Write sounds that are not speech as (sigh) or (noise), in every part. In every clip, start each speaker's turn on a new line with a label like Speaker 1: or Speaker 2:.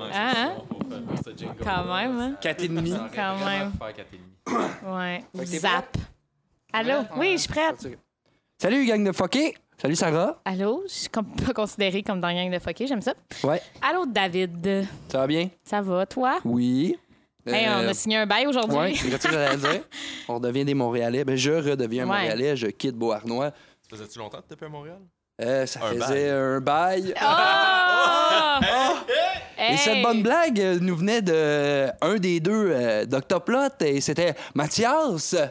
Speaker 1: Hein,
Speaker 2: Hein? même, hein?
Speaker 3: Quatre
Speaker 2: (laughs)
Speaker 3: et demi.
Speaker 2: Quand même. (coughs) Ouais.
Speaker 4: Fait que t'es
Speaker 2: Zap. Allô? Oui, je suis prête.
Speaker 4: prête?
Speaker 3: Salut, gang de fuckés. Salut, Sarah.
Speaker 2: Allô? Je suis comme pas considérée comme dans gang de fucké, j'aime ça.
Speaker 3: Ouais.
Speaker 2: Allô, David.
Speaker 3: Ça va bien?
Speaker 2: Ça va, toi?
Speaker 3: Oui.
Speaker 2: Hey, on
Speaker 3: Euh,
Speaker 2: a signé un bail (laughs)
Speaker 3: Ouais,
Speaker 2: aujourd'hui.
Speaker 3: c'est ce que j'allais dire. On redevient des Montréalais. Ben, je redeviens
Speaker 2: Ouais.
Speaker 3: Montréalais, je quitte Beauharnois.
Speaker 1: Tu faisais-tu longtemps que t'étais à Montréal?
Speaker 3: Euh, ça
Speaker 1: Un
Speaker 3: faisait
Speaker 1: bail.
Speaker 3: un bail.
Speaker 1: Ah!
Speaker 2: Oh!
Speaker 3: Ah! Et cette bonne blague euh, nous venait de euh, un des deux euh, d'Octoplot et c'était Mathias,
Speaker 1: Ça va?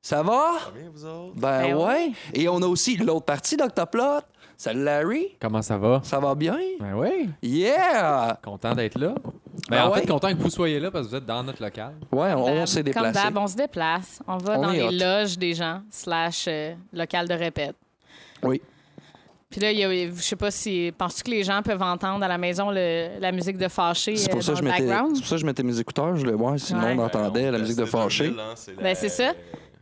Speaker 3: ça va?
Speaker 1: Ça va bien, vous autres?
Speaker 3: Ben,
Speaker 2: Ben
Speaker 3: ouais. Et on a aussi l'autre partie d'Octoplot. Salut Larry,
Speaker 5: Comment ça va?
Speaker 3: ça va bien?
Speaker 5: Ben oui,
Speaker 3: Yeah!
Speaker 5: content d'être là. Ben,
Speaker 3: Ben
Speaker 5: en
Speaker 3: ouais.
Speaker 5: fait, content que vous soyez là parce que vous êtes dans notre local.
Speaker 3: Ouais, on,
Speaker 2: Dab.
Speaker 3: s'est
Speaker 2: Ben, Comme
Speaker 3: déplacé.
Speaker 2: d'hab, on se déplace. On va
Speaker 3: On
Speaker 2: dans
Speaker 3: est
Speaker 2: les
Speaker 3: hot.
Speaker 2: loges des gens, slash euh, local de répète.
Speaker 3: Oui.
Speaker 2: Puis là, il y a- je sais pas si. Penses-tu que les gens peuvent entendre à la maison le- la musique de Fâché
Speaker 3: C'est
Speaker 2: euh,
Speaker 3: pour, ça
Speaker 2: dans
Speaker 3: que je
Speaker 2: le
Speaker 3: mettais,
Speaker 2: background?
Speaker 3: c'est pour ça que je mettais mes écouteurs, je le vois, si le
Speaker 2: Ouais.
Speaker 3: monde entendait la musique de Fâché.
Speaker 1: hein,
Speaker 2: Ben, c'est ça.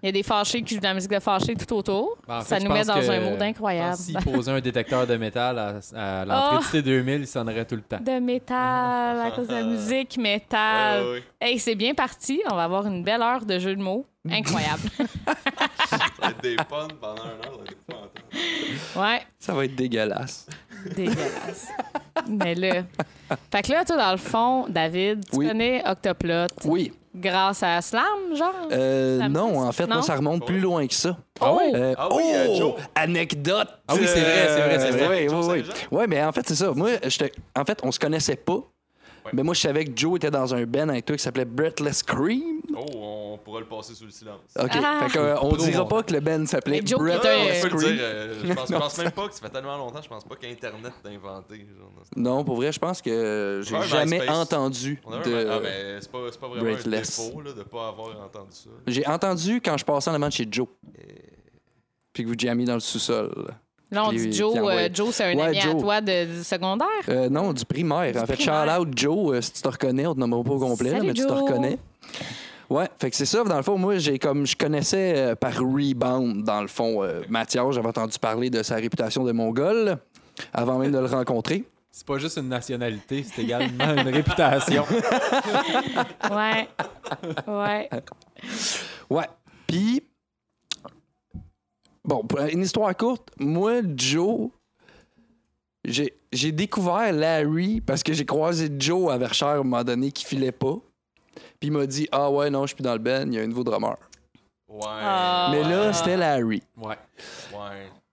Speaker 2: Il y a des fâchés qui jouent de la musique de Fâché tout autour.
Speaker 5: Ben, en fait,
Speaker 2: ça
Speaker 5: je
Speaker 2: nous met
Speaker 5: pense
Speaker 2: dans
Speaker 5: que-
Speaker 2: un mood
Speaker 5: je pense
Speaker 2: incroyable.
Speaker 5: que S'il posait un détecteur de métal à, à l'entrée
Speaker 2: Oh.
Speaker 5: de C2000, il sonnerait tout le temps.
Speaker 2: (laughs) De métal à cause
Speaker 5: (laughs)
Speaker 2: de la musique métal.
Speaker 1: Ouais, ouais,
Speaker 2: Hey, c'est bien parti. On va avoir une belle heure de jeu
Speaker 5: (laughs)
Speaker 2: de mots. Incroyable.
Speaker 1: Ça va être des puns pendant un an, ça va être hein. épouvantable.
Speaker 2: ouais.
Speaker 3: Ça va être dégueulasse.
Speaker 2: Dégueulasse. (laughs) Mais là. Fait que là, toi, dans le fond, David, tu
Speaker 3: Oui.
Speaker 2: connais Octoplot
Speaker 3: Oui.
Speaker 2: grâce à Slam, genre?
Speaker 3: Euh,
Speaker 2: Ça me
Speaker 3: non,
Speaker 2: dit-
Speaker 3: en fait,
Speaker 2: non?
Speaker 3: non, ça remonte plus loin que ça.
Speaker 2: Ah ouais?
Speaker 3: Euh,
Speaker 1: Ah oui, euh,
Speaker 3: oh,
Speaker 1: Joe.
Speaker 3: anecdote.
Speaker 5: Ah oui, c'est vrai, c'est vrai, c'est
Speaker 1: vrai.
Speaker 3: Oui,
Speaker 1: Joe
Speaker 3: oui,
Speaker 1: Saint-Jean?
Speaker 3: oui. Ouais, mais en fait, c'est ça. Moi, j'étais- en fait, on se connaissait pas. Mais moi, je savais que Joe était dans un band avec toi qui s'appelait Breathless Cream.
Speaker 1: Oh, on pourra le passer sous le silence.
Speaker 3: OK.
Speaker 2: Ah.
Speaker 3: Fait que, euh, on
Speaker 5: Promo.
Speaker 3: dira pas que le band s'appelait
Speaker 2: Mais Joe,
Speaker 3: Breathless
Speaker 2: t'as-
Speaker 1: Je peux le
Speaker 3: Cream.
Speaker 1: dire, euh, je
Speaker 3: (laughs)
Speaker 1: pense, je pense même pas que ça fait tellement longtemps, je pense pas qu'Internet t'a inventé. genre, dans ce-
Speaker 3: Non, pour vrai, je pense que j'ai
Speaker 1: Ouais,
Speaker 3: jamais
Speaker 1: MySpace.
Speaker 3: entendu
Speaker 1: On a
Speaker 3: de... euh,
Speaker 1: vraiment- Ah, ben, c'est pas, c'est pas vraiment
Speaker 3: Breathless.
Speaker 1: un défaut là, de pas avoir entendu ça.
Speaker 3: J'ai entendu quand je passais en avant de chez Joe. Puis que vous jammiez dans le sous-sol.
Speaker 2: Là, on
Speaker 3: Puis,
Speaker 2: dit Joe.
Speaker 3: puis,
Speaker 2: euh,
Speaker 3: ouais.
Speaker 2: Joe, c'est un
Speaker 3: Ouais,
Speaker 2: ami à
Speaker 3: Joe.
Speaker 2: toi de, du secondaire.
Speaker 3: Euh, non, du primaire. en fait,
Speaker 2: primaire.
Speaker 3: shout out Joe, euh, si tu te reconnais, on te nommera pas au complet, là,
Speaker 2: Salut,
Speaker 3: mais tu te
Speaker 2: Joe.
Speaker 3: reconnais. Ouais, fait que c'est ça. Dans le fond, moi, j'ai comme je connaissais euh, par rebound, dans le fond, euh, Mathias, j'avais entendu parler de sa réputation de mongol avant même de le rencontrer.
Speaker 5: C'est pas juste une nationalité, c'est également une réputation.
Speaker 2: Ouais. ouais.
Speaker 3: Ouais. Puis, bon, pour une histoire courte, moi, Joe, j'ai j'ai découvert Larry parce que j'ai croisé Joe à Verchères à un moment donné qui filait pas. Puis il m'a dit Ah ouais, non, je suis plus dans le ben, il y a un nouveau drummer.
Speaker 1: Ouais.
Speaker 2: Ah.
Speaker 3: Mais là,
Speaker 2: ouais.
Speaker 3: c'était Larry.
Speaker 5: (laughs) Ouais.
Speaker 1: Ouais.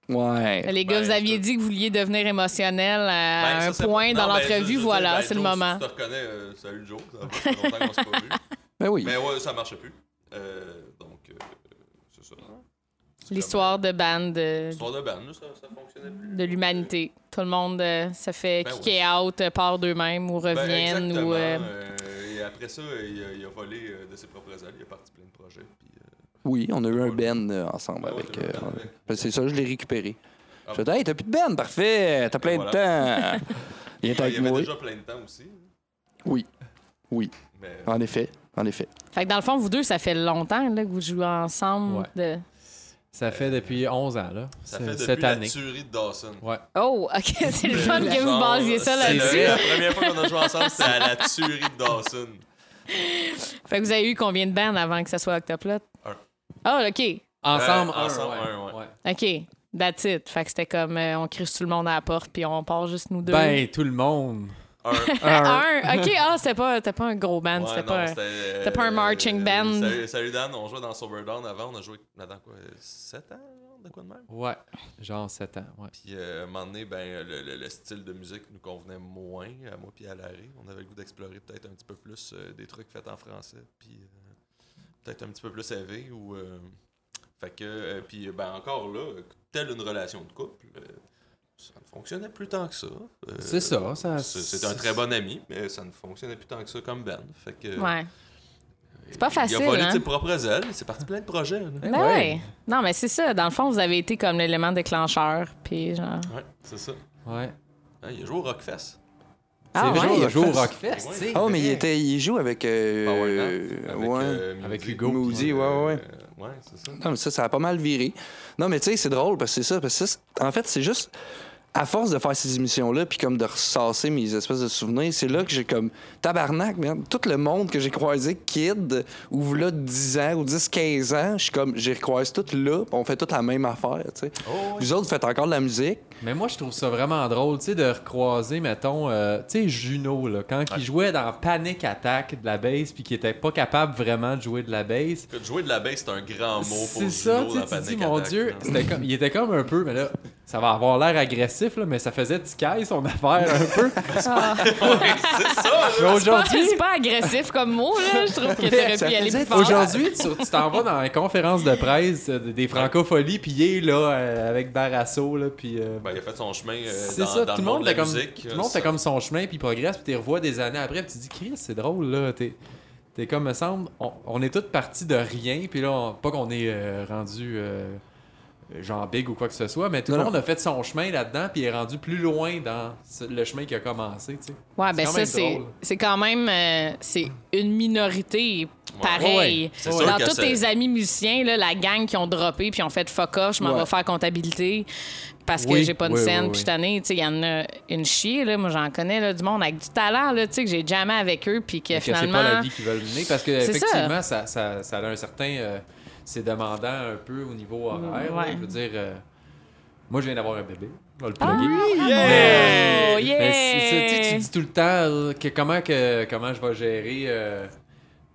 Speaker 3: Ouais.
Speaker 2: Les gars,
Speaker 1: Ben,
Speaker 2: vous aviez
Speaker 1: je-
Speaker 2: dit que vous vouliez devenir émotionnel à
Speaker 1: Ben, ça,
Speaker 2: un
Speaker 1: c'est-
Speaker 2: point
Speaker 1: non,
Speaker 2: dans
Speaker 1: ben, je-
Speaker 2: l'entrevue.
Speaker 1: je-
Speaker 2: Voilà,
Speaker 1: ben,
Speaker 2: c'est le
Speaker 1: Joe,
Speaker 2: moment.
Speaker 1: Si tu te reconnais, euh, salut Joe, ça fait longtemps qu'on s'est
Speaker 3: (laughs)
Speaker 1: pas vu.
Speaker 3: Ben oui.
Speaker 1: Mais ouais, ça marchait plus. Euh, donc, euh, c'est ça. hein. C'est
Speaker 2: L'histoire de band de,
Speaker 1: comme- L'histoire de Ben, là, ça, ça fonctionnait plus.
Speaker 2: de l'humanité. Tout le monde euh, se fait
Speaker 1: Ben
Speaker 2: kicker out euh, par d'eux-mêmes ou
Speaker 1: Ben,
Speaker 2: reviennent
Speaker 1: exactement,
Speaker 2: ou. euh,
Speaker 1: euh, et après ça, il, a- il a volé euh, de ses propres ailes, il a parti plein de projets. Puis, euh,
Speaker 3: Oui, on a eu un ben euh, ensemble
Speaker 1: Ouais,
Speaker 3: avec.
Speaker 1: t'as eu un
Speaker 3: euh,
Speaker 1: Ben avec.
Speaker 3: ben, c'est ça, je l'ai récupéré.
Speaker 1: Ah.
Speaker 3: Je dis, hey, t'as plus de ben, parfait, t'as plein
Speaker 1: (laughs)
Speaker 3: de temps. il est
Speaker 1: ah, il y
Speaker 3: avec
Speaker 1: avait
Speaker 3: moi.
Speaker 1: déjà plein de temps aussi. hein,
Speaker 3: Oui, oui, Ah,
Speaker 1: Mais
Speaker 3: en effet, en effet.
Speaker 2: Fait que dans le fond, vous deux, ça fait longtemps là, que vous jouez ensemble. de-
Speaker 5: Ça fait depuis 11 ans, là.
Speaker 1: ça
Speaker 5: C'est-
Speaker 1: fait depuis
Speaker 5: cette
Speaker 1: la
Speaker 5: année.
Speaker 1: tuerie de Dawson.
Speaker 5: Ouais.
Speaker 2: Oh, OK. (laughs) C'est le
Speaker 1: Mais
Speaker 2: fun que vous
Speaker 1: genre,
Speaker 2: basiez ça
Speaker 1: c'est
Speaker 2: là-dessus.
Speaker 1: La première fois qu'on a joué ensemble, c'était à la tuerie de Dawson.
Speaker 2: Fait que vous avez eu combien de bandes avant que ça soit Octoplot?
Speaker 1: Un.
Speaker 2: Ah, OK.
Speaker 5: Ensemble,
Speaker 1: Euh,
Speaker 5: un,
Speaker 1: ensemble,
Speaker 5: ouais.
Speaker 1: un, ouais.
Speaker 2: OK. That's it. Fait que c'était comme euh, on crie tout le monde à la porte puis on part juste nous deux.
Speaker 5: Ben, tout le monde.
Speaker 2: (laughs)
Speaker 1: Un.
Speaker 5: Un. (laughs)
Speaker 2: un. OK. Ah, c'était pas, c'était pas un gros band.
Speaker 1: Ouais,
Speaker 2: c'était
Speaker 1: non,
Speaker 2: pas un-
Speaker 1: c'était, euh,
Speaker 2: c'était pas un marching band.
Speaker 1: Salut, salut Dan, on jouait dans Sober Down avant, on a joué dans quoi 7 ans, genre, de quoi de même
Speaker 5: Ouais. Genre 7 ans, ouais.
Speaker 1: Puis euh, à un moment donné, ben, le, le- le style de musique nous convenait moins, à moi puis à Larry. On avait le goût d'explorer peut-être un petit peu plus euh, des trucs faits en français, puis euh, peut-être un petit peu plus élevé. Ou, euh, fait que, euh, puis euh, ben, encore là, euh, telle une relation de couple, euh, ça ne fonctionnait plus tant que ça. Euh,
Speaker 5: C'est ça, ça-
Speaker 1: c'est- C'est un très bon ami, mais ça ne fonctionnait plus tant que ça comme band. Fait que,
Speaker 2: Ouais. C'est pas facile,
Speaker 1: euh, Il a volé
Speaker 2: hein?
Speaker 1: de ses propres ailes, c'est parti plein de projets. là.
Speaker 2: Ben ouais. Non, mais c'est ça. Dans le fond, vous avez été comme l'élément déclencheur. Puis genre.
Speaker 1: Ouais, c'est ça.
Speaker 5: Ouais.
Speaker 1: Hein, il a joué au Rockfest.
Speaker 2: Ah,
Speaker 5: c'est
Speaker 2: ouais.
Speaker 5: vrai, il
Speaker 3: il
Speaker 5: a
Speaker 3: a
Speaker 5: joué au
Speaker 3: fait-
Speaker 5: Rockfest,
Speaker 1: Ouais.
Speaker 5: tu sais.
Speaker 3: Oh, mais il, était, il joue avec.
Speaker 1: Power
Speaker 3: Euh,
Speaker 1: Dance,
Speaker 3: ouais.
Speaker 1: euh,
Speaker 5: Avec
Speaker 1: Mehdi.
Speaker 5: Hugo.
Speaker 3: Moody, ouais, ouais, ouais.
Speaker 1: Euh, ouais, c'est ça.
Speaker 3: Non, mais ça, ça a pas mal viré. Non, mais tu sais, c'est drôle parce que c'est ça. Parce que ça, c'est- en fait, c'est juste. à force de faire ces émissions-là, puis comme de ressasser mes espèces de souvenirs, c'est là que j'ai comme tabarnak, merde, tout le monde que j'ai croisé, kid, ou voilà 10 ans, ou 10, 15 ans, je suis comme, j'ai croise tout là, puis on fait toute la même affaire, tu sais. Vous autres, vous faites encore de la musique.
Speaker 5: Mais moi, je trouve ça vraiment drôle, tu sais, de recroiser, mettons, euh, tu sais, Juno, là, quand il jouait dans Panic Attack de la bass, puis qu'il était pas capable vraiment de jouer de la bass.
Speaker 1: Écoute, jouer de la bass, c'est un grand mot pour
Speaker 5: C'est ça,
Speaker 1: Juno
Speaker 5: tu sais,
Speaker 1: dans
Speaker 5: tu dis,
Speaker 1: Panic
Speaker 5: mon
Speaker 1: Attack,
Speaker 5: Dieu,
Speaker 1: non?
Speaker 5: c'était comme, il était comme un peu, mais là, ça va avoir l'air agressif, là, mais ça faisait ticaille son affaire un peu.
Speaker 2: (laughs) Ah.
Speaker 1: C'est ça!
Speaker 5: Mais
Speaker 2: C'est pas-
Speaker 5: aujourd'hui,
Speaker 2: C'est pas agressif comme mot, là. Je trouve que t'aurais pu
Speaker 3: Ça
Speaker 2: y aller
Speaker 3: faisait
Speaker 2: plus fort.
Speaker 5: Aujourd'hui, tu tu t'en vas dans une conférence de presse euh, des francopholies, puis il est là euh, avec Barasso, là, puis. euh,
Speaker 1: Ben, il a fait son chemin euh,
Speaker 5: c'est
Speaker 1: dans,
Speaker 5: ça,
Speaker 1: dans
Speaker 5: tout
Speaker 1: le monde de la
Speaker 5: fait comme,
Speaker 1: musique. euh,
Speaker 5: tout le monde fait comme son chemin, puis il progresse, puis tu les revois des années après, puis tu te dis, Chris, c'est drôle, là. T'es, t'es comme, me semble, on, on est tous partis de rien, puis là, on- pas qu'on est euh, rendu euh, genre big ou quoi que ce soit, mais tout le
Speaker 3: Non,
Speaker 5: monde a fait son chemin là-dedans, puis il est rendu plus loin dans ce- le chemin qu'il a commencé, tu sais.
Speaker 2: Ouais, ben
Speaker 5: quand
Speaker 2: ça,
Speaker 5: même
Speaker 2: c'est,
Speaker 5: drôle.
Speaker 2: c'est quand même euh, c'est une minorité pareille.
Speaker 5: Ouais, ouais.
Speaker 1: C'est sûr
Speaker 2: Dans
Speaker 1: que
Speaker 2: tous
Speaker 1: ça-
Speaker 2: tes amis musiciens, là, la gang qui ont droppé puis ont fait fuck off, je m'en
Speaker 3: Ouais.
Speaker 2: vais faire comptabilité parce que
Speaker 5: Oui,
Speaker 2: j'ai pas de
Speaker 5: oui,
Speaker 2: scène
Speaker 5: oui,
Speaker 2: puis
Speaker 5: oui.
Speaker 2: cette année, tu sais, il y en a une chier là, moi j'en connais là, du monde avec du talent là, tu sais que j'ai jamais avec eux puis que
Speaker 5: Mais que
Speaker 2: finalement
Speaker 5: c'est pas la vie qu'ils veulent mener parce que
Speaker 2: C'est
Speaker 5: effectivement ça. ça- ça a un certain euh, c'est demandant un peu au niveau horaire là.
Speaker 2: ouais. Ah,
Speaker 5: je veux dire euh, moi je viens d'avoir un bébé on va le plugger
Speaker 2: Oh,
Speaker 5: Mais c'est- c'est- tu sais,
Speaker 2: yeah!
Speaker 5: tu dis tout le temps euh, que comment que comment je vais gérer euh,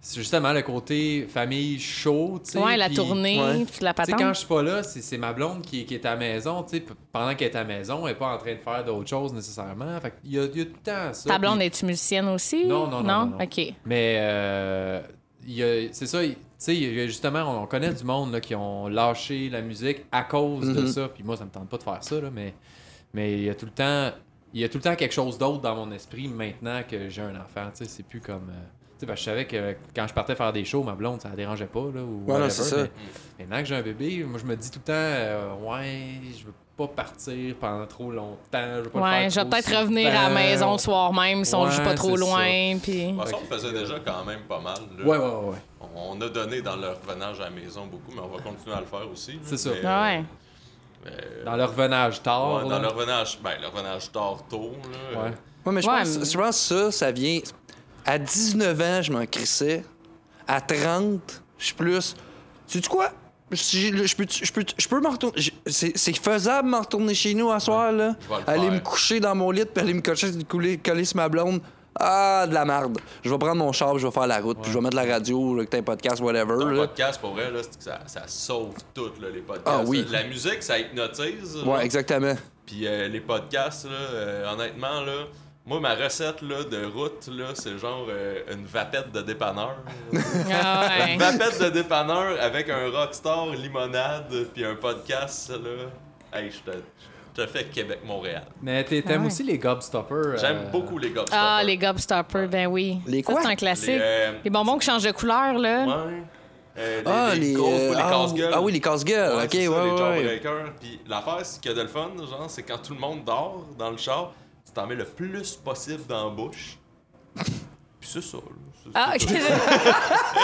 Speaker 5: c'est justement le côté famille chaud tu sais
Speaker 2: Ouais, la
Speaker 5: puis-
Speaker 2: tournée,
Speaker 3: ouais.
Speaker 2: puis la
Speaker 5: tu sais, quand
Speaker 2: patente.
Speaker 5: je suis pas là, c'est c'est ma blonde qui, qui est à la maison. tu sais, p- Pendant qu'elle est à la maison, elle est pas en train de faire d'autres choses nécessairement. Fait qu'il y a, il y a tout le temps ça.
Speaker 2: Ta
Speaker 5: puis-
Speaker 2: blonde est-tu musicienne aussi?
Speaker 5: Non, non, non, non, non.
Speaker 2: OK.
Speaker 5: mais euh, il y a- c'est ça, il- tu sais, il y a justement, on, on connaît du monde là, qui ont lâché la musique à cause de
Speaker 3: Mhm.
Speaker 5: ça. Puis moi, ça me tente pas de faire ça, là, mais mais il y a tout le temps, il y a tout le temps quelque chose d'autre dans mon esprit maintenant que j'ai un enfant. Tu sais, c'est plus comme. euh, tu sais, parce que je savais que quand je partais faire des shows, ma blonde, ça la dérangeait pas. Là, ou
Speaker 3: Ouais, non,
Speaker 5: whatever,
Speaker 3: c'est ça.
Speaker 5: mais Maintenant que j'ai un bébé, moi, je me dis tout le temps, euh, ouais, je veux pas partir pendant trop longtemps. Je veux pas le
Speaker 2: Ouais,
Speaker 5: faire
Speaker 2: je vais
Speaker 5: trop
Speaker 2: peut-être revenir à la
Speaker 5: souvent.
Speaker 2: maison le soir même si on
Speaker 5: Ouais,
Speaker 2: joue pas trop
Speaker 5: c'est ça.
Speaker 2: loin. Puis...
Speaker 1: Moi, ça, on faisait déjà quand même pas mal. là.
Speaker 5: Ouais, ouais, ouais. ouais.
Speaker 1: On a donné dans le revenage à la maison beaucoup, mais on va continuer à le faire aussi. là.
Speaker 5: C'est ça.
Speaker 1: Mais,
Speaker 2: Ah ouais.
Speaker 1: euh,
Speaker 5: Dans le revenage tard.
Speaker 1: ouais,
Speaker 5: là.
Speaker 1: dans le revenage, ben, le revenage tard tôt. Là,
Speaker 5: Ouais.
Speaker 1: euh,
Speaker 3: Moi, mais je
Speaker 2: Ouais,
Speaker 3: pense,
Speaker 2: mais-
Speaker 3: je pense que ça, ça vient. À 19 ans, je m'en crissais. À 30, je suis plus. Tu sais quoi? Si Je je peux, je peux, je peux m'en retourner. je- C'est c'est faisable m'en retourner chez nous à soir, là.
Speaker 1: je vais le
Speaker 3: Aller
Speaker 1: faire.
Speaker 3: me coucher dans mon lit, puis aller me cocher, couler- coller sur ma blonde. Ah, de la merde. Je vais prendre mon char, puis je vais faire la route, puis je vais mettre la radio, là, que t'as un podcast, whatever.
Speaker 1: Un
Speaker 3: là.
Speaker 1: podcast, pour vrai, là, c'est que ça, ça sauve tout, là, les podcasts.
Speaker 3: Ah oui.
Speaker 1: là. La musique, ça hypnotise. là.
Speaker 3: Ouais, exactement.
Speaker 1: Puis euh, les podcasts, là, euh, honnêtement, là, moi, ma recette là, de route, là, c'est genre euh, une vapette
Speaker 2: (laughs)
Speaker 1: de dépanneur.
Speaker 5: euh,
Speaker 2: Ah
Speaker 5: (laughs)
Speaker 2: ouais.
Speaker 1: une vapette de dépanneur avec un rockstar limonade puis un podcast. Là. Hey, je te, je te fais Québec-Montréal.
Speaker 3: Euh,
Speaker 5: Mais t'es-
Speaker 2: Ah
Speaker 5: t'aimes
Speaker 2: ouais.
Speaker 5: aussi les gobstoppers.
Speaker 1: J'aime
Speaker 5: euh,
Speaker 1: beaucoup les gobstoppers.
Speaker 2: Ah, les Gobstoppers, ben oui.
Speaker 3: Les
Speaker 2: Ça,
Speaker 3: quoi?
Speaker 2: C'est un
Speaker 1: Les,
Speaker 2: classique. Les,
Speaker 1: euh,
Speaker 2: bonbons qui changent de couleur, là.
Speaker 1: ouais, euh, les-
Speaker 3: Ah,
Speaker 1: les,
Speaker 3: les.
Speaker 1: grosses
Speaker 3: euh,
Speaker 1: ou les
Speaker 3: ah,
Speaker 1: casse-gueules.
Speaker 3: ah oui, les casse-gueules.
Speaker 1: Ouais,
Speaker 3: ok,
Speaker 1: c'est
Speaker 3: ouais,
Speaker 1: ça, les
Speaker 3: ouais. ouais.
Speaker 1: jawbreakers. Puis l'affaire, c'est qu'il y a de le fun, genre, c'est quand tout le monde dort dans le char, tu t'en mets le plus possible dans la bouche. Puis c'est ça, là. C'est-
Speaker 2: Ah,
Speaker 1: c'est
Speaker 2: ok.
Speaker 1: ça.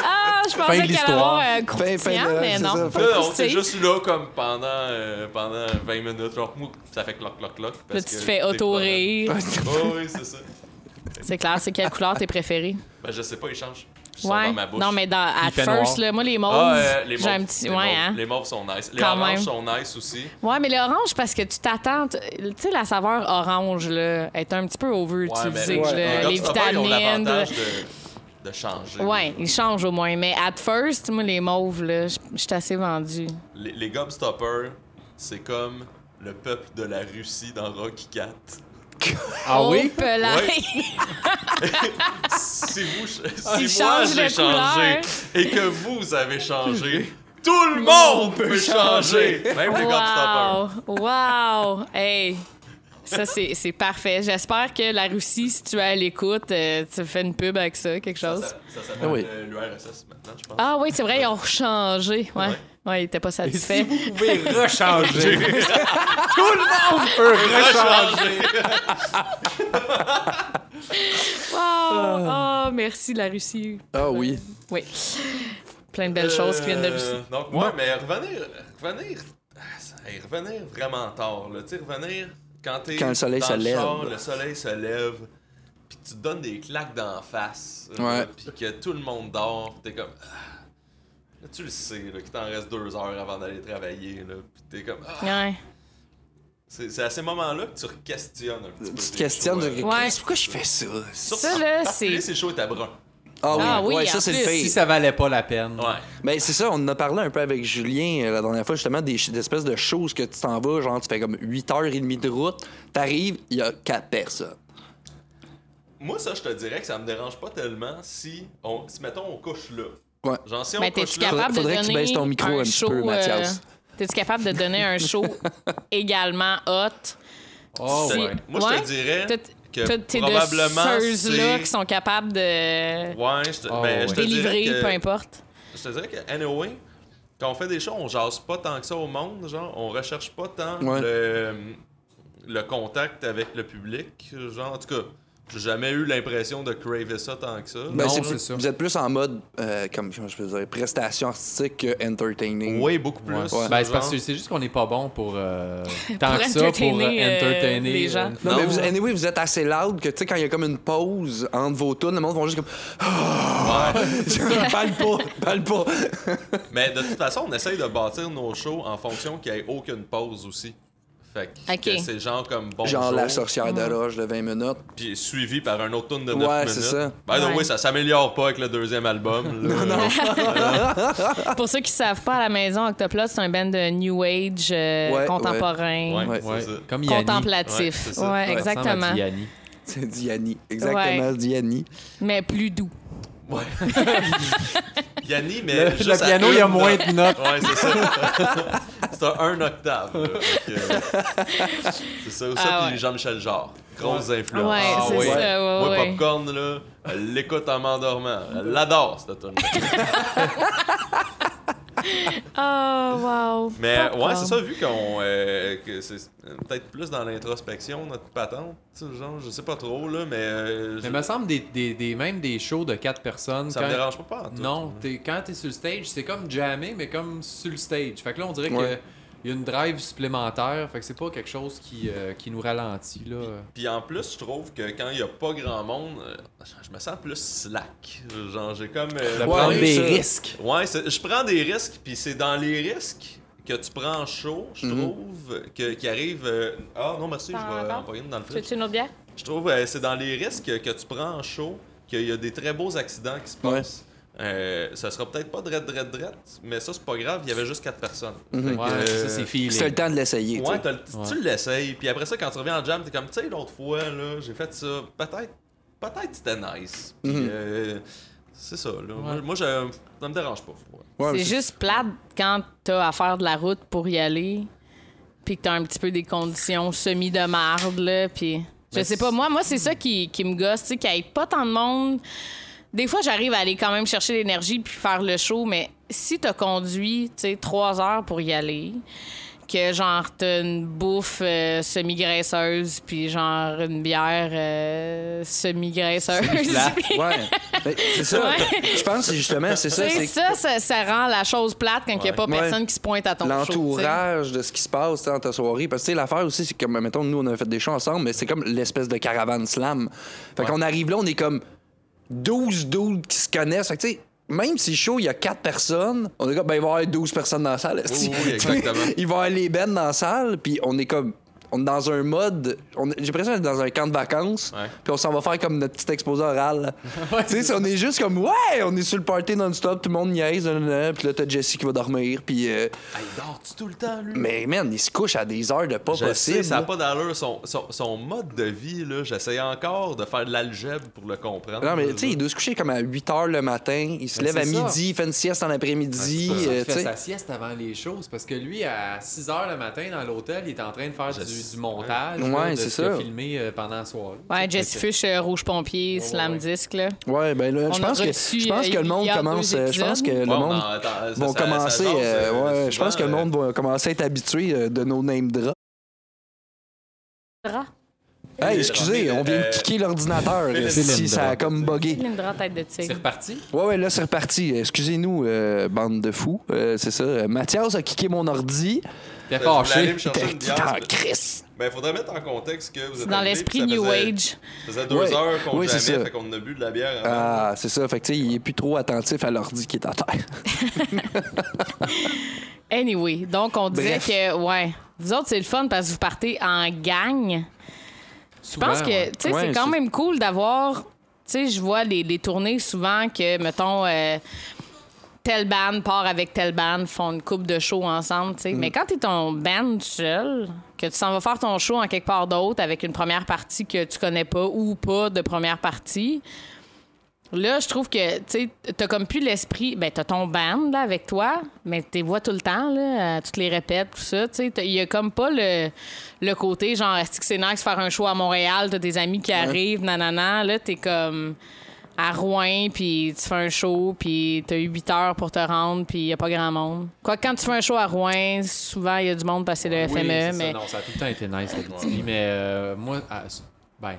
Speaker 2: ah, je pensais
Speaker 5: de
Speaker 2: qu'il allait
Speaker 5: l'histoire.
Speaker 2: avoir euh,
Speaker 3: Fin- fin de-
Speaker 2: croustillant, mais
Speaker 3: c'est
Speaker 2: non.
Speaker 3: ça, fin-
Speaker 1: Là, on
Speaker 2: croustillant.
Speaker 1: était juste là comme pendant, euh, pendant 20 minutes, genre, mou, ça fait cloc cloc cloc.
Speaker 2: Là,
Speaker 1: parce
Speaker 2: tu te
Speaker 1: que
Speaker 2: fais
Speaker 1: t'es (laughs)
Speaker 2: auto-rire.
Speaker 1: pas là. Oh, oui, c'est ça.
Speaker 2: (laughs) C'est clair, c'est quelle couleur tes préférée?
Speaker 1: Ben, je sais pas, ils changent. Ils sont
Speaker 2: Ouais.
Speaker 1: dans ma bouche.
Speaker 2: Non, mais dans
Speaker 5: Il
Speaker 2: At
Speaker 5: fait noir.
Speaker 2: First, là, moi, les mauves,
Speaker 1: Ah, euh, les
Speaker 2: j'ai un
Speaker 1: mauves,
Speaker 2: petit.
Speaker 1: les
Speaker 2: Ouais,
Speaker 1: mauves,
Speaker 2: hein.
Speaker 1: les mauves sont nice. Les
Speaker 2: Quand
Speaker 1: oranges
Speaker 2: même.
Speaker 1: sont nice aussi.
Speaker 2: Ouais, mais l'orange, parce que tu t'attends. Tu tu sais, la saveur orange, là, est un petit peu overutilisée.
Speaker 1: mais-
Speaker 2: là.
Speaker 3: ouais.
Speaker 2: les
Speaker 1: gobstoppers, ils ont
Speaker 2: vitamines. de-
Speaker 1: l'avantage de, de changer.
Speaker 2: Ouais, ils changent au moins. Mais at first, moi, les mauves, là, je je suis assez vendue.
Speaker 1: Les, les Gobstoppers, c'est comme le peuple de la Russie dans Rocky 4.
Speaker 5: Ah oui?
Speaker 2: Oh, pelaille. (laughs)
Speaker 1: Ouais. Si vous,
Speaker 2: Ils
Speaker 1: si moi
Speaker 2: changent de
Speaker 1: j'ai changé
Speaker 2: couleur.
Speaker 1: et que vous avez (laughs) changé, tout le monde peut changer, même les Gobstoppers.
Speaker 2: Wow! Wow! Hey! Ça, c'est c'est parfait. J'espère que la Russie, si tu es à l'écoute, euh, tu fais une pub avec ça, quelque
Speaker 1: Ça,
Speaker 2: chose.
Speaker 1: ça- ça s'appelle
Speaker 3: Ah oui.
Speaker 1: euh, l'URSS maintenant, je pense.
Speaker 2: Ah oui, c'est vrai, ils ont changé. Ouais.
Speaker 1: Ouais.
Speaker 2: Ouais, ils n'étaient pas
Speaker 5: Et si
Speaker 2: satisfaits.
Speaker 5: vous pouvez rechanger,
Speaker 2: (laughs)
Speaker 5: tout le monde peut
Speaker 3: Ah,
Speaker 1: Ah, (laughs)
Speaker 5: rechanger.
Speaker 2: Wow! Ah, merci, la Russie.
Speaker 3: Ah oui.
Speaker 2: Oui. Plein de belles choses qui viennent de
Speaker 1: Euh,
Speaker 2: Russie.
Speaker 1: Donc, moi, mais revenir, revenir, ah, ça- hey, revenir vraiment tard, là. Tu sais, revenir Quand, t'es
Speaker 3: Quand le soleil
Speaker 1: dans
Speaker 3: se lève.
Speaker 1: char, le soleil se lève, puis tu te donnes des claques d'en face,
Speaker 3: Ouais.
Speaker 1: euh, puis que tout le monde dort, puis t'es comme. Ah. Là, tu le sais, là, qu'il t'en reste deux heures avant d'aller travailler, là, puis t'es comme. Ah.
Speaker 2: Ouais.
Speaker 1: C'est c'est à ces moments-là que tu questionnes un petit peu.
Speaker 3: Tu te
Speaker 1: tes
Speaker 3: questionnes
Speaker 1: choix.
Speaker 3: de
Speaker 2: Ouais.
Speaker 3: pourquoi je fais ça.
Speaker 1: Surtout-
Speaker 2: Ça, là,
Speaker 1: particulier,
Speaker 2: c'est-
Speaker 1: c'est chaud et t'as brun.
Speaker 3: Ah oui,
Speaker 2: Ah oui,
Speaker 3: ouais, ça
Speaker 2: en
Speaker 3: c'est le
Speaker 2: plus.
Speaker 3: pire.
Speaker 5: Si ça valait pas la peine.
Speaker 1: Ouais.
Speaker 3: Ben, c'est ça, on en a parlé un peu avec Julien euh, la dernière fois, justement, des, ch- des espèces de choses que tu t'en vas, genre, tu fais comme 8h30 de route, t'arrives, il y a 4 personnes.
Speaker 1: Moi, ça, je te dirais que ça me dérange pas tellement si, on, si mettons, on couche là.
Speaker 3: Ouais.
Speaker 1: Genre, si on
Speaker 2: Mais
Speaker 1: couche
Speaker 2: Ben, t'es-tu
Speaker 1: là.
Speaker 3: capable?
Speaker 2: capable
Speaker 3: Faudrait
Speaker 2: de
Speaker 3: que tu
Speaker 2: donner
Speaker 3: baisses ton micro un petit
Speaker 2: show,
Speaker 3: peu, Mathias.
Speaker 2: euh, T'es-tu capable de donner un
Speaker 3: (laughs)
Speaker 2: show également hot?
Speaker 5: Oh,
Speaker 2: Si-
Speaker 5: ouais.
Speaker 1: Moi, je
Speaker 2: Ouais?
Speaker 1: te dirais
Speaker 2: T'as-
Speaker 1: que
Speaker 2: t'as- T'es de
Speaker 1: probablement.
Speaker 2: ceux-là
Speaker 1: c'est-
Speaker 2: qui sont capables de
Speaker 1: Ouais, je te,
Speaker 5: Oh,
Speaker 1: ben,
Speaker 5: ouais.
Speaker 1: je te
Speaker 2: délivrer,
Speaker 1: dirais que-
Speaker 2: peu importe.
Speaker 1: Je te dirais que, anyway, quand on fait des shows, on jase pas tant que ça au monde. Genre, on recherche pas tant
Speaker 3: Ouais.
Speaker 1: le, le contact avec le public. Genre, en tout cas, j'ai jamais eu l'impression de craver ça tant que ça.
Speaker 3: Ben,
Speaker 5: Non,
Speaker 3: c'est
Speaker 5: c'est
Speaker 3: plus-
Speaker 5: ça.
Speaker 3: Vous êtes plus en mode, euh, comme je peux dire, prestation artistique que entertaining.
Speaker 1: oui, beaucoup plus.
Speaker 5: Ouais.
Speaker 1: genre.
Speaker 5: Ben, c'est parce que c'est juste qu'on n'est pas bon pour
Speaker 2: (laughs)
Speaker 5: euh, tant
Speaker 2: Pour
Speaker 5: que ça pour euh,
Speaker 2: entertainer, euh,
Speaker 5: entertainer
Speaker 2: les gens.
Speaker 3: Non, mais vous,
Speaker 5: ouais.
Speaker 3: anyway, vous êtes assez loud que, tu sais, quand il y a comme une pause entre vos tunes, le monde vont juste comme. Ah! (laughs) parle pas, parle pas.
Speaker 1: Mais de toute façon, on essaye de bâtir nos shows en fonction qu'il n'y ait aucune pause aussi. Fait que,
Speaker 2: Ok.
Speaker 1: que c'est genre comme bonjour,
Speaker 3: Genre la sorcière de Roche de 20 minutes.
Speaker 1: puis suivi par un autre tune de 9
Speaker 3: Ouais,
Speaker 1: minutes.
Speaker 3: c'est ça.
Speaker 1: By the way,
Speaker 2: Ouais.
Speaker 1: ça s'améliore pas avec le deuxième album.
Speaker 3: (laughs)
Speaker 1: là. Ah!
Speaker 2: Pour ceux qui savent pas, à la maison, Octoplot, c'est un band de New Age euh,
Speaker 3: Ouais,
Speaker 2: contemporain,
Speaker 1: ouais.
Speaker 3: Ouais.
Speaker 5: Ouais,
Speaker 1: c'est ça.
Speaker 5: Comme Yanni.
Speaker 1: Ouais,
Speaker 2: contemplatif.
Speaker 1: c'est
Speaker 2: Ouais,
Speaker 5: Ça
Speaker 1: ça. Ouais,
Speaker 5: ressemble à
Speaker 2: exactement.
Speaker 5: Yanni.
Speaker 3: C'est Diani. Exactement, Diani.
Speaker 2: Mais plus doux.
Speaker 1: Ouais. Yanni, mais.
Speaker 5: Le,
Speaker 1: Euh, juste
Speaker 5: le
Speaker 1: à
Speaker 5: piano,
Speaker 1: une
Speaker 5: il y a
Speaker 1: note.
Speaker 5: moins de notes.
Speaker 1: (laughs) Ouais, c'est ça. c'est un, un octave. là.
Speaker 2: (laughs)
Speaker 1: Fait que- c'est ça, ça
Speaker 2: Ah
Speaker 1: puis
Speaker 2: ouais.
Speaker 1: Jean-Michel Jarre. Grosse
Speaker 2: Ouais,
Speaker 1: influence.
Speaker 5: Ah
Speaker 2: c'est
Speaker 5: ouais.
Speaker 2: ça. ouais,
Speaker 1: Moi,
Speaker 2: ouais.
Speaker 1: Popcorn, là, elle l'écoute en m'endormant. Elle l'adore, cette tune
Speaker 2: Oh, wow.
Speaker 1: Mais
Speaker 2: Popcorn.
Speaker 1: ouais, c'est ça, vu qu'on. euh, que c'est euh, peut-être plus dans l'introspection, notre patente. tu sais, Genre, je sais pas trop, là, mais. euh, je-
Speaker 5: Mais me semble des, des, des- même des shows de quatre personnes.
Speaker 1: ça
Speaker 5: quand-
Speaker 1: me dérange pas, pas en tout.
Speaker 5: Non, t'es- quand t'es sur le stage, c'est comme jammer, mais comme sur le stage. Fait que là, on dirait
Speaker 3: Ouais.
Speaker 5: qu'il y a une drive supplémentaire. Fait que c'est pas quelque chose qui, euh, qui nous ralentit. Là.
Speaker 1: Puis en plus, je trouve que quand il y a pas grand monde, euh, je me sens plus slack. Genre, j'ai comme. euh,
Speaker 5: De
Speaker 3: Ouais,
Speaker 5: prendre
Speaker 3: oui,
Speaker 5: des
Speaker 3: ça.
Speaker 5: risques.
Speaker 1: Ouais, c'est- je prends des risques, puis c'est dans les risques que tu prends chaud, je
Speaker 3: Mhm.
Speaker 1: trouve, que, qui arrive. euh, ah non, merci, je
Speaker 2: T'en as
Speaker 1: vais
Speaker 2: encore?
Speaker 1: empoigner une dans le
Speaker 2: Tu
Speaker 1: fridge.
Speaker 2: veux-tu une autre bière?
Speaker 1: Je trouve euh, c'est dans les risques que tu prends chaud qu'il y a des très beaux accidents qui se passent. Euh, ça sera peut-être pas drette, drette, drette, mais ça, c'est pas grave, il y avait juste quatre personnes.
Speaker 3: Mhm.
Speaker 1: Fait que,
Speaker 5: Ouais, ça, c'est feeling.
Speaker 3: C'est le temps de l'essayer. tu
Speaker 1: Ouais,
Speaker 3: sais.
Speaker 1: t'as le- tu l'essayes, puis après ça, quand tu reviens en jam, t'es comme, tu sais, l'autre fois, là, j'ai fait ça, peut-être, peut-être c'était nice. Puis,
Speaker 3: Mhm.
Speaker 1: euh, c'est ça, là. Moi, moi, je, ça me dérange pas. ouais.
Speaker 3: Ouais, mais
Speaker 2: c'est juste plate quand t'as à faire de la route pour y aller, puis que t'as un petit peu des conditions semi de marde, là, puis... Je
Speaker 5: Mais
Speaker 2: sais pas,
Speaker 5: c'est-
Speaker 2: moi, moi c'est ça qui, qui me gosse, tu sais, qu'il n'y ait pas tant de monde. Des fois, j'arrive à aller quand même chercher l'énergie puis faire le show, mais si t'as conduit, tu sais, trois heures pour y aller, que genre t'as une bouffe euh, semi-graisseuse, puis genre une bière euh, semi-graisseuse...
Speaker 3: Là,
Speaker 2: puis-
Speaker 3: Ah, ouais.
Speaker 2: (laughs)
Speaker 3: Ben, c'est ça. Je pense que justement, c'est ça.
Speaker 2: tu sais,
Speaker 3: c'est
Speaker 2: ça, ça, ça rend la chose plate quand il n'y a pas
Speaker 3: Ouais.
Speaker 2: personne qui se pointe à ton show,
Speaker 3: l'entourage de ce qui se passe tu sais, dans ta soirée. Parce que tu sais, l'affaire aussi, c'est comme, mettons, nous, on avait fait des shows ensemble, mais c'est comme l'espèce de caravane slam. Fait qu'on arrive là, on est comme 12 dudes qui se connaissent. Fait que tu sais, même si chaud, il y a 4 personnes, on est comme, ben, il va y avoir 12 personnes dans la salle. esti.
Speaker 1: oui, oui, exactement.
Speaker 3: il va y avoir les bennes dans la salle, puis on est comme. On est dans un mode. on- J'ai l'impression d'être dans un camp de vacances.
Speaker 1: Ouais.
Speaker 3: Puis on s'en va faire comme notre petit exposé
Speaker 1: (laughs)
Speaker 3: oral. tu sais, si on est juste comme, ouais, on est sur le party non-stop, tout le monde niaise, nan, nan, nan. puis là, t'as Jessie qui va dormir, puis. euh,
Speaker 1: Ah, il dort-tu tout le temps, lui?
Speaker 3: mais man, il se couche à des heures de pas
Speaker 1: Je
Speaker 3: possible.
Speaker 1: sais, ça n'a
Speaker 3: là.
Speaker 1: pas d'allure. Son, son, son mode de vie, là, j'essaie encore de faire de l'algèbre pour le comprendre.
Speaker 3: Non, mais tu sais, il doit se coucher comme à 8 heures le matin, il se
Speaker 5: Ben,
Speaker 3: lève à
Speaker 5: c'est ça.
Speaker 3: midi, il fait une sieste en
Speaker 5: C'est
Speaker 3: après-midi.
Speaker 5: pour ça qu'il
Speaker 3: euh,
Speaker 5: fait
Speaker 3: tu sais.
Speaker 5: sa sieste avant les choses parce que lui, à 6 h le matin dans l'hôtel, il est en train de faire
Speaker 1: Je
Speaker 5: du,
Speaker 1: sais.
Speaker 5: du montage
Speaker 3: Ouais,
Speaker 5: là, de
Speaker 3: c'est
Speaker 5: ce qu'il a
Speaker 3: ça.
Speaker 5: filmé euh, pendant la soirée.
Speaker 2: Ouais, Jesse
Speaker 5: Fait que-
Speaker 2: Fuchs, euh, Rouge Pompier, Slam
Speaker 5: ouais.
Speaker 2: Disc, là.
Speaker 3: Ouais, ben là,
Speaker 2: On
Speaker 3: je pense
Speaker 2: a
Speaker 3: que,
Speaker 2: reçu,
Speaker 3: je pense
Speaker 2: euh,
Speaker 3: que le monde
Speaker 2: il y a
Speaker 3: commence.
Speaker 2: deux
Speaker 3: euh, Je pense que le
Speaker 2: épisodes.
Speaker 3: monde.
Speaker 5: ben,
Speaker 1: ben,
Speaker 3: vont commencer, euh, ouais, je pense que le monde va commencer à être habitué euh, de nos name drops.
Speaker 2: Dra.
Speaker 3: Hey, excusez, on vient de
Speaker 1: Euh,
Speaker 3: kicker l'ordinateur.
Speaker 5: (laughs)
Speaker 1: Philippe
Speaker 3: Si
Speaker 5: Lindra.
Speaker 3: ça a comme bugué.
Speaker 2: Lindra, tête de
Speaker 5: C'est
Speaker 2: tigre.
Speaker 5: reparti?
Speaker 3: Ouais, ouais, là, c'est reparti. Excusez-nous, euh, bande de fous. Euh, c'est ça. Euh, Mathias a kické mon ordi.
Speaker 5: T'es
Speaker 1: Je voulais
Speaker 5: fâché?
Speaker 1: aller me
Speaker 3: (laughs)
Speaker 1: chercher
Speaker 3: T'es
Speaker 1: une
Speaker 3: t'es en
Speaker 1: bière.
Speaker 3: crise.
Speaker 1: Ben, faudrait mettre en contexte que vous
Speaker 2: C'est
Speaker 1: êtes
Speaker 2: dans
Speaker 1: arrivés,
Speaker 2: l'esprit
Speaker 1: puis ça
Speaker 2: New
Speaker 1: faisait-
Speaker 2: Age.
Speaker 1: Ça faisait deux
Speaker 3: Ouais.
Speaker 1: heures qu'on
Speaker 3: Oui,
Speaker 1: jamais,
Speaker 3: c'est ça.
Speaker 1: fait qu'on a bu de la bière avant.
Speaker 3: Ah, c'est ça. Fait que, tu sais, il est plus trop attentif à l'ordi qui est
Speaker 2: (laughs)
Speaker 3: à terre.
Speaker 2: Anyway, donc on disait
Speaker 3: Bref.
Speaker 2: que, ouais, vous autres, c'est le fun parce que vous partez en gang. Je pense que, tu sais,
Speaker 3: Ouais,
Speaker 2: c'est quand
Speaker 3: c'est-
Speaker 2: même cool d'avoir. Tu sais, je vois les, les tournées souvent que, mettons, euh, telle band part avec telle band, font une coupe de show ensemble, tu sais. Mais quand t'es ton band seul, que tu s'en vas faire ton show en quelque part d'autre avec une première partie que tu connais pas ou pas de première partie. Là, je trouve que, tu sais, t'as comme plus l'esprit. Ben, t'as ton band, là, avec toi, mais t'es vois tout le temps, là. euh, Tu te les répètes, tout ça. Tu sais, T'as- il y a comme pas le, le côté, genre, est-ce que c'est nice faire un show à Montréal, t'as des amis qui arrivent, nanana. Là, t'es comme à Rouen, puis tu fais un show, puis t'as eu 8 heures pour te rendre, puis y a pas grand monde. Quoi, que quand tu fais un show à Rouen, souvent, il y a du monde parce que c'est le
Speaker 5: Oui,
Speaker 2: FME,
Speaker 5: c'est ça.
Speaker 2: E, mais.
Speaker 5: Non, ça a tout le temps été nice, la Bitibi, mais euh, moi, à- ben,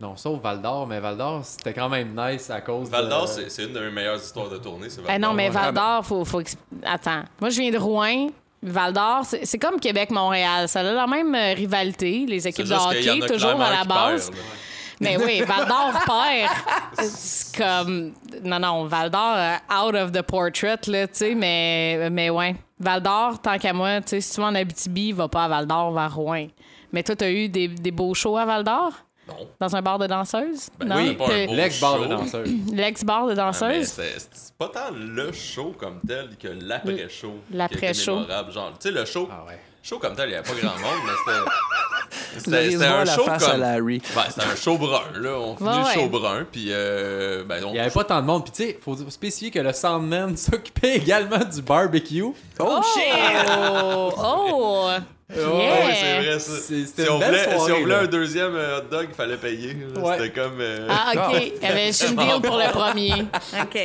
Speaker 5: non, sauf Val d'Or, mais Val d'Or, c'était quand même nice à cause
Speaker 1: Val
Speaker 3: Euh.
Speaker 1: d'Or,
Speaker 5: de-
Speaker 1: c'est c'est une de mes meilleures histoires de tournée. c'est Val
Speaker 2: Eh non,
Speaker 1: d'Or.
Speaker 2: mais
Speaker 5: ouais.
Speaker 2: Val d'Or, faut, faut. expl- Attends. Moi, je viens de Rouen. Val d'Or, c'est c'est comme Québec-Montréal. Ça a la même euh, rivalité, les
Speaker 1: C'est
Speaker 2: équipes de
Speaker 1: juste qu'il y en
Speaker 2: hockey,
Speaker 1: a
Speaker 2: toujours
Speaker 1: clairement
Speaker 2: à la
Speaker 1: qui
Speaker 2: base.
Speaker 1: perd, là.
Speaker 2: Mais
Speaker 1: (laughs)
Speaker 2: oui, Val d'Or perd. C'est comme. Non, non, Val d'Or, euh, out of the portrait, là, tu sais, mais, mais ouais. Val d'Or, tant qu'à moi, tu sais, si tu vas en Abitibi, va pas à Val d'Or, va à Rouen. Mais toi, t'as eu des, des beaux shows à Val d'or?
Speaker 1: Non.
Speaker 2: Dans un bar de danseuses?
Speaker 1: Ben,
Speaker 2: non?
Speaker 1: c'était pas un
Speaker 2: T'es-
Speaker 1: beau
Speaker 5: L'ex-bar de
Speaker 1: show.
Speaker 5: danseuse.
Speaker 2: L'ex-bar de
Speaker 1: Ah, mais
Speaker 2: danseuses?
Speaker 1: c'est c'est pas tant le show comme tel que l'après-show. qui a
Speaker 2: L'après-show.
Speaker 1: été mémorable. Genre, tu sais, le show,
Speaker 5: Ah ouais.
Speaker 1: show comme tel, il n'y avait pas grand monde, mais
Speaker 3: (laughs)
Speaker 1: c'était-
Speaker 3: Le
Speaker 1: c'était.
Speaker 3: risque
Speaker 1: C'était
Speaker 3: de voir
Speaker 1: un
Speaker 3: la
Speaker 1: show
Speaker 3: face à
Speaker 1: comme.
Speaker 3: Larry.
Speaker 1: Ben, c'était un show brun, là. On finit
Speaker 2: ouais.
Speaker 1: le show brun, puis. euh, ben, on-
Speaker 5: Il n'y avait pas tant de monde. Puis tu sais, faut spécifier que le Sandman (laughs) s'occupait également du barbecue.
Speaker 3: Oh,
Speaker 2: Oh! Oh!
Speaker 1: (laughs) Ah
Speaker 2: Yeah!
Speaker 1: oui, c'est vrai, ça.
Speaker 5: C'est- c'était
Speaker 1: Si on
Speaker 5: une belle
Speaker 1: voulait, si
Speaker 5: soirée,
Speaker 1: on voulait
Speaker 5: là.
Speaker 1: un deuxième euh, hot dog, il fallait payer. là.
Speaker 5: Ouais.
Speaker 1: C'était comme. euh,
Speaker 2: Ah, OK. Il y
Speaker 5: (laughs)
Speaker 2: avait juste une deal pour le premier. OK.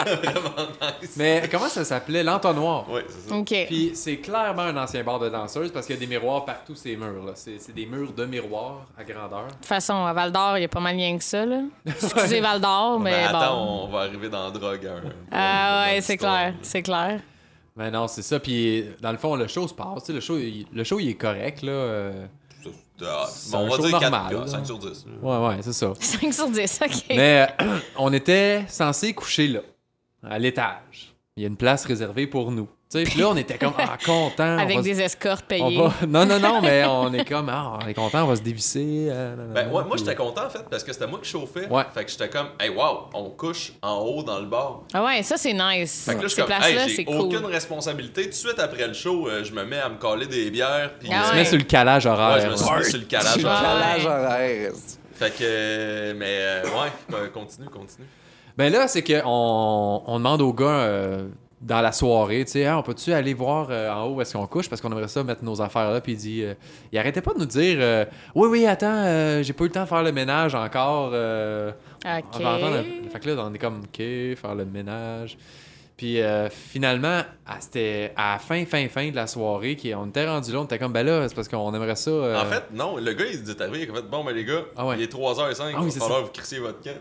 Speaker 5: Mais comment ça s'appelait? L'entonnoir.
Speaker 1: Ouais, c'est ça.
Speaker 2: OK.
Speaker 5: Puis c'est clairement un ancien bar de danseuse parce qu'il y a des miroirs partout ces murs. là. C'est c'est des murs de miroirs à grandeur.
Speaker 2: De toute façon, à Val d'Or, il y a pas mal rien que ça, là. Excusez Val
Speaker 5: Ah,
Speaker 2: d'Or,
Speaker 5: ben,
Speaker 2: mais,
Speaker 1: Mais
Speaker 2: ben, bon.
Speaker 1: Ben, attends, on va arriver dans la drogue. hein.
Speaker 2: Ah
Speaker 1: Dans
Speaker 2: ouais,
Speaker 1: l'histoire,
Speaker 2: c'est clair,
Speaker 1: là.
Speaker 2: c'est clair. (laughs)
Speaker 5: Mais non, c'est ça. Puis dans le fond, le show se passe. Tu sais, Le show, il, le show, il est correct. là. euh.
Speaker 1: Ah,
Speaker 5: C'est
Speaker 1: bon,
Speaker 5: un
Speaker 1: on va
Speaker 5: show
Speaker 1: dire
Speaker 5: normal,
Speaker 1: 4
Speaker 5: là.
Speaker 1: 5 sur 10. là.
Speaker 5: Ouais, ouais, c'est ça.
Speaker 2: 5 sur 10, OK.
Speaker 5: Mais euh, (clears throat) on était censé coucher là, à l'étage. Il y a une place réservée pour nous. Tu sais, Puis là, on était comme
Speaker 2: (laughs)
Speaker 5: ah, content.
Speaker 2: Avec des escortes payées.
Speaker 5: Non, non, non, mais on est comme ah, on est content, on va se dévisser. euh,
Speaker 1: Ben, ouais, moi,
Speaker 5: puis-
Speaker 1: j'étais content, en fait, parce que c'était moi qui chauffais.
Speaker 5: Ouais.
Speaker 1: Fait que j'étais comme, hey, wow, on couche en haut dans le bar.
Speaker 2: Ah ouais, ça, c'est nice.
Speaker 1: Fait que là, je suis
Speaker 2: Ces
Speaker 1: comme, hey,
Speaker 2: places-là,
Speaker 1: j'ai
Speaker 2: c'est
Speaker 1: aucune
Speaker 2: cool.
Speaker 1: responsabilité. Tout de suite après le show, euh, je me mets à me caler des bières. Puis,
Speaker 2: Ah
Speaker 5: On se
Speaker 2: ouais.
Speaker 5: met sur le calage horaire.
Speaker 1: Ouais, je me suis
Speaker 5: là.
Speaker 1: mis sur le calage.
Speaker 3: Le
Speaker 1: horaire.
Speaker 3: calage horaire.
Speaker 1: Fait que, euh, mais euh, ouais, (laughs) euh, continue, continue.
Speaker 5: Ben là, c'est qu'on on demande aux gars euh, dans la soirée, tu sais, Hein, on peut-tu aller voir euh, en haut où est-ce qu'on couche parce qu'on aimerait ça mettre nos affaires là. Puis il dit, euh, il arrêtait pas de nous dire, euh, oui, oui, attends, euh, j'ai pas eu le temps de faire le ménage encore. euh, On
Speaker 2: OK.
Speaker 5: va entendre un- Fait que là, on est comme, OK, faire le ménage. Puis euh, finalement, à- c'était à la fin, fin, fin de la soirée, qui, on était rendu là, on était comme, ben là, c'est parce qu'on aimerait ça. euh,
Speaker 1: En fait, non, le gars, il dit arrivé, il a fait, bon, ben les gars,
Speaker 5: Ah ouais.
Speaker 1: il est 3h05,
Speaker 5: Ah oui,
Speaker 1: il
Speaker 5: c'est
Speaker 1: va falloir vous crissiez votre camp.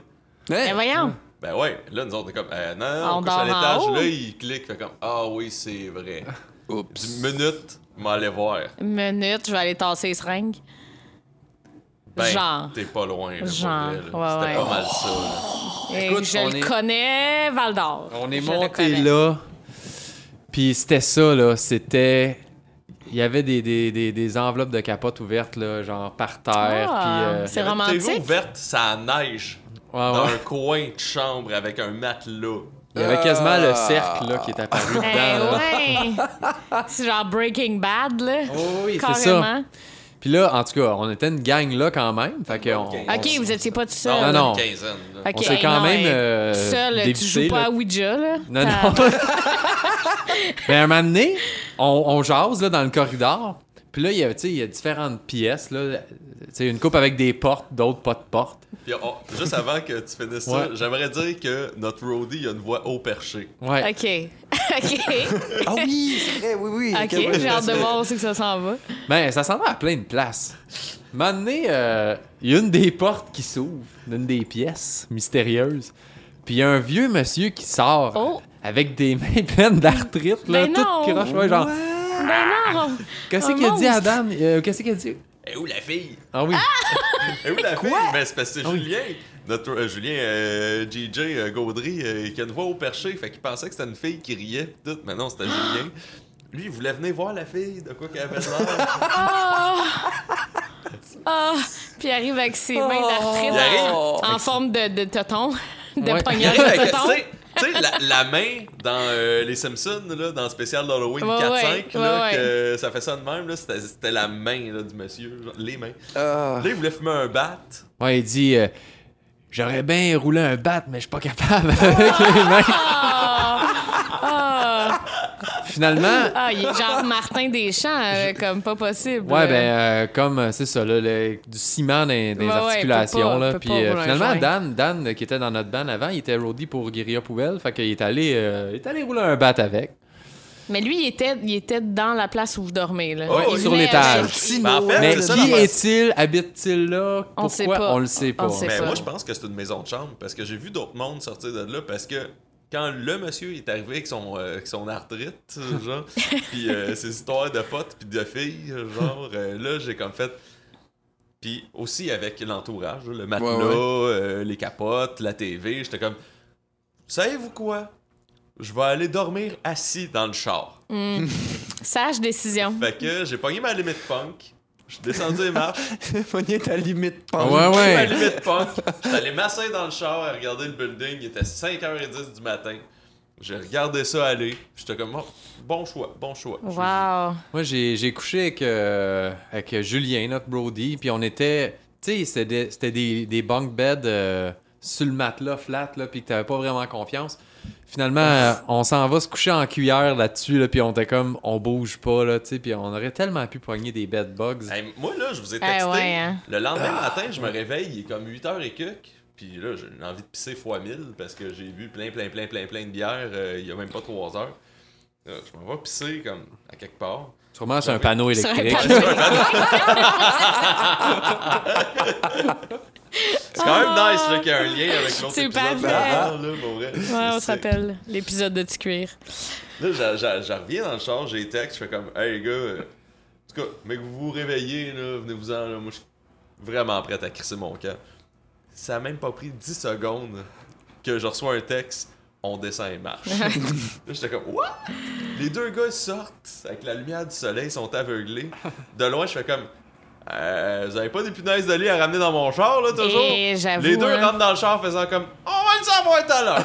Speaker 2: Mais
Speaker 3: Hein?
Speaker 2: voyons.
Speaker 1: Ben ouais, là, nous autres, on est comme, euh, non, non,
Speaker 2: Ah, On
Speaker 1: on, couche
Speaker 2: dort en
Speaker 1: à l'étage,
Speaker 2: haut.
Speaker 1: là, il clique, fait comme, ah oui, c'est
Speaker 5: (laughs)
Speaker 1: vrai.
Speaker 3: Oups.
Speaker 1: Une minute, m'allais voir.
Speaker 2: Une minute, je vais aller tasser les seringues.
Speaker 1: Ben,
Speaker 2: Genre.
Speaker 1: T'es pas loin, là, pour
Speaker 2: Genre,
Speaker 1: vrai, là.
Speaker 2: ouais,
Speaker 1: C'était
Speaker 2: ouais. Oh,
Speaker 1: pas mal ça, là.
Speaker 5: Oh, Écoute,
Speaker 2: Et je
Speaker 5: on
Speaker 2: le
Speaker 5: est-
Speaker 2: connais, Val d'Or.
Speaker 5: On est
Speaker 2: Je ben. le
Speaker 5: monté
Speaker 2: connais.
Speaker 5: là. Puis c'était ça, là. C'était. Il y avait des, des, des, des enveloppes de capote ouvertes, là, genre par terre.
Speaker 2: Ah,
Speaker 5: puis, euh,
Speaker 2: c'est
Speaker 1: Il y avait une
Speaker 2: romantique.
Speaker 1: TV ouverte, ça neige.
Speaker 5: ouais,
Speaker 1: dans
Speaker 5: Ah ouais.
Speaker 1: un coin de chambre avec un matelas.
Speaker 5: Il y avait quasiment le
Speaker 3: Ah.
Speaker 5: cercle là, qui est apparu dedans.
Speaker 2: Eh
Speaker 5: là. (laughs)
Speaker 2: ouais! C'est genre Breaking Bad, là.
Speaker 5: Oh oui, c'est ça.
Speaker 2: Carrément.
Speaker 5: Puis là, en tout cas, on était une gang là quand même. Fait que on-
Speaker 1: Ok.
Speaker 2: OK,
Speaker 5: on-
Speaker 2: vous étiez pas tout seul.
Speaker 5: Non,
Speaker 1: on
Speaker 5: non,
Speaker 1: a
Speaker 5: non.
Speaker 1: Une quinzaine. là.
Speaker 2: OK,
Speaker 5: on s'est quand
Speaker 2: non,
Speaker 5: même.
Speaker 2: hey,
Speaker 5: euh,
Speaker 2: tout seul, là, tu
Speaker 5: dévissé,
Speaker 2: joues pas
Speaker 5: là.
Speaker 2: à Ouija, là?
Speaker 5: Non,
Speaker 2: T'as-
Speaker 5: non. (laughs) Mais à un moment donné, on, on jase là, dans le corridor. Puis là, il y a, tu sais, il y a différentes pièces. Là. Tu sais, une coupe avec des portes, d'autres pas de portes.
Speaker 1: Puis on- juste avant que tu finisses ça,
Speaker 5: Ouais.
Speaker 1: j'aimerais dire que notre roadie, il a une voix haut perchée.
Speaker 5: Ouais.
Speaker 2: (laughs) OK.
Speaker 5: (laughs)
Speaker 2: OK.
Speaker 3: Ah oui, c'est vrai, oui, oui.
Speaker 2: OK, j'ai (laughs) hâte de voir où c'est que ça s'en va.
Speaker 5: Ben, ça s'en va à plein de places. À un moment donné, euh, il y a une des portes qui s'ouvre, d'une des pièces mystérieuses. Puis il y a un vieux monsieur qui sort
Speaker 2: Oh.
Speaker 5: avec des mains (laughs) pleines d'arthrite, là,
Speaker 2: Ben
Speaker 5: tout
Speaker 2: non.
Speaker 5: croche, ouais, genre.
Speaker 2: Ben non!
Speaker 5: Qu'est-ce
Speaker 2: Un
Speaker 5: qu'il a dit
Speaker 2: monstre.
Speaker 5: Adam Euh, Qu'est-ce qu'il a dit
Speaker 1: Et Eh, où la fille?
Speaker 5: Ah oui.
Speaker 1: Et où la fille? Ben, c'est parce que
Speaker 2: Ah
Speaker 1: Julien, notre, euh, Julien euh, JJ euh, Gaudry, euh, qui a une voix au perché, fait qu'il pensait que c'était une fille qui riait, pis tout, mais
Speaker 2: (gasps)
Speaker 1: non, c'était Julien. Lui, il voulait venir voir la fille, de quoi qu'elle avait l'air.
Speaker 2: Ah! Puis il arrive avec ses
Speaker 5: Oh.
Speaker 2: mains
Speaker 1: Il arrive.
Speaker 2: d'arthrite en forme de, de toton, de
Speaker 5: Ouais.
Speaker 2: poignard
Speaker 1: Il arrive
Speaker 2: de (laughs)
Speaker 1: avec,
Speaker 2: toton.
Speaker 1: tu sais- tu sais, la, la main dans euh, Les Simpsons, là, dans le spécial d'Halloween
Speaker 2: Ouais,
Speaker 1: 4-5,
Speaker 2: ouais,
Speaker 1: là,
Speaker 2: ouais,
Speaker 1: que ça fait ça de même, là, c'était, c'était la main là, du monsieur, genre, les mains.
Speaker 3: Ah. (laughs)
Speaker 1: Là, il voulait fumer un bat.
Speaker 5: Ouais, il dit euh, J'aurais bien roulé un bat, mais je suis pas capable (laughs) avec les mains.
Speaker 2: Ah!
Speaker 5: Finalement,
Speaker 2: Ah, il est genre Martin Deschamps, euh, comme pas possible.
Speaker 5: ouais, ben, euh, comme euh, c'est ça, là, le- du ciment dans, dans les
Speaker 2: Ouais, ouais, peut
Speaker 5: articulations.
Speaker 2: pas-
Speaker 5: là,
Speaker 2: peut
Speaker 5: puis
Speaker 2: pas
Speaker 5: euh,
Speaker 2: rouler un
Speaker 5: finalement,
Speaker 2: joint.
Speaker 5: Dan, Dan, euh, qui était dans notre band avant, il était roadie pour Guérilla Poubelle. Fait qu'il est allé, euh, il est allé rouler un bat avec.
Speaker 2: Mais lui, il était, il était dans la place où vous dormez. Là.
Speaker 1: Ouais,
Speaker 2: Il
Speaker 5: sur
Speaker 2: venait
Speaker 5: l'étage.
Speaker 2: avec-
Speaker 3: Sorti
Speaker 1: Ben, en
Speaker 3: Noël.
Speaker 1: fait,
Speaker 5: Mais
Speaker 1: c'est ça,
Speaker 5: qui
Speaker 1: l'affaire.
Speaker 5: est-il Habite-t-il là Pourquoi
Speaker 2: On sait pas.
Speaker 5: le sait
Speaker 2: On
Speaker 5: pas.
Speaker 2: sait
Speaker 5: Mais-
Speaker 1: Mais
Speaker 2: ça.
Speaker 1: Ben, moi, je pense que c'est une maison de chambre parce que j'ai vu d'autres mondes sortir de là parce que quand le monsieur est arrivé avec son, euh, avec son arthrite,
Speaker 3: (laughs)
Speaker 1: euh, genre, puis euh, ses histoires de potes puis de filles, euh, genre, euh, là, j'ai comme fait. Puis aussi avec l'entourage, le matelas,
Speaker 3: Ouais, ouais.
Speaker 1: euh, les capotes, la TV, j'étais comme. Savez-vous quoi? Je vais aller dormir assis dans le char.
Speaker 2: Mm. Sage décision.
Speaker 1: Fait
Speaker 3: (laughs)
Speaker 1: que j'ai pogné ma limite punk. Je suis descendu les marches.
Speaker 3: On y est à la limite pas.
Speaker 5: Ouais, ouais.
Speaker 1: ma limite punk. J'étais allé masser dans le char à regarder le building. Il était 5h10 du matin. J'ai regardé ça aller. J'étais comme, oh, bon choix, bon choix.
Speaker 2: Wow.
Speaker 5: Moi, j'ai j'ai couché avec, euh, avec Julien, notre Brody, puis on était. Tu sais, c'était des, c'était des, des bunk beds euh, sur le matelas flat, là, puis que t'avais pas vraiment confiance. Finalement, euh, on s'en va se coucher en cuillère là-dessus, là, puis on était comme, on bouge pas, là, tu sais, puis on aurait tellement pu poigner des bed bugs.
Speaker 1: Hey, moi, là, je vous ai
Speaker 2: Eh
Speaker 1: texté.
Speaker 2: ouais, hein.
Speaker 1: Le lendemain matin, je me réveille, il est comme 8h et quelques. Puis là, j'ai une envie de pisser fois 1000 parce que j'ai bu plein, plein, plein, plein, plein de bières euh, il y a même pas 3 heures. Là, je m'en vais pisser comme à quelque part.
Speaker 5: Sûrement, c'est un panneau
Speaker 2: Sur un
Speaker 5: électrique.
Speaker 2: panneau.
Speaker 1: C'est quand même nice là, qu'il y a un lien avec l'autre
Speaker 2: Ah. C'est
Speaker 1: épisode
Speaker 2: parfait.
Speaker 1: d'avant, là, pour vrai.
Speaker 2: Ouais, on se
Speaker 1: C'est-
Speaker 2: rappelle l'épisode de Ticuir.
Speaker 1: Là, j'a- j'a- j'en reviens dans le char, j'ai les textes, je fais comme, hey les gars, euh, en tout cas, mais que vous vous réveillez, là, venez-vous-en, là, moi je suis vraiment prête à crisser mon camp. Ça a même pas pris 10 secondes que je reçois un texte, on descend
Speaker 2: (laughs)
Speaker 1: et marche. là, j'étais comme, what? Les deux gars sortent avec la lumière du soleil, ils sont aveuglés. De loin, je fais comme, Euh, vous avez pas des punaises de lit à ramener dans mon char, là, toujours?
Speaker 2: Et j'avoue.
Speaker 1: Les deux
Speaker 2: hein.
Speaker 1: rentrent dans le char faisant comme, on va le savoir tout à l'heure!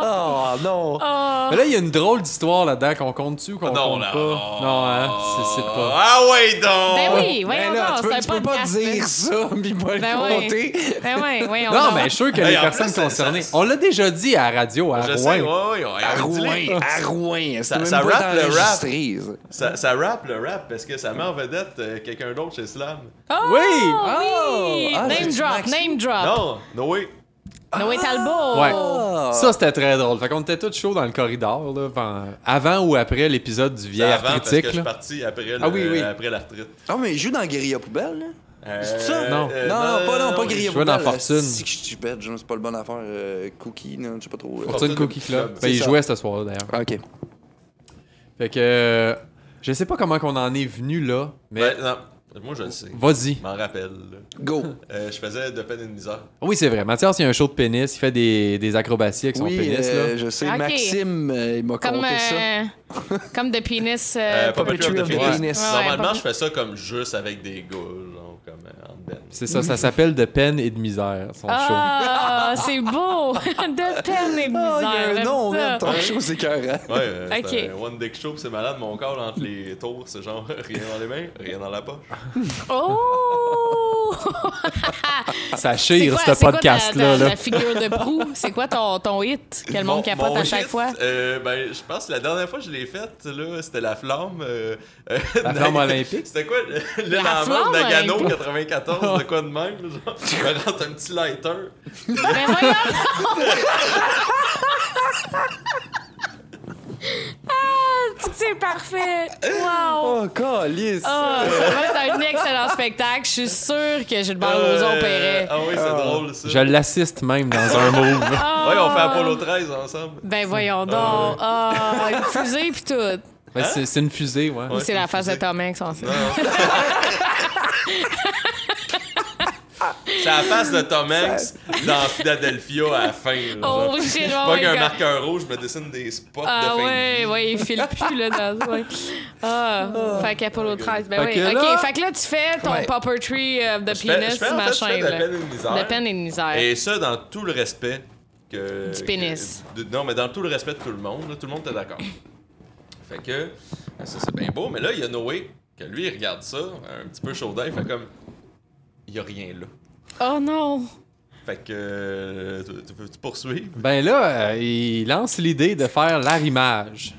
Speaker 3: Oh non.
Speaker 2: Oh.
Speaker 5: (laughs) Mais là, il y a une drôle d'histoire là-dedans qu'on compte-tu ou qu'on
Speaker 1: Non,
Speaker 5: compte
Speaker 1: là,
Speaker 5: pas?
Speaker 1: non.
Speaker 5: Non, hein, c'est- c'est pas.
Speaker 1: Ah ouais, donc!
Speaker 2: Ben oui, voyons
Speaker 3: Ben là,
Speaker 2: donc,
Speaker 3: tu peux,
Speaker 2: c'est
Speaker 3: tu
Speaker 2: un
Speaker 3: peux pas
Speaker 2: podcast,
Speaker 3: dire
Speaker 2: là.
Speaker 3: ça, (laughs) puis pas le
Speaker 2: Ben ouais.
Speaker 3: compter.
Speaker 2: Ben ouais, voyons
Speaker 5: Non,
Speaker 2: donc.
Speaker 5: mais je suis sûr que
Speaker 1: Hey,
Speaker 5: les
Speaker 1: en
Speaker 5: personnées
Speaker 1: plus, ça-
Speaker 5: concernées.
Speaker 1: ça-
Speaker 5: On l'a déjà dit à la radio, à
Speaker 1: Je
Speaker 5: Rouen.
Speaker 1: sais, ouais, ouais, on-
Speaker 3: À
Speaker 1: on dit
Speaker 3: Rouen,
Speaker 1: les-
Speaker 3: à Rouen.
Speaker 1: Ça-
Speaker 3: Ça,
Speaker 1: ça rappe le rap.
Speaker 3: le rap.
Speaker 1: Ça, ça rappe le rap parce que ça met en vedette euh, quelqu'un d'autre chez Slam.
Speaker 2: Oh,
Speaker 5: Oui!
Speaker 2: oui!
Speaker 3: Oh! Ah,
Speaker 2: name
Speaker 3: c'est-tu
Speaker 2: drop,
Speaker 3: Maxime?
Speaker 2: name drop.
Speaker 1: Non, Noé.
Speaker 2: Noé Talbot.
Speaker 5: Ouais.
Speaker 3: Ah.
Speaker 5: Ça, c'était très drôle. Fait qu'on était tous chauds dans le corridor, là, avant, avant ou après l'épisode du
Speaker 1: C'est
Speaker 5: vieil
Speaker 1: avant parce
Speaker 5: arthritique.
Speaker 1: que je suis
Speaker 5: là.
Speaker 1: parti après, le-
Speaker 5: Ah oui, oui.
Speaker 1: après la retraite.
Speaker 3: Ah, mais il joue dans Guérilla Poubelle, là.
Speaker 1: Euh,
Speaker 3: C'est ça?
Speaker 5: Non.
Speaker 1: euh,
Speaker 3: non, non, pas, non, pas
Speaker 1: oui.
Speaker 3: Guérilla
Speaker 5: jouait
Speaker 3: Poubelle.
Speaker 5: dans
Speaker 3: là.
Speaker 5: Fortune.
Speaker 3: Si que je suis bête, je- c'est pas le bonne affaire. euh, cookie, non, je sais pas trop. euh.
Speaker 5: Fortune Cookie Club.
Speaker 1: C'est
Speaker 5: Ben, il
Speaker 3: ça.
Speaker 5: jouait ce soir, d'ailleurs.
Speaker 3: Ah, ok.
Speaker 5: Fait que. euh, je sais pas comment qu'on en est venu là, mais.
Speaker 1: Ben, non, moi je le sais.
Speaker 5: Vas-y.
Speaker 1: Je m'en rappelle. là.
Speaker 3: Go.
Speaker 1: Euh, je faisais de peine et de misère.
Speaker 5: Oui, c'est vrai. Mathias, il a un show de pénis. Il fait des, des acrobaties avec son
Speaker 3: oui,
Speaker 5: pénis.
Speaker 3: euh,
Speaker 5: là.
Speaker 3: je sais.
Speaker 2: Ok.
Speaker 3: Maxime, euh, il m'a
Speaker 2: Comme,
Speaker 3: conté ça.
Speaker 2: euh, comme de pénis. euh,
Speaker 1: Euh,
Speaker 2: pour-
Speaker 1: Puppetry
Speaker 3: Puppetry
Speaker 1: of the
Speaker 3: of the
Speaker 1: Penis.
Speaker 3: Penis.
Speaker 2: Ouais, ouais,
Speaker 1: Normalement,
Speaker 2: pas-
Speaker 1: je fais ça comme juste avec des gars, genre comme euh, en ben.
Speaker 5: C'est ça, ça s'appelle De peine et de misère, son show.
Speaker 2: Ah, (laughs) c'est beau! de peine et de
Speaker 3: Ah,
Speaker 2: misère.
Speaker 3: il y a un
Speaker 2: j'aime
Speaker 3: nom,
Speaker 2: ça.
Speaker 3: man. Ton show, c'est écœurant.
Speaker 1: Ouais, euh, c'est
Speaker 2: Ok.
Speaker 1: un one dick show, puis c'est malade, mon corps entre les tours, c'est genre (laughs) rien dans les mains, rien dans la poche.
Speaker 2: Ah. Oh!
Speaker 5: Ça
Speaker 2: C'est
Speaker 5: chire,
Speaker 2: quoi-
Speaker 5: ce
Speaker 2: c'est quoi ta-
Speaker 5: podcast-là.
Speaker 2: ta-
Speaker 5: là.
Speaker 2: La figure de proue, c'est quoi ton, ton hit que le
Speaker 1: Mon-
Speaker 2: monde capote
Speaker 1: mon
Speaker 2: à chaque
Speaker 1: hit,
Speaker 2: fois?
Speaker 1: euh, ben, je pense que la dernière fois que je l'ai faite, là, c'était la flamme. euh, euh,
Speaker 5: La
Speaker 1: de- (laughs)
Speaker 5: flamme olympique?
Speaker 1: C'était quoi? Le, (laughs) le
Speaker 2: La
Speaker 1: la
Speaker 2: flamme
Speaker 1: Nagano
Speaker 2: olympique.
Speaker 1: 94, de quoi de même? là,
Speaker 2: (laughs)
Speaker 1: Genre, je me rentre un petit lighter.
Speaker 2: Mais voyons! ah, c'est parfait! Wow!
Speaker 3: Oh, calice.
Speaker 2: Ah, ça va être un excellent spectacle. Je suis sûre que Gilbert
Speaker 1: Euh,
Speaker 2: Rozon paierait.
Speaker 1: Ah oui, c'est drôle ça.
Speaker 5: Je l'assiste même dans un move.
Speaker 1: Ah. Ouais, on fait Apollo 13 ensemble. Euh.
Speaker 2: Ben voyons donc. Ah, une fusée pis tout.
Speaker 5: Ben, c'est c'est une fusée, ouais.
Speaker 2: Ou
Speaker 1: Ouais,
Speaker 2: c'est la
Speaker 1: je
Speaker 2: face de
Speaker 1: sais.
Speaker 2: Thomas qui sont ça.
Speaker 1: Non, non. C'est la face de Tom Hanks dans Philadelphia à la fin. là, genre.
Speaker 2: Oh, Jérôme!
Speaker 1: pas qu'un
Speaker 2: quand-
Speaker 1: marqueur rouge me dessine des spots
Speaker 2: Ah
Speaker 1: de fin
Speaker 2: ouais,
Speaker 1: de vie.
Speaker 2: ouais, il file plus là dans ouais. Ah, fait qu'Apollo 13. Ben
Speaker 5: Fait
Speaker 2: oui,
Speaker 5: que
Speaker 2: OK,
Speaker 5: là-
Speaker 2: fait que là tu fais ton
Speaker 3: Ouais.
Speaker 2: puppetry of the
Speaker 1: Je fais-
Speaker 2: penis
Speaker 1: je fais, en fait, je
Speaker 2: machin
Speaker 1: fais de la
Speaker 2: là.
Speaker 1: peine et de misère.
Speaker 2: De peine et de misère.
Speaker 1: Et ça, dans tout le respect que.
Speaker 2: Du pénis.
Speaker 1: que- de- non, mais dans tout le respect de tout le monde, là, tout le monde était d'accord. Fait que, ah, ça c'est bien beau, mais là, il y a Noé, que lui, il regarde ça, un petit peu chaud d'œil, fait comme. Il y a rien là.
Speaker 2: Oh non.
Speaker 1: Fait que. euh, tu, tu veux-tu poursuivre?
Speaker 5: Ben là, euh, il lance l'idée de faire l'arrimage.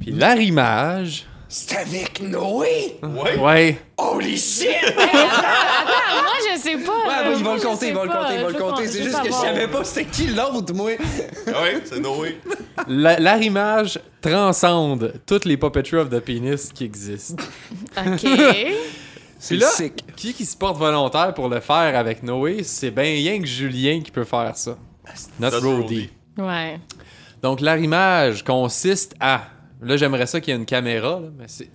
Speaker 5: Puis l'arrimage.
Speaker 3: C'est avec Noé!
Speaker 1: Ouais!
Speaker 5: Ouais. (laughs)
Speaker 3: Holy shit!
Speaker 2: Hey, attends, attends, moi je sais pas.
Speaker 3: Ouais,
Speaker 2: là.
Speaker 3: ils vont
Speaker 2: Moi,
Speaker 3: le
Speaker 2: je
Speaker 3: compter,
Speaker 2: sais
Speaker 3: ils vont le
Speaker 2: pas.
Speaker 3: compter, ils vont
Speaker 2: Je
Speaker 3: le
Speaker 2: veux
Speaker 3: compter.
Speaker 2: pas-
Speaker 3: C'est
Speaker 2: je veux
Speaker 3: juste que je
Speaker 2: savoir.
Speaker 3: savais pas c'était qui l'autre, moi.
Speaker 1: Ah Ouais, c'est Noé.
Speaker 5: La- L'arrimage transcende toutes les puppetry of the penis qui existent.
Speaker 2: OK.
Speaker 5: Puis
Speaker 3: C'est
Speaker 5: là,
Speaker 3: sick.
Speaker 5: qui qui se porte volontaire pour le faire avec Noé, c'est bien rien que Julien qui peut faire ça. Notre
Speaker 1: Notre
Speaker 5: roadie.
Speaker 1: roadie.
Speaker 3: (laughs)
Speaker 2: Ouais.
Speaker 5: Donc l'arrimage consiste à... Là, j'aimerais ça qu'il y ait une caméra, là, mais c'est...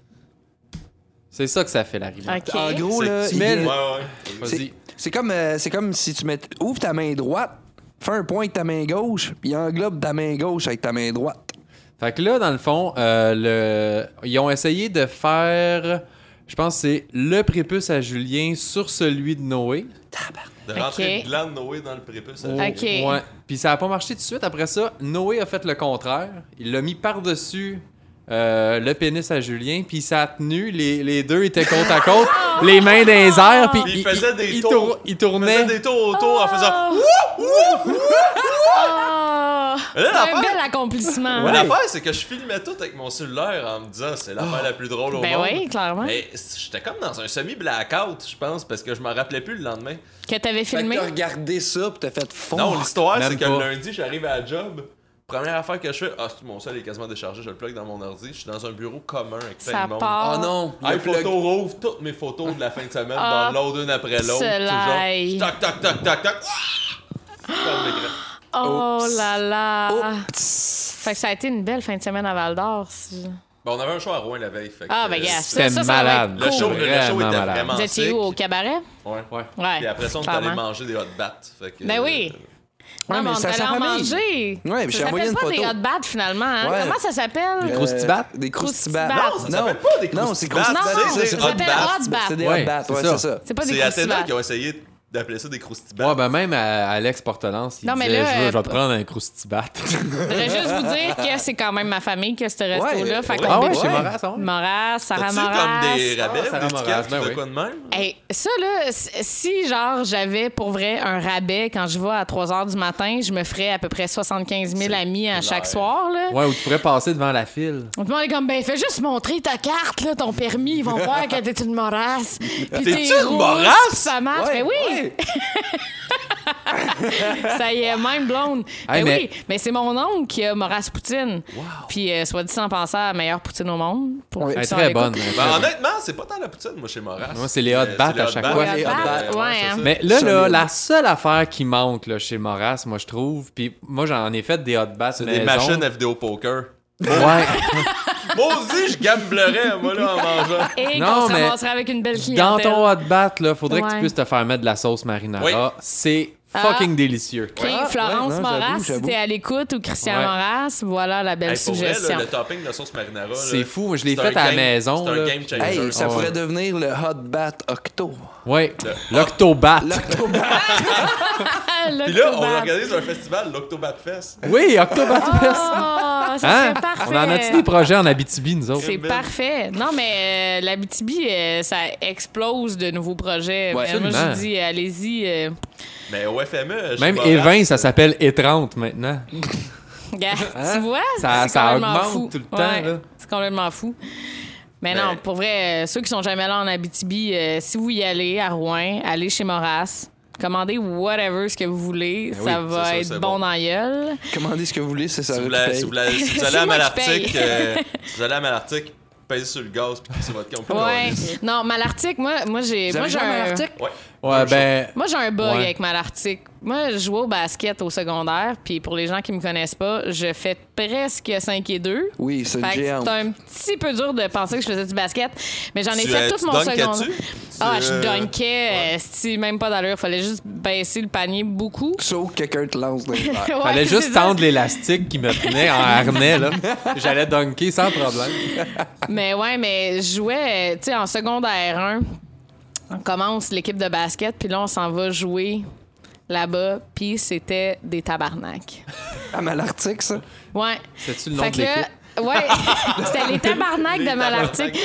Speaker 5: C'est ça que ça fait l'arrimage.
Speaker 2: OK.
Speaker 3: En gros,
Speaker 1: C'est-
Speaker 3: là,
Speaker 5: tu
Speaker 3: il
Speaker 5: mets
Speaker 1: Ouais,
Speaker 5: le-
Speaker 3: vient-
Speaker 1: ouais.
Speaker 5: Vas-y.
Speaker 3: c'est- c'est comme, euh, c'est comme si tu mets, ouvres ta main droite, fais un point avec ta main gauche, puis englobe ta main gauche avec ta main droite.
Speaker 5: Fait que là, dans le fond, euh, le... ils ont essayé de faire, je pense, que c'est le prépuce à Julien sur celui de Noé.
Speaker 1: De rentrer
Speaker 2: Ok.
Speaker 1: une glande Noé dans le prépuce.
Speaker 3: Oh.
Speaker 1: ça-
Speaker 2: Ok.
Speaker 5: Ouais. Puis ça a pas marché tout de suite. Après ça, Noé a fait le contraire. Il l'a mis par-dessus euh, le pénis à Julien. Puis ça a tenu. Les, les deux étaient côte à
Speaker 2: (laughs)
Speaker 5: côte, les mains dans les airs. Puis
Speaker 1: Puis il
Speaker 5: il,
Speaker 1: faisait
Speaker 5: il-
Speaker 1: des
Speaker 5: il
Speaker 1: tours.
Speaker 5: tour- il
Speaker 1: Il faisait
Speaker 5: tournait.
Speaker 1: des tours autour en faisant.
Speaker 2: Ah,
Speaker 1: Mais là,
Speaker 2: c'est un
Speaker 1: l'affaire-
Speaker 2: bel accomplissement.
Speaker 1: Ouais, L'affaire, c'est que je filmais tout avec mon cellulaire en me disant c'est l'affaire la plus drôle au
Speaker 2: Ben
Speaker 1: monde.
Speaker 2: oui, clairement.
Speaker 1: Mais c- j'étais comme dans un semi-blackout, je pense, parce que je m'en rappelais plus le lendemain.
Speaker 2: Que t'avais
Speaker 3: Fait que
Speaker 2: filmé.
Speaker 1: ben
Speaker 3: t'as regardé ça, puis t'as fait fond.
Speaker 1: non, l'histoire,
Speaker 5: Oh, même
Speaker 1: c'est que
Speaker 5: pas.
Speaker 1: le lundi, j'arrive à la job. Première affaire que je fais, ah, c'est mon sel est quasiment déchargé, je le plug dans mon ordi. Je suis dans un bureau commun avec plein
Speaker 2: Ça
Speaker 1: de monde.
Speaker 2: part.
Speaker 3: Oh non! le
Speaker 1: Hey,
Speaker 3: plug.
Speaker 1: photo rouvre toutes mes photos de la fin de semaine
Speaker 2: Ah,
Speaker 1: dans l'ordre une après l'autre.
Speaker 2: soleil.
Speaker 1: toujours. Tac, tac, tac, tac, tac. Ah! Ferme l'écran.
Speaker 2: Oh
Speaker 3: Oups.
Speaker 2: là là.
Speaker 3: Oups.
Speaker 2: Fait que ça a été une belle fin de semaine à Val d'Or. si-
Speaker 1: Ben, on avait un show à Rouen la veille. fait que,
Speaker 2: Ah, ben,
Speaker 1: euh,
Speaker 2: gars,
Speaker 5: C'était
Speaker 2: ça, ça, ça va
Speaker 5: malade.
Speaker 2: être
Speaker 1: Le show,
Speaker 2: cool.
Speaker 1: le show
Speaker 5: Vraiment
Speaker 1: était
Speaker 5: malade.
Speaker 1: vraiment
Speaker 2: Vous étiez
Speaker 1: sick.
Speaker 2: où, au cabaret?
Speaker 1: Ouais.
Speaker 5: Ouais.
Speaker 2: Ouais.
Speaker 1: Puis après ça, on est allé
Speaker 2: clairement.
Speaker 1: manger des hot bats. Fait que,
Speaker 2: Ben oui.
Speaker 3: Ouais,
Speaker 2: non, mais
Speaker 3: mais
Speaker 2: on
Speaker 3: ça
Speaker 2: est allé en
Speaker 3: s'appelle-
Speaker 2: manger.
Speaker 3: Ouais, puis j'ai
Speaker 2: ça
Speaker 3: envoyé
Speaker 2: s'appelle
Speaker 3: une
Speaker 2: pas des hot
Speaker 3: photo.
Speaker 2: bats, finalement. hein?
Speaker 3: Ouais.
Speaker 2: Comment ça s'appelle?
Speaker 5: Euh, croustibates?
Speaker 3: Des
Speaker 2: Croustibates.
Speaker 3: croustibates.
Speaker 1: Non, ça s'appelle pas des
Speaker 3: Non, c'est
Speaker 1: croustibates,
Speaker 3: croustibates,
Speaker 2: Non,
Speaker 3: c'est
Speaker 2: ça
Speaker 3: ça.
Speaker 2: s'appelle hot bats.
Speaker 3: C'est des
Speaker 5: Ouais,
Speaker 3: hot bats,
Speaker 5: c'est
Speaker 3: ouais,
Speaker 5: ça.
Speaker 3: c'est ça.
Speaker 2: C'est pas des
Speaker 1: C'est Athéna
Speaker 2: croustibats.
Speaker 1: qui ont essayé d'appeler ça des croustibats.
Speaker 5: Ouais, ben même à Alex Portelance, il
Speaker 2: Non, mais
Speaker 5: disait
Speaker 2: là,
Speaker 5: je, veux- je vais
Speaker 2: euh,
Speaker 5: prendre un (laughs) croustibat.
Speaker 2: Je voudrais juste vous dire que c'est quand même ma famille que ce resto-là.
Speaker 3: Ouais,
Speaker 2: fait
Speaker 1: ouais. hein?
Speaker 2: qu'on
Speaker 5: ah ouais,
Speaker 2: bébé.
Speaker 5: chez
Speaker 3: ouais.
Speaker 5: Moras, ça va?
Speaker 2: Moras, Sarah
Speaker 1: T'as-tu
Speaker 2: Moras.
Speaker 1: comme des rabais,
Speaker 5: Sarah
Speaker 1: des tickets,
Speaker 5: Moras, ben
Speaker 1: de
Speaker 5: oui.
Speaker 1: quoi de même?
Speaker 2: Hey, ça, là, s- si, genre, j'avais pour vrai un rabais quand je vais à 3 h du matin, je me ferais à peu près 75 000
Speaker 1: C'est
Speaker 2: amis à chaque
Speaker 1: clair.
Speaker 2: soir, là.
Speaker 5: Ouais, ou tu pourrais passer devant la file.
Speaker 2: On te demande comme, ben, fais juste montrer ta carte, là, ton permis. Ils vont voir que t'es
Speaker 5: (laughs)
Speaker 2: une morasse. Puis
Speaker 1: T'es-tu une
Speaker 2: rousse,
Speaker 1: morasse?
Speaker 2: puis Ça marche.
Speaker 3: Ouais,
Speaker 2: ben oui,
Speaker 3: ouais.
Speaker 2: (laughs) ça y est, même blonde.
Speaker 5: Hey,
Speaker 2: ben
Speaker 5: mais-
Speaker 2: oui, mais c'est mon oncle qui a Morasse Poutine. Puis, euh, soit dit sans penser à la meilleure poutine au monde. Pour ceux
Speaker 3: Ouais,
Speaker 5: Elle est
Speaker 2: qui sont à
Speaker 5: très
Speaker 2: l'écoute.
Speaker 5: bonne. elle est très
Speaker 1: Ben,
Speaker 5: bonne.
Speaker 1: honnêtement, c'est pas tant la poutine, moi, chez Moras.
Speaker 5: Moi, c'est les hot
Speaker 1: Euh,
Speaker 5: bats
Speaker 1: les
Speaker 5: à
Speaker 1: hot
Speaker 5: chaque
Speaker 1: bats.
Speaker 5: fois.
Speaker 2: Les hot bats,
Speaker 1: c'est
Speaker 2: ouais,
Speaker 1: ça.
Speaker 2: hein.
Speaker 5: Mais là, là,
Speaker 3: Solide.
Speaker 5: la seule affaire qui manque là, chez Moras, moi je trouve, puis moi j'en ai fait des hot bats
Speaker 1: C'est
Speaker 5: maison.
Speaker 1: des machines à vidéo poker.
Speaker 5: Ouais.
Speaker 1: Moi aussi, je gamblerais, moi, là, en mangeant.
Speaker 2: Et
Speaker 5: Non,
Speaker 2: qu'on se
Speaker 5: mais
Speaker 2: ramasserait avec une belle
Speaker 5: Dans
Speaker 2: clientèle.
Speaker 5: ton hot bat, là, faudrait que
Speaker 2: Ouais. Ah.
Speaker 5: tu puisses te faire mettre de la sauce marinara.
Speaker 1: Oui.
Speaker 5: C'est fucking délicieux.
Speaker 2: OK, Florence
Speaker 3: ouais, non,
Speaker 2: Moras,
Speaker 3: j'avoue,
Speaker 2: si
Speaker 3: j'avoue.
Speaker 2: t'es à l'écoute, ou Christian
Speaker 5: Ouais.
Speaker 2: Moras, voilà la belle
Speaker 1: Hey, pour vrai, là,
Speaker 2: suggestion.
Speaker 1: le topping de sauce marinara. là,
Speaker 5: C'est fou, moi, je l'ai
Speaker 1: c'est
Speaker 5: fait
Speaker 1: un
Speaker 5: à la
Speaker 1: game-
Speaker 5: maison,
Speaker 1: C'est un
Speaker 5: là.
Speaker 1: game changer.
Speaker 3: Hey, ça
Speaker 5: Ouais.
Speaker 3: pourrait devenir le hot bat octo.
Speaker 5: Ouais. L'octobat.
Speaker 3: (laughs)
Speaker 2: Ah,
Speaker 1: Puis là,
Speaker 2: l'Octobat.
Speaker 1: on organise un festival, l'Octobatfest.
Speaker 5: Oui, Octobatfest.
Speaker 2: Ah, ça
Speaker 5: Hein?
Speaker 2: serait Oh, parfait.
Speaker 5: On en a-tu des projets en Abitibi, nous autres?
Speaker 2: C'est parfait. Non, mais euh, la BTB, ça explose de nouveaux projets.
Speaker 3: Ouais,
Speaker 2: Mais moi,
Speaker 5: absolument.
Speaker 2: je dis, allez-y. euh, (laughs)
Speaker 1: Mais au E, FME, chez
Speaker 5: Même
Speaker 1: Moras,
Speaker 5: Evin, ça s'appelle E30 maintenant.
Speaker 2: Regarde,
Speaker 5: Hein?
Speaker 2: tu vois?
Speaker 5: Ça-
Speaker 2: c'est
Speaker 5: ça
Speaker 2: complètement
Speaker 5: augmente
Speaker 2: fou.
Speaker 5: tout le
Speaker 2: Ouais,
Speaker 5: temps, là.
Speaker 2: C'est complètement fou. Mais
Speaker 1: Ben-
Speaker 2: non, pour vrai, euh, ceux qui sont jamais allés en Abitibi, euh, si vous y allez à Rouen, allez chez Moras, commandez whatever ce que vous voulez,
Speaker 5: Ben
Speaker 2: ça
Speaker 5: oui,
Speaker 2: va
Speaker 1: c'est ça,
Speaker 2: être
Speaker 1: c'est
Speaker 2: bon,
Speaker 1: bon.
Speaker 2: dans la gueule.
Speaker 3: Commandez ce que vous voulez, c'est ça.
Speaker 1: si vous,
Speaker 3: vous
Speaker 1: voulez-
Speaker 3: paye.
Speaker 1: si vous voulez- si
Speaker 2: (laughs)
Speaker 1: vous
Speaker 2: C'est
Speaker 1: allez à
Speaker 2: moi qui (laughs) paye.
Speaker 1: Malartic, euh, si vous allez à Malartic, pèse sur le gaz puis sur votre camp.
Speaker 2: Ouais. Non, Malartic, moi, moi j'ai.
Speaker 3: Vous
Speaker 2: Moi,
Speaker 3: avez
Speaker 2: j'ai
Speaker 3: joué à
Speaker 2: un-
Speaker 3: Malartic?
Speaker 1: Ouais.
Speaker 5: Ouais, ben.
Speaker 2: Moi, j'ai un bug
Speaker 5: Ouais.
Speaker 2: avec Malartic. Moi, je jouais au basket au secondaire, puis pour les gens qui me connaissent pas, je fais presque 5 et 2.
Speaker 3: Oui, c'est une
Speaker 2: Fait que c'est
Speaker 3: géante.
Speaker 2: un petit peu dur de penser que je faisais du basket, mais j'en ai
Speaker 1: Tu,
Speaker 2: fait
Speaker 1: euh,
Speaker 2: tout
Speaker 1: tu
Speaker 2: mon
Speaker 1: dunkais-tu?
Speaker 2: secondaire.
Speaker 1: Tu,
Speaker 2: Ah,
Speaker 1: euh,
Speaker 2: je dunkais,
Speaker 1: ouais.
Speaker 2: euh, si, même pas d'allure. Fallait juste baisser le panier beaucoup.
Speaker 3: Sauf que quelqu'un te lance
Speaker 2: (laughs)
Speaker 3: dans les airs.
Speaker 2: Ouais,
Speaker 5: Fallait
Speaker 2: c'est
Speaker 5: juste
Speaker 2: ça.
Speaker 5: tendre l'élastique qui me tenait en harnais, là. J'allais dunker sans problème.
Speaker 2: Mais ouais, mais je jouais, euh, tu sais, en secondaire 1, on commence l'équipe de basket, puis là, on s'en va jouer là-bas, puis c'était des tabarnaks.
Speaker 3: À Malartic, ça.
Speaker 2: Ouais.
Speaker 5: C'est-tu le nom de
Speaker 2: là,
Speaker 5: l'équipe?
Speaker 2: ouais, c'était les tabarnaks
Speaker 1: Les
Speaker 2: de Malartic.
Speaker 1: tabarnaks de Malartic.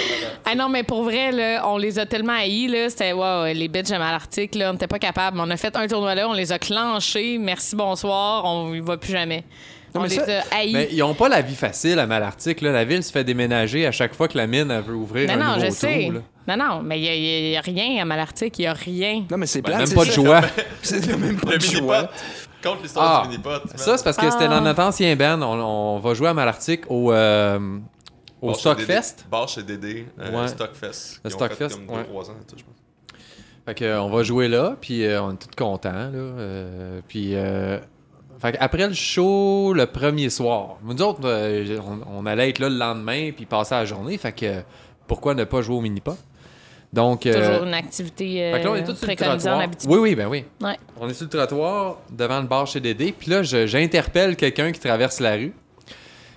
Speaker 2: Ah non, mais pour vrai, là, on les a tellement haïs, là. C'était, wow, les bitches de Malartic, là, on n'était pas capables. Mais On a fait un tournoi là, on les a clenchés. Merci, bonsoir, on y va plus jamais. on
Speaker 3: Non, mais
Speaker 2: les
Speaker 3: ça-
Speaker 2: a haïs.
Speaker 5: Mais ils ont pas la vie facile à Malartic. Là. La ville se fait déménager à chaque fois que la mine elle veut ouvrir
Speaker 2: Non,
Speaker 5: un
Speaker 2: non,
Speaker 5: nouveau
Speaker 2: je sais.
Speaker 5: trou, là.
Speaker 2: Non, non, mais il n'y a, rien à Malartic, il n'y a rien.
Speaker 3: Non, mais c'est
Speaker 5: Ben, Même
Speaker 3: plate. c'est
Speaker 5: pas de (laughs)
Speaker 3: ça.
Speaker 5: joie.
Speaker 3: C'est même pas
Speaker 1: Le
Speaker 3: de joie.
Speaker 1: mini-pot. Contre l'histoire
Speaker 5: Ah,
Speaker 1: du mini-pot. man.
Speaker 5: ça, c'est parce que c'était
Speaker 2: Ah.
Speaker 5: dans notre ancien band. On, on va jouer à Malartic au, euh, au
Speaker 1: Bar chez
Speaker 5: Stockfest.
Speaker 1: Dédé- Bar chez Dédé, euh,
Speaker 5: Ouais.
Speaker 1: Stockfest.
Speaker 5: Le
Speaker 1: qui ont
Speaker 5: Stockfest,
Speaker 1: fait comme
Speaker 5: ouais.
Speaker 1: 2-3 ans, tu sais, je pense.
Speaker 5: Fait que, euh, on va jouer là, puis euh, on est tous contents. Là, euh, puis, euh, fait que après le show, le premier soir, nous autres, euh, on, on allait être là le lendemain, puis passer la journée. Fait que, euh, pourquoi ne pas jouer au mini-pas? Donc, euh,
Speaker 2: Toujours une activité euh,
Speaker 5: fait que là, on est tous sur le
Speaker 2: préconisée en
Speaker 5: trottoir.
Speaker 2: Abitibi.
Speaker 5: Oui, oui, ben oui.
Speaker 2: Ouais.
Speaker 5: On est sur le trottoir devant le bar chez Dédé. Puis là, je- j'interpelle quelqu'un qui traverse la rue.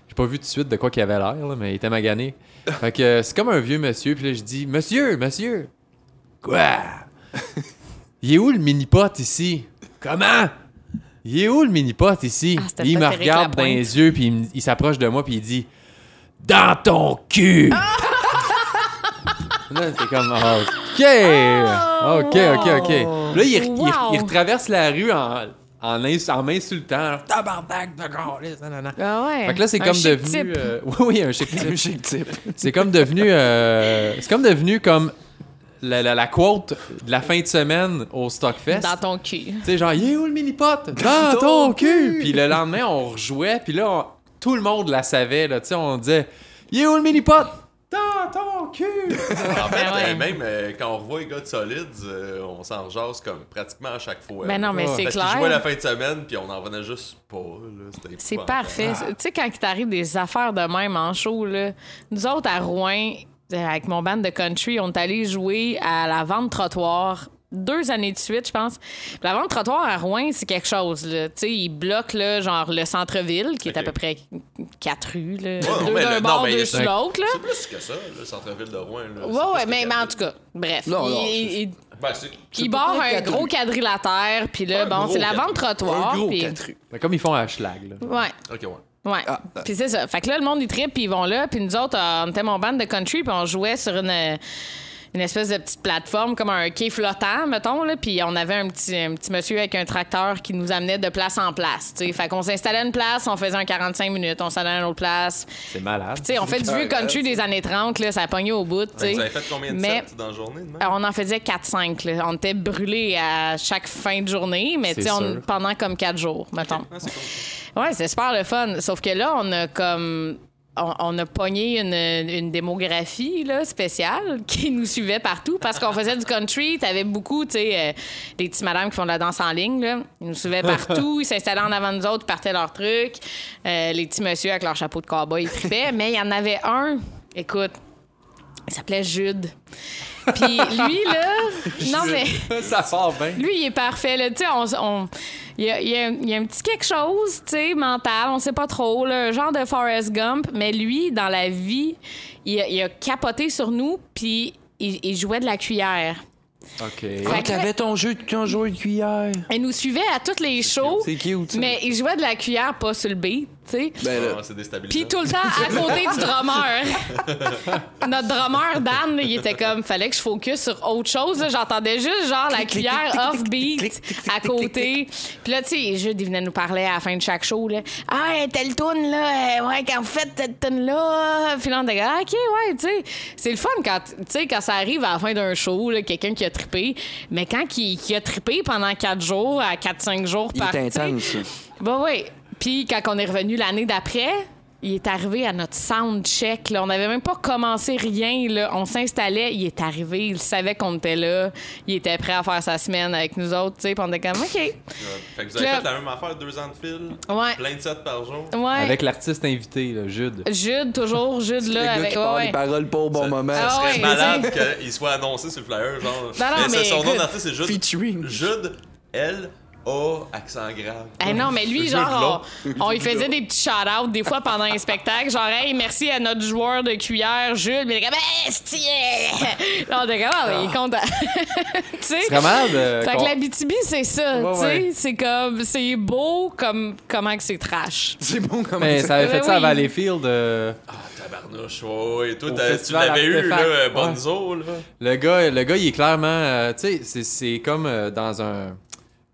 Speaker 5: J'ai pas vu tout de suite de quoi qu'il avait l'air, là, mais il était magané. Fait que euh, c'est comme un vieux monsieur. Puis là, je dis Monsieur, monsieur. (laughs) Quoi Il est où le mini-pot ici Comment Il est où le mini-pot ici
Speaker 2: Ah, c'était
Speaker 5: Il me
Speaker 2: peut-être Éric
Speaker 5: regarde dans
Speaker 2: Lapointe.
Speaker 5: les yeux, puis il me- il s'approche de moi, puis il dit Dans ton cul Là, t'es comme, Ah, OK! OK, OK, OK. Puis là, il, il-
Speaker 2: Oh! Wow.
Speaker 5: il retraverse la rue en, en, ins- en m'insultant. Alors, Tabarnak de câlisse, nanana.
Speaker 2: Ah ouais.
Speaker 5: Fait que là, c'est
Speaker 2: Un
Speaker 5: comme
Speaker 2: chic
Speaker 5: devenu.
Speaker 2: type.
Speaker 5: euh, (laughs) oui, oui, un chic
Speaker 3: C'est
Speaker 5: type.
Speaker 3: un chic type.
Speaker 5: C'est comme devenu. euh, c'est comme devenu comme la, la, la quote de la fin de semaine au Stockfest.
Speaker 2: Dans ton cul.
Speaker 5: Tu sais, genre, il est où le mini-pot? Dans ton cul! Puis le lendemain, on rejouait, puis là, on- tout le monde la savait, là, tu sais, on disait, il est où le mini-pot? Dans ton cul!
Speaker 1: En fait,
Speaker 2: (laughs) Ben ouais.
Speaker 1: euh, même euh, quand on revoit les gars de Solids, euh, on s'en rejase comme pratiquement à chaque fois.
Speaker 2: Ben
Speaker 1: là.
Speaker 2: non, mais
Speaker 5: Ouais.
Speaker 2: c'est
Speaker 1: Parce qu'ils jouaient la
Speaker 2: clair.
Speaker 1: fin de semaine, puis on en venait juste pas. là. C'était
Speaker 2: C'est
Speaker 1: épouvantable.
Speaker 2: parfait.
Speaker 5: Ah.
Speaker 2: Tu sais, quand il t'arrive des affaires de même en show, là, nous autres à Rouen, euh, avec mon band de country, on est allé jouer à la vente trottoir deux années de suite, je pense. Puis La vente trottoir à Rouen, c'est quelque chose. là. Tu sais, ils bloquent là, genre le centre-ville, qui est à
Speaker 1: Ok.
Speaker 2: peu près quatre rues, là.
Speaker 1: non,
Speaker 2: deux
Speaker 1: mais
Speaker 2: d'un
Speaker 1: le-
Speaker 2: bord,
Speaker 1: non, mais
Speaker 2: deux
Speaker 1: le-
Speaker 2: sur l'autre. là.
Speaker 1: C'est plus que ça, le centre-ville de Rouen.
Speaker 2: Ouais,
Speaker 1: Là. C'est plus
Speaker 2: ouais,
Speaker 1: que
Speaker 2: mais, mais en
Speaker 1: quatre-
Speaker 2: tout cas, bref.
Speaker 3: Non, non,
Speaker 2: Il-
Speaker 3: c'est-
Speaker 2: il- il-
Speaker 1: Ben, c'est-
Speaker 2: il barre un gros quadrilatère, puis là,
Speaker 1: Un
Speaker 2: bon,
Speaker 1: gros
Speaker 2: c'est la
Speaker 1: quadri-
Speaker 2: vente trottoir.
Speaker 3: Un gros
Speaker 2: puis-
Speaker 3: quatre rues.
Speaker 5: Ben, comme ils font à Schlag, là.
Speaker 2: Ouais.
Speaker 1: Ok, ouais.
Speaker 2: Ouais.
Speaker 3: Ah.
Speaker 2: Puis c'est ça. Fait que là, le monde, ils trippent, puis ils vont là. Puis nous autres, euh, on était mon band de country, puis on jouait sur une, euh, une espèce de petite plateforme, comme un quai flottant, mettons. Là. Puis on avait un petit, un petit monsieur avec un tracteur qui nous amenait de place en place. tu sais. Fait qu'on s'installait à une place, on faisait un 45 minutes, on s'allait à une autre place.
Speaker 5: C'est malade.
Speaker 2: Tu sais, on fait du vieux country des années 30, là, ça a pogné au bout. tu sais.
Speaker 1: Vous avez fait combien de
Speaker 2: Mais- Ah,
Speaker 1: sets dans la journée? demain?
Speaker 2: Alors, on en faisait 4-5. là. On était brûlés à chaque fin de journée, mais
Speaker 5: C'est
Speaker 2: tu sais, on-
Speaker 5: sûr.
Speaker 2: pendant comme 4 jours, mettons.
Speaker 1: Ah, c'est cool.
Speaker 2: Ouais, c'est super le fun. Sauf que là, on a comme. On, on a pogné une, une démographie là, spéciale (laughs) qui nous suivait partout parce qu'on faisait du country. T'avais beaucoup, tu sais, euh, des petits madames qui font de la danse en ligne. Là. Ils nous suivaient partout. Ils s'installaient en avant de nous autres, ils partaient leur truc. Euh, les petits messieurs avec leur chapeau de cowboy, ils tripaient. Mais il y en avait un, écoute, il s'appelait Jude. Puis lui,
Speaker 3: (laughs)
Speaker 2: là. non, mais.
Speaker 5: (laughs) ça sort bien.
Speaker 2: Lui, il est parfait. Là. Tu sais, on, on- il, y a, il y a- il y a un petit quelque chose, tu sais, mental, on sait pas trop, là, un genre de Forrest Gump. Mais lui, dans la vie, il a, il a capoté sur nous, puis il, il jouait de la cuillère.
Speaker 5: OK.
Speaker 2: Fait
Speaker 3: Ah,
Speaker 2: que-
Speaker 3: t'avais ton jeu de ton jeu de cuillère.
Speaker 2: Il nous suivait à toutes les shows,
Speaker 3: C'est cute. ça.
Speaker 2: mais il jouait de la cuillère pas sur le beat, tu sais.
Speaker 3: Ben là,
Speaker 1: Ah, c'est déstabilisant.
Speaker 2: Puis tout le temps à côté du drummer. Notre drummer, Dan, il était comme, fallait que je focus sur autre chose. là. J'entendais juste genre la cuillère off-beat à côté. Puis là, tu sais, Jude, il venait nous parler à la fin de chaque show. Là. Ah, telle tune là, euh, ouais, quand vous faites telle tune là. Puis là, on était comme, Ah, OK, ouais, tu sais. C'est le fun quand, tu sais, quand ça arrive à la fin d'un show, là, quelqu'un qui a trippé. Mais quand qui, qui a trippé pendant quatre jours, à 4-5 jours
Speaker 3: il
Speaker 2: par
Speaker 3: est
Speaker 2: tu sais,
Speaker 3: intense. ça.
Speaker 2: bah oui. Puis quand on est revenu l'année d'après, Il est arrivé à notre sound check. Là. On n'avait même pas commencé rien. Là. On s'installait. Il est arrivé. Il savait qu'on était là. Il était prêt à faire sa semaine avec nous autres. tu sais, puis on était comme OK.
Speaker 1: Fait que vous avez
Speaker 2: Club.
Speaker 1: fait la même affaire deux ans de fil,
Speaker 2: Ouais.
Speaker 1: plein de sets par jour.
Speaker 2: Ouais.
Speaker 5: Avec l'artiste invité, là, Jude.
Speaker 2: Jude, toujours. Jude,
Speaker 3: le
Speaker 2: là.
Speaker 3: gars
Speaker 2: Avec...
Speaker 3: qui parle
Speaker 2: ouais,
Speaker 3: les paroles pas au bon
Speaker 1: Ça-
Speaker 3: moment.
Speaker 2: Ah
Speaker 1: serait
Speaker 2: ouais,
Speaker 1: malade qu'il soit annoncé sur le flyer, genre.
Speaker 2: non, mais
Speaker 1: son nom
Speaker 2: écoute,
Speaker 1: d'artiste, c'est Jude.
Speaker 3: Featuring.
Speaker 1: Jude, elle, A, accent grave.
Speaker 2: Eh non, mais lui,
Speaker 1: Jude
Speaker 2: genre,
Speaker 1: Law.
Speaker 2: on, on lui faisait des petits shout-outs des fois pendant un spectacle. Genre, hey, merci à notre joueur de cuillère, Jules. Mais il était comme, Eh, c'est-tu, eh? Là, on était comme, Ah, ben, il est content. (laughs) tu sais?
Speaker 5: C'est vraiment.
Speaker 2: (laughs)
Speaker 5: euh,
Speaker 2: Fait
Speaker 5: qu'on-
Speaker 2: que la BTB, c'est ça.
Speaker 5: Ouais,
Speaker 2: tu sais,
Speaker 5: ouais.
Speaker 2: c'est comme, c'est beau comme comment que c'est trash.
Speaker 3: C'est bon comment
Speaker 5: Mais
Speaker 3: ça-
Speaker 5: ça avait fait
Speaker 2: Ben
Speaker 5: ça à
Speaker 2: oui.
Speaker 5: Valleyfield. euh,
Speaker 1: Tabarnouche, ouais. Et toi,
Speaker 5: Au
Speaker 1: t'as- tu
Speaker 5: festival
Speaker 1: l'avais eu, là,
Speaker 5: Artefact,
Speaker 1: euh,
Speaker 5: ouais.
Speaker 1: Bonzo, là.
Speaker 5: Le gars, le gars, il est clairement. euh, tu sais, c'est- c'est comme euh, dans un.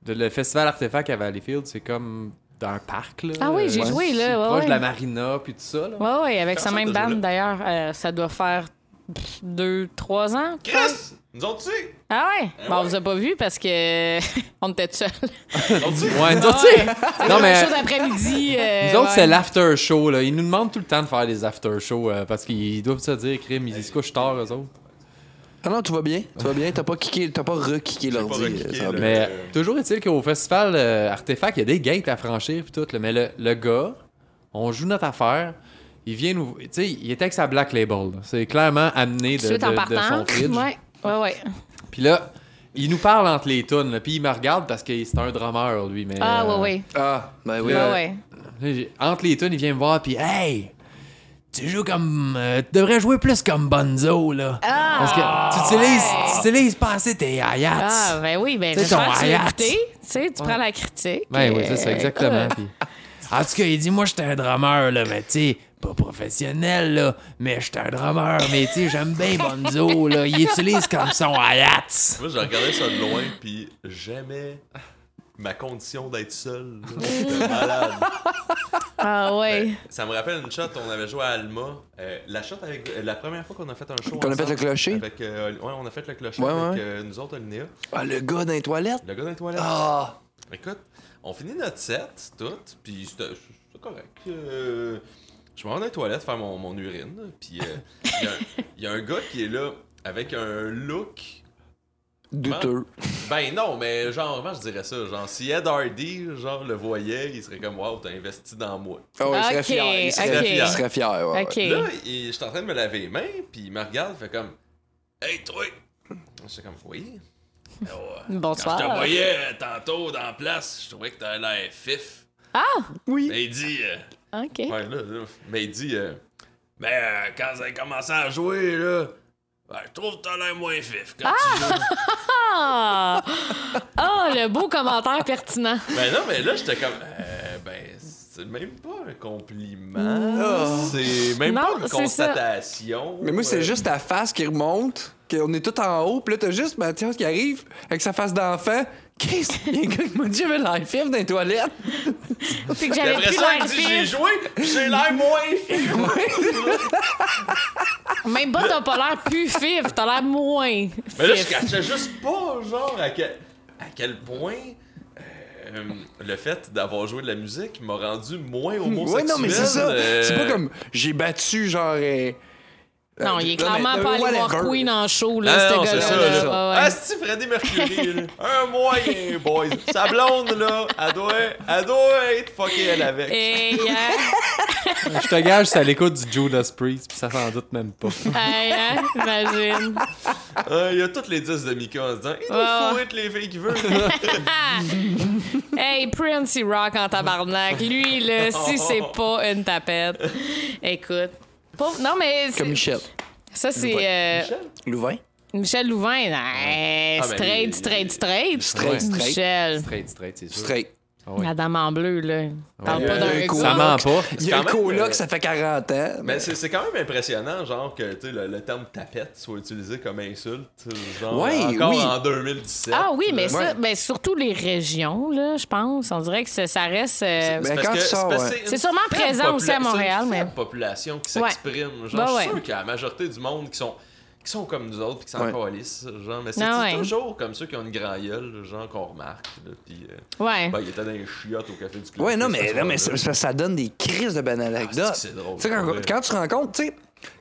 Speaker 5: de- le festival Artefact à Valleyfield, c'est comme dans un parc, là.
Speaker 2: Ah oui, j'ai
Speaker 5: Euh,
Speaker 2: joué, là,
Speaker 5: c'est
Speaker 2: ouais,
Speaker 5: Proche de la
Speaker 2: ouais.
Speaker 5: marina, puis tout ça, là.
Speaker 2: Ouais, ouais, avec
Speaker 1: Quand
Speaker 2: sa
Speaker 1: ça,
Speaker 2: même
Speaker 1: t'as joué
Speaker 2: bande
Speaker 1: là?
Speaker 2: d'ailleurs, euh, ça doit faire pff, deux, trois ans.
Speaker 1: Chris! Nous ont tué!
Speaker 2: Ah ouais?
Speaker 1: Eh
Speaker 2: Bon, on
Speaker 1: ouais.
Speaker 2: vous a pas vu parce que (laughs) on était seuls.
Speaker 1: Nous ont tué!
Speaker 5: Ouais, nous autres,
Speaker 2: Ah Ouais.
Speaker 5: Non,
Speaker 2: Quelque
Speaker 5: mais- (laughs)
Speaker 2: chose euh, d'après-midi.
Speaker 5: Nous autres, c'est l'after show, là. Ils nous demandent tout le temps de faire des after shows euh, parce qu'ils doivent se dire, crime, ils se couchent tard, eux autres.
Speaker 3: Ah non, tout va bien. Tout va bien. T'as pas kické, t'as pas re-kické
Speaker 1: pas
Speaker 3: l'ordi.
Speaker 1: re-kické,
Speaker 3: ça va
Speaker 1: là.
Speaker 3: bien.
Speaker 5: Mais
Speaker 1: Euh,
Speaker 5: toujours est-il qu'au festival euh, Artefact, il y a des gates à franchir puis tout. là. Mais le, le gars, on joue notre affaire. Il vient nous. Tu sais, il était avec sa Black Label. là. C'est clairement amené de,
Speaker 2: Suite
Speaker 5: de-
Speaker 2: en
Speaker 5: de
Speaker 2: partant.
Speaker 5: son fridge.
Speaker 2: ouais, ouais, ouais.
Speaker 5: Puis là, il nous parle entre les tunes. là. Puis il me regarde parce que c'est un drummer, lui. Mais,
Speaker 2: Ah,
Speaker 5: euh,
Speaker 2: ouais, ouais.
Speaker 3: Ah, ben oui.
Speaker 5: Le-
Speaker 2: Ouais, ouais.
Speaker 5: Là, j'ai- Entre les tunes, il vient me voir, puis hey, tu joues comme. euh, tu devrais jouer plus comme Bonzo, là. Parce que tu utilises, tu utilises pas assez tes hi-hats.
Speaker 2: Ah, ben oui, ben,
Speaker 5: C'est
Speaker 2: j'espère
Speaker 5: ton
Speaker 2: que tu l'as
Speaker 5: hayat.
Speaker 2: écouté. Tu sais, tu prends la critique.
Speaker 5: Ben oui,
Speaker 2: et,
Speaker 5: c'est ça,
Speaker 2: euh,
Speaker 5: exactement.
Speaker 2: (laughs) écoute.
Speaker 5: puis- En tout cas, il dit Moi, j'étais un drummer, là, mais tu sais, pas professionnel, là, mais j'étais un drummer, mais tu sais, j'aime bien Bonzo, là. Il utilise comme son hi-hats.
Speaker 1: Moi, je regardais ça de loin, puis jamais ma condition d'être seul, là, c'était malade.
Speaker 2: Ah, ouais.
Speaker 1: Ben, ça me rappelle une shot, on avait joué à Alma. Euh, la shot avec euh, la première fois qu'on a fait un show.
Speaker 3: Qu'on a fait
Speaker 1: ensemble,
Speaker 3: le clocher?
Speaker 1: Avec, euh, ouais, on a fait le clocher
Speaker 3: Ouais,
Speaker 1: avec
Speaker 3: ouais.
Speaker 1: euh, nous autres, Alinéa.
Speaker 3: Ah, le gars dans les toilettes.
Speaker 1: Le gars dans les toilettes.
Speaker 3: Ah,
Speaker 1: Écoute, on finit notre set, tout, puis c'était c'était correct. Euh, je m'en vais dans les toilettes faire mon, mon urine, puis euh,
Speaker 3: (laughs)
Speaker 1: il y, a un gars qui est là avec un look.
Speaker 3: douteux.
Speaker 1: Ben non, mais genre, comment je dirais ça? Genre, si Ed Hardy, genre, le voyait, il serait comme, wow, t'as investi dans moi.
Speaker 3: Ah ouais, il serait
Speaker 2: Ok,
Speaker 3: fier. Il serait,
Speaker 1: ok.
Speaker 3: il serait fier, ouais, ouais.
Speaker 2: OK.
Speaker 1: Là, il- je suis en train de me laver les mains, puis il me regarde, fait comme Hey, toi J'étais comme Oui. Ah ouais. Quand je te
Speaker 2: Bonsoir.
Speaker 1: voyais euh, tantôt dans la place, je trouvais que t'avais l'air fif.
Speaker 2: Ah!
Speaker 3: Oui.
Speaker 1: Mais il dit euh,
Speaker 2: OK.
Speaker 1: Ouais, là, là, Mais il dit euh, Mais euh, quand vous avez commencé à jouer, là, ben, je trouve que t'as l'air moins fif quand tu joues.
Speaker 2: Ah! Ah, le beau commentaire pertinent.
Speaker 1: Ben non, mais là, j'étais comme Euh, Ben, c'est même pas un compliment.
Speaker 3: Ah.
Speaker 1: C'est même
Speaker 2: Non,
Speaker 1: pas une
Speaker 2: c'est ça.
Speaker 1: constatation.
Speaker 3: Mais moi, c'est
Speaker 1: Euh,
Speaker 3: juste ta face qui remonte, qu'on est tout en haut, puis là, t'as juste Mathias qui arrive avec sa face d'enfant. Qu'est-ce qu'il y a un gars qui m'a dit j'avais l'air fif dans les toilettes?
Speaker 2: C'est que
Speaker 1: Puis
Speaker 2: j'avais
Speaker 1: après
Speaker 2: plus
Speaker 1: ça, il
Speaker 2: l'air
Speaker 1: dit J'ai
Speaker 2: fif.
Speaker 1: joué, puis j'ai
Speaker 2: (laughs)
Speaker 1: l'air moins fif.
Speaker 2: Même pas, t'as pas l'air plus fif, t'as l'air moins
Speaker 1: Mais là, je
Speaker 2: fif.
Speaker 1: cachais juste pas, genre, à quel, à quel point euh, le fait d'avoir joué de la musique m'a rendu moins homosexuel.
Speaker 3: Ouais, non, mais c'est ça.
Speaker 1: euh,
Speaker 3: C'est pas comme j'ai battu, genre. euh,
Speaker 2: Non, il est
Speaker 3: Non, mais-
Speaker 2: clairement pas allé voir
Speaker 3: whatever.
Speaker 2: Queen en show,
Speaker 1: Non,
Speaker 2: là,
Speaker 1: non,
Speaker 2: ce
Speaker 1: c'est ça, là.
Speaker 2: gars-là. Ouais,
Speaker 1: Ah,
Speaker 2: ouais.
Speaker 1: c'est Freddy Mercury, là. Un moyen, boys. Sa blonde, là, elle doit, elle doit être fuckée, elle, avec.
Speaker 2: Et, yeah.
Speaker 5: Ben, Je te gage, c'est à l'écoute du Judas Priest, puis ça s'en doute même pas.
Speaker 2: Hey, hein, imagine.
Speaker 1: Euh, Il y a toutes les 10 de Mika en se disant Il nous
Speaker 2: Ouais,
Speaker 1: faut
Speaker 2: ouais.
Speaker 1: être les
Speaker 2: (laughs)
Speaker 1: filles qu'il veut.
Speaker 2: Hey, Prince, il rock en tabarnak. Lui, là, si c'est pas une tapette. Écoute. Pauvre- Non, mais. c'est-
Speaker 3: Comme Michel.
Speaker 2: Ça, c'est. euh, Michel?
Speaker 3: Louvain.
Speaker 2: Louvain, non,
Speaker 1: Ah, ben,
Speaker 2: straight,
Speaker 1: il-
Speaker 2: straight, straight,
Speaker 3: Straight, straight.
Speaker 2: Michel.
Speaker 5: Straight, straight, c'est sûr.
Speaker 3: Straight.
Speaker 5: Oui.
Speaker 2: La dame en bleu, là. Parle
Speaker 5: Ouais.
Speaker 2: pas d'un
Speaker 3: Euh,
Speaker 2: gars.
Speaker 3: cool.
Speaker 5: Ça ment pas.
Speaker 3: Il y a un
Speaker 1: quand même,
Speaker 3: coloc,
Speaker 1: euh,
Speaker 3: ça fait 40 ans.
Speaker 1: Mais c'est c'est quand même impressionnant, genre, que tu sais, le, le terme tapette soit utilisé comme insulte. Genre,
Speaker 3: Ouais,
Speaker 1: encore
Speaker 3: oui.
Speaker 1: en 2017.
Speaker 2: Ah oui, mais
Speaker 3: Ouais.
Speaker 2: ça, ben, surtout les régions, là, je pense. On dirait que ça, ça reste. euh,
Speaker 3: Ben,
Speaker 1: Parce
Speaker 3: quand
Speaker 1: que
Speaker 3: tu sors,
Speaker 1: parce que
Speaker 3: ouais.
Speaker 1: une
Speaker 2: C'est sûrement
Speaker 1: faible
Speaker 2: présent aussi à
Speaker 1: popula-
Speaker 2: Montréal,
Speaker 1: c'est une
Speaker 2: mais-
Speaker 1: faible population qui s'exprime.
Speaker 2: Ben
Speaker 1: Genre, je suis
Speaker 2: ouais.
Speaker 1: sûr qu'il y a la majorité du monde qui sont qui qui sont comme nous autres puis qui s'en
Speaker 3: Ouais.
Speaker 1: calissent, genre. Mais c'est
Speaker 2: Ah
Speaker 1: c'est
Speaker 2: ouais.
Speaker 1: toujours comme ceux qui ont une grand gueule, genre, qu'on remarque, là, puis... euh,
Speaker 2: Ouais.
Speaker 1: Ben, il était dans les chiottes au café du club.
Speaker 3: Ouais, non,
Speaker 1: ce
Speaker 3: mais,
Speaker 1: soir-là.
Speaker 3: non, mais ça, ça- ça donne des crises de bonnes
Speaker 1: Ah,
Speaker 3: anecdotes.
Speaker 1: c'est que c'est drôle,
Speaker 3: Tu sais, quand,
Speaker 1: pour vrai.
Speaker 3: quand tu rencontres, tu sais,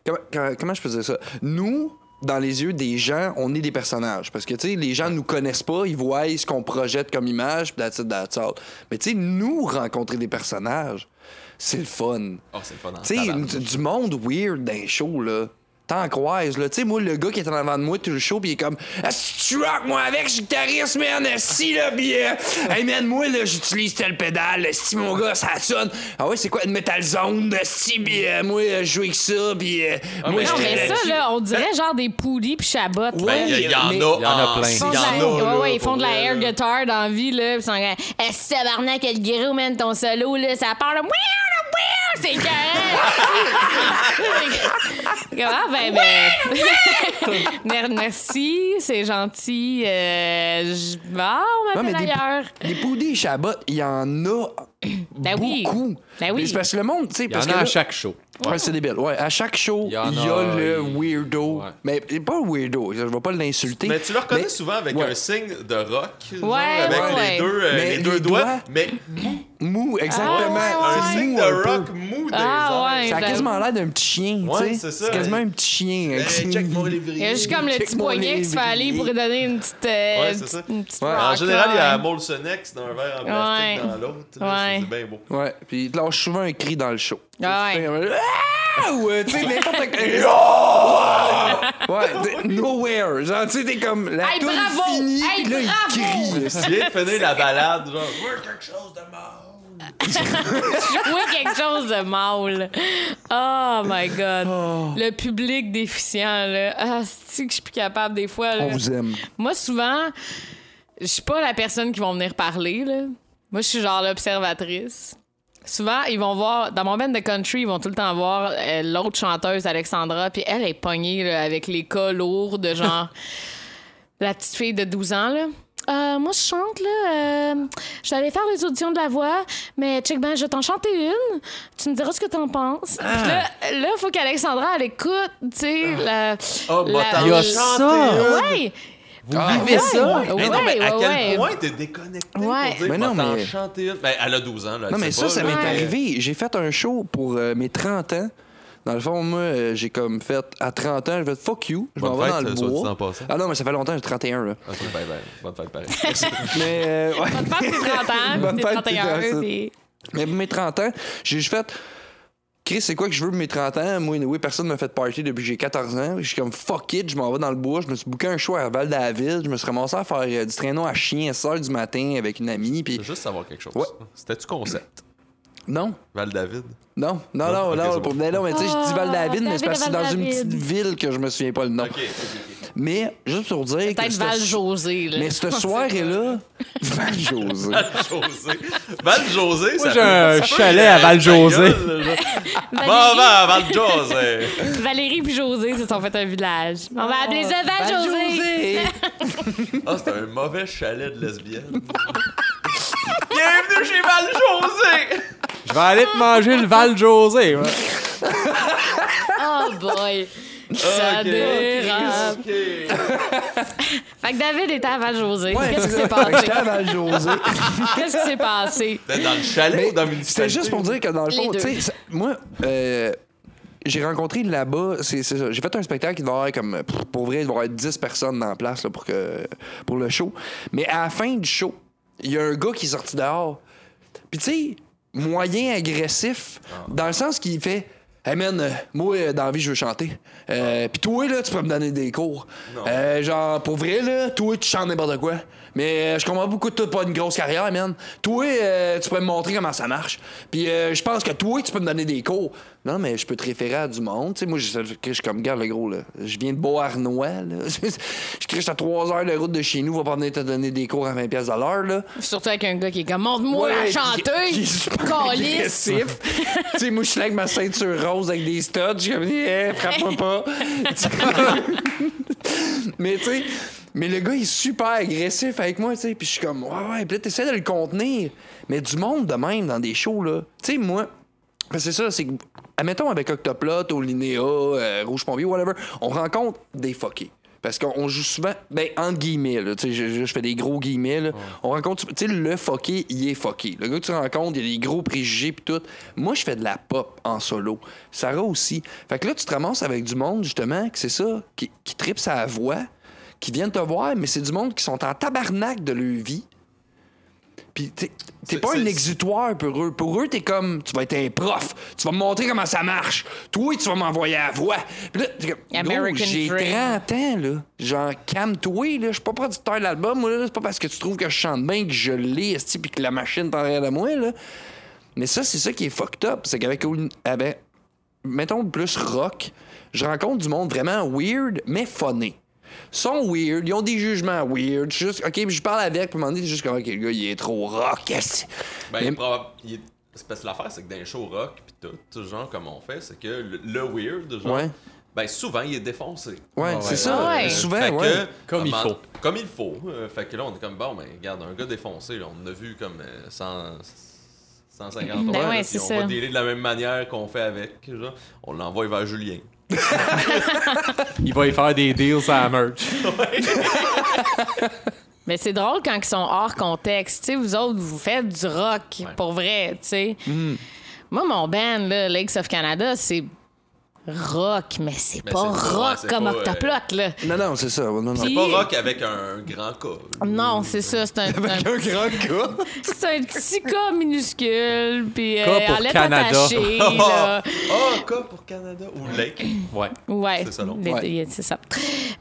Speaker 3: comment, comment- comment je peux dire ça? Nous, dans les yeux des gens, on est des personnages. Parce que, tu sais, les gens nous connaissent pas, ils voient ce qu'on projette comme image, pis that's it, that's all. Mais, tu sais, nous, rencontrer des personnages, c'est le fun.
Speaker 1: Ah, c'est le fun en
Speaker 3: Tu sais,
Speaker 1: tabarnak.
Speaker 3: du du monde weird d'un show, là. T'en croises, là. Tu sais, moi, le gars qui est en avant de moi tout le show, pis il est comme, Ah, si tu rock, moi, avec, je suis guitariste, man, si, là, pis, euh, hey, man, moi, là, j'utilise telle pédale, si, mon gars, ça sonne. Ah ouais, c'est quoi, une metal zone, si, pis, euh, moi, euh, je joue avec ça, pis, euh, moi, je
Speaker 1: mais
Speaker 2: Non,
Speaker 1: je
Speaker 2: Ah, mais
Speaker 3: fais
Speaker 2: ça,
Speaker 3: là-dessus.
Speaker 2: là, on dirait genre des poulies puis chabot. là.
Speaker 1: Ben, il y, en a,
Speaker 3: mais-
Speaker 5: y en a plein.
Speaker 2: Ils
Speaker 1: Il
Speaker 2: font de
Speaker 1: y
Speaker 2: la,
Speaker 1: en a,
Speaker 2: ouais,
Speaker 1: là,
Speaker 2: ouais, ils font
Speaker 1: pour
Speaker 2: de la
Speaker 1: vrai,
Speaker 2: air
Speaker 1: là.
Speaker 2: guitar dans la vie, là. Puis ils sont comme, Eh, c'est tabarnak, elle guérou, man, ton solo, là, ça part, là, weird, weird, c'est (laughs) carré. ah, ben, ben. (laughs) Mer- Merci, c'est gentil. Euh, je... Ah, on
Speaker 3: Non, mais
Speaker 2: m'appelle
Speaker 3: des-
Speaker 2: ailleurs.
Speaker 3: Les poudés et chabots, il y en a
Speaker 2: Ben oui.
Speaker 3: beaucoup.
Speaker 2: Ben oui.
Speaker 3: Mais c'est parce que le monde, tu sais,
Speaker 5: Il y en
Speaker 3: parce
Speaker 5: a
Speaker 3: que
Speaker 5: à
Speaker 3: là-
Speaker 5: chaque show.
Speaker 3: Ouais, c'est débile. Ouais, à chaque show, il y,
Speaker 5: y en
Speaker 3: a,
Speaker 5: a,
Speaker 3: le
Speaker 5: il-
Speaker 3: weirdo.
Speaker 5: Ouais.
Speaker 3: Mais il est pas weirdo, je vais pas l'insulter.
Speaker 1: Mais tu le reconnais
Speaker 3: Mais-
Speaker 1: souvent avec
Speaker 3: Ouais.
Speaker 1: un signe de rock, genre,
Speaker 2: Ouais,
Speaker 1: avec
Speaker 2: ouais.
Speaker 1: les deux, euh,
Speaker 3: Mais
Speaker 1: les
Speaker 3: les
Speaker 1: deux doigts,
Speaker 3: doigts-
Speaker 1: mais
Speaker 3: Mou, exactement.
Speaker 2: Ah ouais,
Speaker 1: un
Speaker 2: ouais.
Speaker 3: C'est
Speaker 1: signe
Speaker 3: mou un
Speaker 1: de
Speaker 3: peu.
Speaker 1: rock mou des
Speaker 2: Ah,
Speaker 1: airs.
Speaker 2: ouais.
Speaker 3: Ça a
Speaker 2: Ben
Speaker 3: quasiment l'air d'un petit chien, tu
Speaker 1: Ouais,
Speaker 3: sais.
Speaker 1: c'est ça.
Speaker 3: C'est quasiment un petit chien.
Speaker 1: Hey,
Speaker 3: avec ses-
Speaker 1: check-moi les
Speaker 2: Il y a
Speaker 1: vrilles.
Speaker 2: juste comme le
Speaker 3: Check
Speaker 2: petit
Speaker 3: mon
Speaker 2: poignet qui se fait aller
Speaker 3: lévrier.
Speaker 2: pour donner une petite. euh,
Speaker 1: Ouais,
Speaker 2: une
Speaker 1: c'est ça.
Speaker 2: petite- une petite
Speaker 3: Ouais.
Speaker 1: En
Speaker 2: rock,
Speaker 1: général,
Speaker 2: là,
Speaker 1: il y a un
Speaker 2: ouais.
Speaker 1: Molsonex dans un verre en
Speaker 2: Ouais.
Speaker 1: plastique dans l'autre. là,
Speaker 2: Ouais.
Speaker 1: C'est bien beau.
Speaker 3: (laughs) Ouais, puis il te lâche souvent un cri dans le show.
Speaker 2: Ah ouais.
Speaker 3: Ah ouais, tu sais, n'importe
Speaker 1: (laughs)
Speaker 3: quoi. ouais, t'sais, nowhere. Genre, tu sais, t'es comme la
Speaker 2: Hey,
Speaker 3: toune
Speaker 2: bravo!
Speaker 3: finie,
Speaker 2: Hey,
Speaker 3: puis là, il
Speaker 2: bravo!
Speaker 3: crie.
Speaker 1: Tu viens de finir la balade, genre, Veux quelque chose de mort.
Speaker 2: Oui, quelque chose de mal. Oh my God.
Speaker 1: Oh.
Speaker 2: Le public déficient, là. Ah, c'est que je suis plus capable des fois. là.
Speaker 3: On vous aime.
Speaker 2: Moi, souvent, je suis pas la personne qui vont venir parler, là. Moi, je suis genre l'observatrice. Souvent, ils vont voir, dans mon band de country, ils vont tout le temps voir euh, l'autre chanteuse, Alexandra, puis elle est pognée là, avec les cas lourds de genre la petite fille de 12 ans, là. Euh, moi, je chante, là. euh, je vais aller faire les auditions de la voix, mais check ben, je vais t'en chanter une. Tu me diras ce que t'en penses.
Speaker 1: Ah.
Speaker 2: Puis là, là, faut qu'Alexandra, elle écoute, tu sais, la.
Speaker 1: Oh, bah,
Speaker 2: la-
Speaker 1: t'en
Speaker 5: Il y a
Speaker 1: chanté
Speaker 5: ça.
Speaker 1: une.
Speaker 2: Ouais!
Speaker 5: Vous
Speaker 3: Ah,
Speaker 5: vivez
Speaker 2: ouais.
Speaker 5: ça?
Speaker 2: Ouais.
Speaker 1: Mais non, mais à
Speaker 2: ouais,
Speaker 1: quel
Speaker 2: ouais.
Speaker 1: point t'es déconnecté
Speaker 2: Ouais.
Speaker 1: pour dire,
Speaker 3: Mais non,
Speaker 1: bah, t'en
Speaker 3: mais-
Speaker 1: chanter une. Ben, elle a 12 ans, là. elle
Speaker 3: Non, mais
Speaker 1: sait
Speaker 3: ça,
Speaker 1: pas,
Speaker 3: ça
Speaker 1: là,
Speaker 3: m'est
Speaker 1: mais-
Speaker 3: arrivé. J'ai fait un show pour euh, mes 30 ans. Dans le fond, moi, euh, j'ai comme fait à 30 ans, je vais te fuck you. Je m'en
Speaker 1: Bonne
Speaker 3: vais dans
Speaker 1: fête, euh,
Speaker 3: le Ah.
Speaker 1: soit dit
Speaker 3: bois.
Speaker 1: en passant.
Speaker 3: Ah non, mais ça fait longtemps, j'ai 31, là.
Speaker 1: Ok, ben, ben, bonne fête, pareil.
Speaker 3: Mais,
Speaker 2: (laughs)
Speaker 3: euh, ouais.
Speaker 2: Bonne fête, t'es 30 ans,
Speaker 3: Bonne
Speaker 2: puis
Speaker 3: fête,
Speaker 2: t'es 31,
Speaker 3: t'es
Speaker 2: puis-
Speaker 3: Mais pour mes 30 ans, j'ai juste fait. Chris, c'est quoi que je veux pour mes 30 ans? Moi, anyway, personne ne m'a fait party depuis que j'ai 14 ans. Je suis comme fuck it, je m'en vais dans le bois. Je me suis bouqué un show à Val-David. Je me suis ramassé à faire euh, du traîneau à chien à 6 heures du matin avec une amie. Puis
Speaker 1: Je veux juste savoir quelque chose.
Speaker 3: Ouais.
Speaker 1: C'était-tu concept?
Speaker 3: non,
Speaker 1: Val David?
Speaker 3: non, non,
Speaker 1: Non?
Speaker 3: non,
Speaker 1: Ok,
Speaker 3: non,
Speaker 1: c'est
Speaker 3: pour-
Speaker 1: bon.
Speaker 3: mais non, mais tu sais, je dis
Speaker 2: Ah,
Speaker 3: Val-David, mais
Speaker 2: David
Speaker 3: c'est parce que c'est dans une
Speaker 2: Val-David.
Speaker 3: petite ville que je me souviens pas le nom. Mais juste pour dire. que
Speaker 2: Peut-être
Speaker 3: c'était-
Speaker 2: Val-José, là. (laughs)
Speaker 3: Mais cette soirée-là, Val-José.
Speaker 1: Val-José. Val-José,
Speaker 5: Moi,
Speaker 1: ça
Speaker 5: j'ai
Speaker 1: fait-
Speaker 5: un
Speaker 1: ça fait,
Speaker 5: chalet à
Speaker 1: euh,
Speaker 5: Val-José.
Speaker 1: ta gueule, là. Bon,
Speaker 2: Valérie,
Speaker 1: ben, Val-José.
Speaker 2: Valérie puis José, se sont fait un village. On va appeler ça Val-José.
Speaker 1: Ah, c'est un mauvais chalet de lesbienne. Bienvenue chez Val-José!
Speaker 5: Je vais aller te manger le hein. Val-José. ouais.
Speaker 2: Oh boy.
Speaker 3: (laughs)
Speaker 2: Ça
Speaker 1: Ok,
Speaker 2: dérape.
Speaker 1: ok.
Speaker 2: Fait que David était à Val-José.
Speaker 3: Ouais,
Speaker 2: Qu'est-ce qui
Speaker 3: c'est
Speaker 2: s'est
Speaker 3: ça.
Speaker 2: passé?
Speaker 3: J'étais à Val-José.
Speaker 2: Qu'est-ce qui s'est passé?
Speaker 1: T'es Ben, dans le chalet
Speaker 3: Mais
Speaker 1: ou dans une
Speaker 3: C'était juste pour dire que dans le
Speaker 2: Les
Speaker 3: fond,
Speaker 2: deux.
Speaker 3: tu sais, ça- moi, euh, j'ai rencontré là-bas, c'est c'est ça, j'ai fait un spectacle qui devait avoir comme, pff, pour vrai, il devait y avoir 10 personnes dans la place là, pour, que, pour le show. Mais à la fin du show, il y a un gars qui est sorti dehors. Puis tu sais, moyen agressif, dans le sens qu'il fait. Hey man, euh, moi, euh, dans la vie, je veux chanter. Euh, Puis toi, là, tu peux me donner des cours.
Speaker 1: Non.
Speaker 3: Euh, genre, pour vrai, là, toi, tu chantes n'importe quoi. Mais euh, je comprends beaucoup que t'as pas une grosse carrière, man. Toi, euh, tu peux me montrer comment ça marche. Puis euh, je pense que toi, tu peux me donner des cours. Non, mais je peux te référer à du monde. Tu sais, moi, je je suis comme, garde le gros, là. Je viens de Beauharnois, là. (laughs) je criche à 3 heures de route de chez nous, va pas venir te donner des cours à 20$ piastres à l'heure, là.
Speaker 2: Surtout avec un gars qui est comme Montre-moi à
Speaker 3: Ouais,
Speaker 2: chanter!
Speaker 3: qui- qui est super
Speaker 2: Calice! (laughs)
Speaker 3: agressif. tu sais, moi, je suis là avec ma ceinture rose avec des studs. Je suis comme, eh, frappe-moi
Speaker 2: (laughs)
Speaker 3: pas. mais tu sais, mais le gars, il est super agressif avec moi, tu sais. Puis je suis comme, ouais, ouais. Puis là, t'essaies de le contenir. Mais du monde de même dans des shows, là. Tu sais, moi, parce que c'est ça, c'est que admettons avec Octoplot, au Linéa, euh, Rouge Pompier, whatever, on rencontre des fuckés. Parce qu'on on joue souvent, ben, entre guillemets, là, tu sais, je, je- je fais des gros guillemets, là. on rencontre, tu sais, le fucké, il est fucké. Le gars que tu rencontres, il y a des gros préjugés pis tout. Moi, je fais de la pop en solo. Sarah aussi. Fait que là, tu te ramasses avec du monde, justement, que c'est ça, qui, qui tripe sa voix, qui viennent te voir, mais c'est du monde qui sont en tabarnak de leur vie. Puis t'es- t'es
Speaker 1: C'est-
Speaker 3: pas un
Speaker 1: c'est-
Speaker 3: exutoire pour eux. Pour eux, t'es comme, tu vas être un prof, tu vas me montrer comment ça marche. Toi, tu vas m'envoyer à la voix. Puis là, t'es comme,
Speaker 2: American
Speaker 3: Gros, j'ai
Speaker 2: Dream.
Speaker 3: 30 ans, là. Genre, calme-toi, là. Je suis pas producteur d'album, moi, là. C'est pas parce que tu trouves que je chante bien que je l'ai, esti, puis que la machine est en arrière de moi, là. Mais ça, c'est ça qui est fucked up. C'est qu'avec, Oul- ah ben, mettons, plus rock, je rencontre du monde vraiment weird, mais funny. Ils sont weird, ils ont des jugements weird. Je suis Juste, OK, puis je parle avec, puis à un moment donné, c'est juste comme, OK, le gars, il est trop rock, esti.
Speaker 1: Ben,
Speaker 3: Mais-
Speaker 1: probab- il est- c'est parce que l'affaire, c'est que dans les shows rock, pis tout, tout, genre, comme on fait, c'est que le, le weird, genre,
Speaker 3: Ouais.
Speaker 1: ben, souvent, il est défoncé.
Speaker 3: Ouais,
Speaker 5: Ah
Speaker 3: c'est
Speaker 5: ouais.
Speaker 3: ça.
Speaker 2: Ah ouais.
Speaker 3: Euh, Souvent,
Speaker 1: Fait que,
Speaker 3: ouais.
Speaker 5: Comme il
Speaker 1: à un moment-
Speaker 5: faut.
Speaker 1: Ah, Comme il faut. Euh, fait que là, on est comme, bon, mais regarde, un gars défoncé, là, on en a vu comme euh, 100, 150
Speaker 2: Ben
Speaker 1: heures,
Speaker 2: ouais,
Speaker 1: là,
Speaker 2: c'est
Speaker 1: puis on
Speaker 2: ça.
Speaker 1: va dealer de la même manière qu'on fait avec. Genre. On l'envoie vers Julien.
Speaker 5: Il va y faire des deals à la merch.
Speaker 2: Mais c'est drôle quand ils sont hors contexte. Tu sais, vous autres, vous faites du rock pour vrai, tu sais.
Speaker 1: Mhm.
Speaker 2: Moi, mon band, là, Lakes of Canada, c'est rock, mais c'est
Speaker 1: Mais
Speaker 2: pas
Speaker 1: c'est pas- ouais,
Speaker 2: rock
Speaker 1: c'est
Speaker 2: comme
Speaker 1: pas, euh,
Speaker 2: Octoplot, là.
Speaker 3: Non, non, c'est ça. Non, non.
Speaker 2: Puis-
Speaker 1: Pas rock avec un grand cas. là.
Speaker 2: Non, c'est ça, c'est un, un-
Speaker 3: Un grand gars.
Speaker 2: (laughs) c'est un petit cas minuscule, puis euh,
Speaker 5: Cas pour
Speaker 2: à l'aide
Speaker 5: Canada.
Speaker 1: (laughs)
Speaker 2: attachée, là.
Speaker 1: Ah, cas pour Canada ou Lake.
Speaker 5: Ouais.
Speaker 2: Ouais,
Speaker 1: C'est ça, non?
Speaker 2: Les-
Speaker 3: Ouais.
Speaker 2: c'est ça.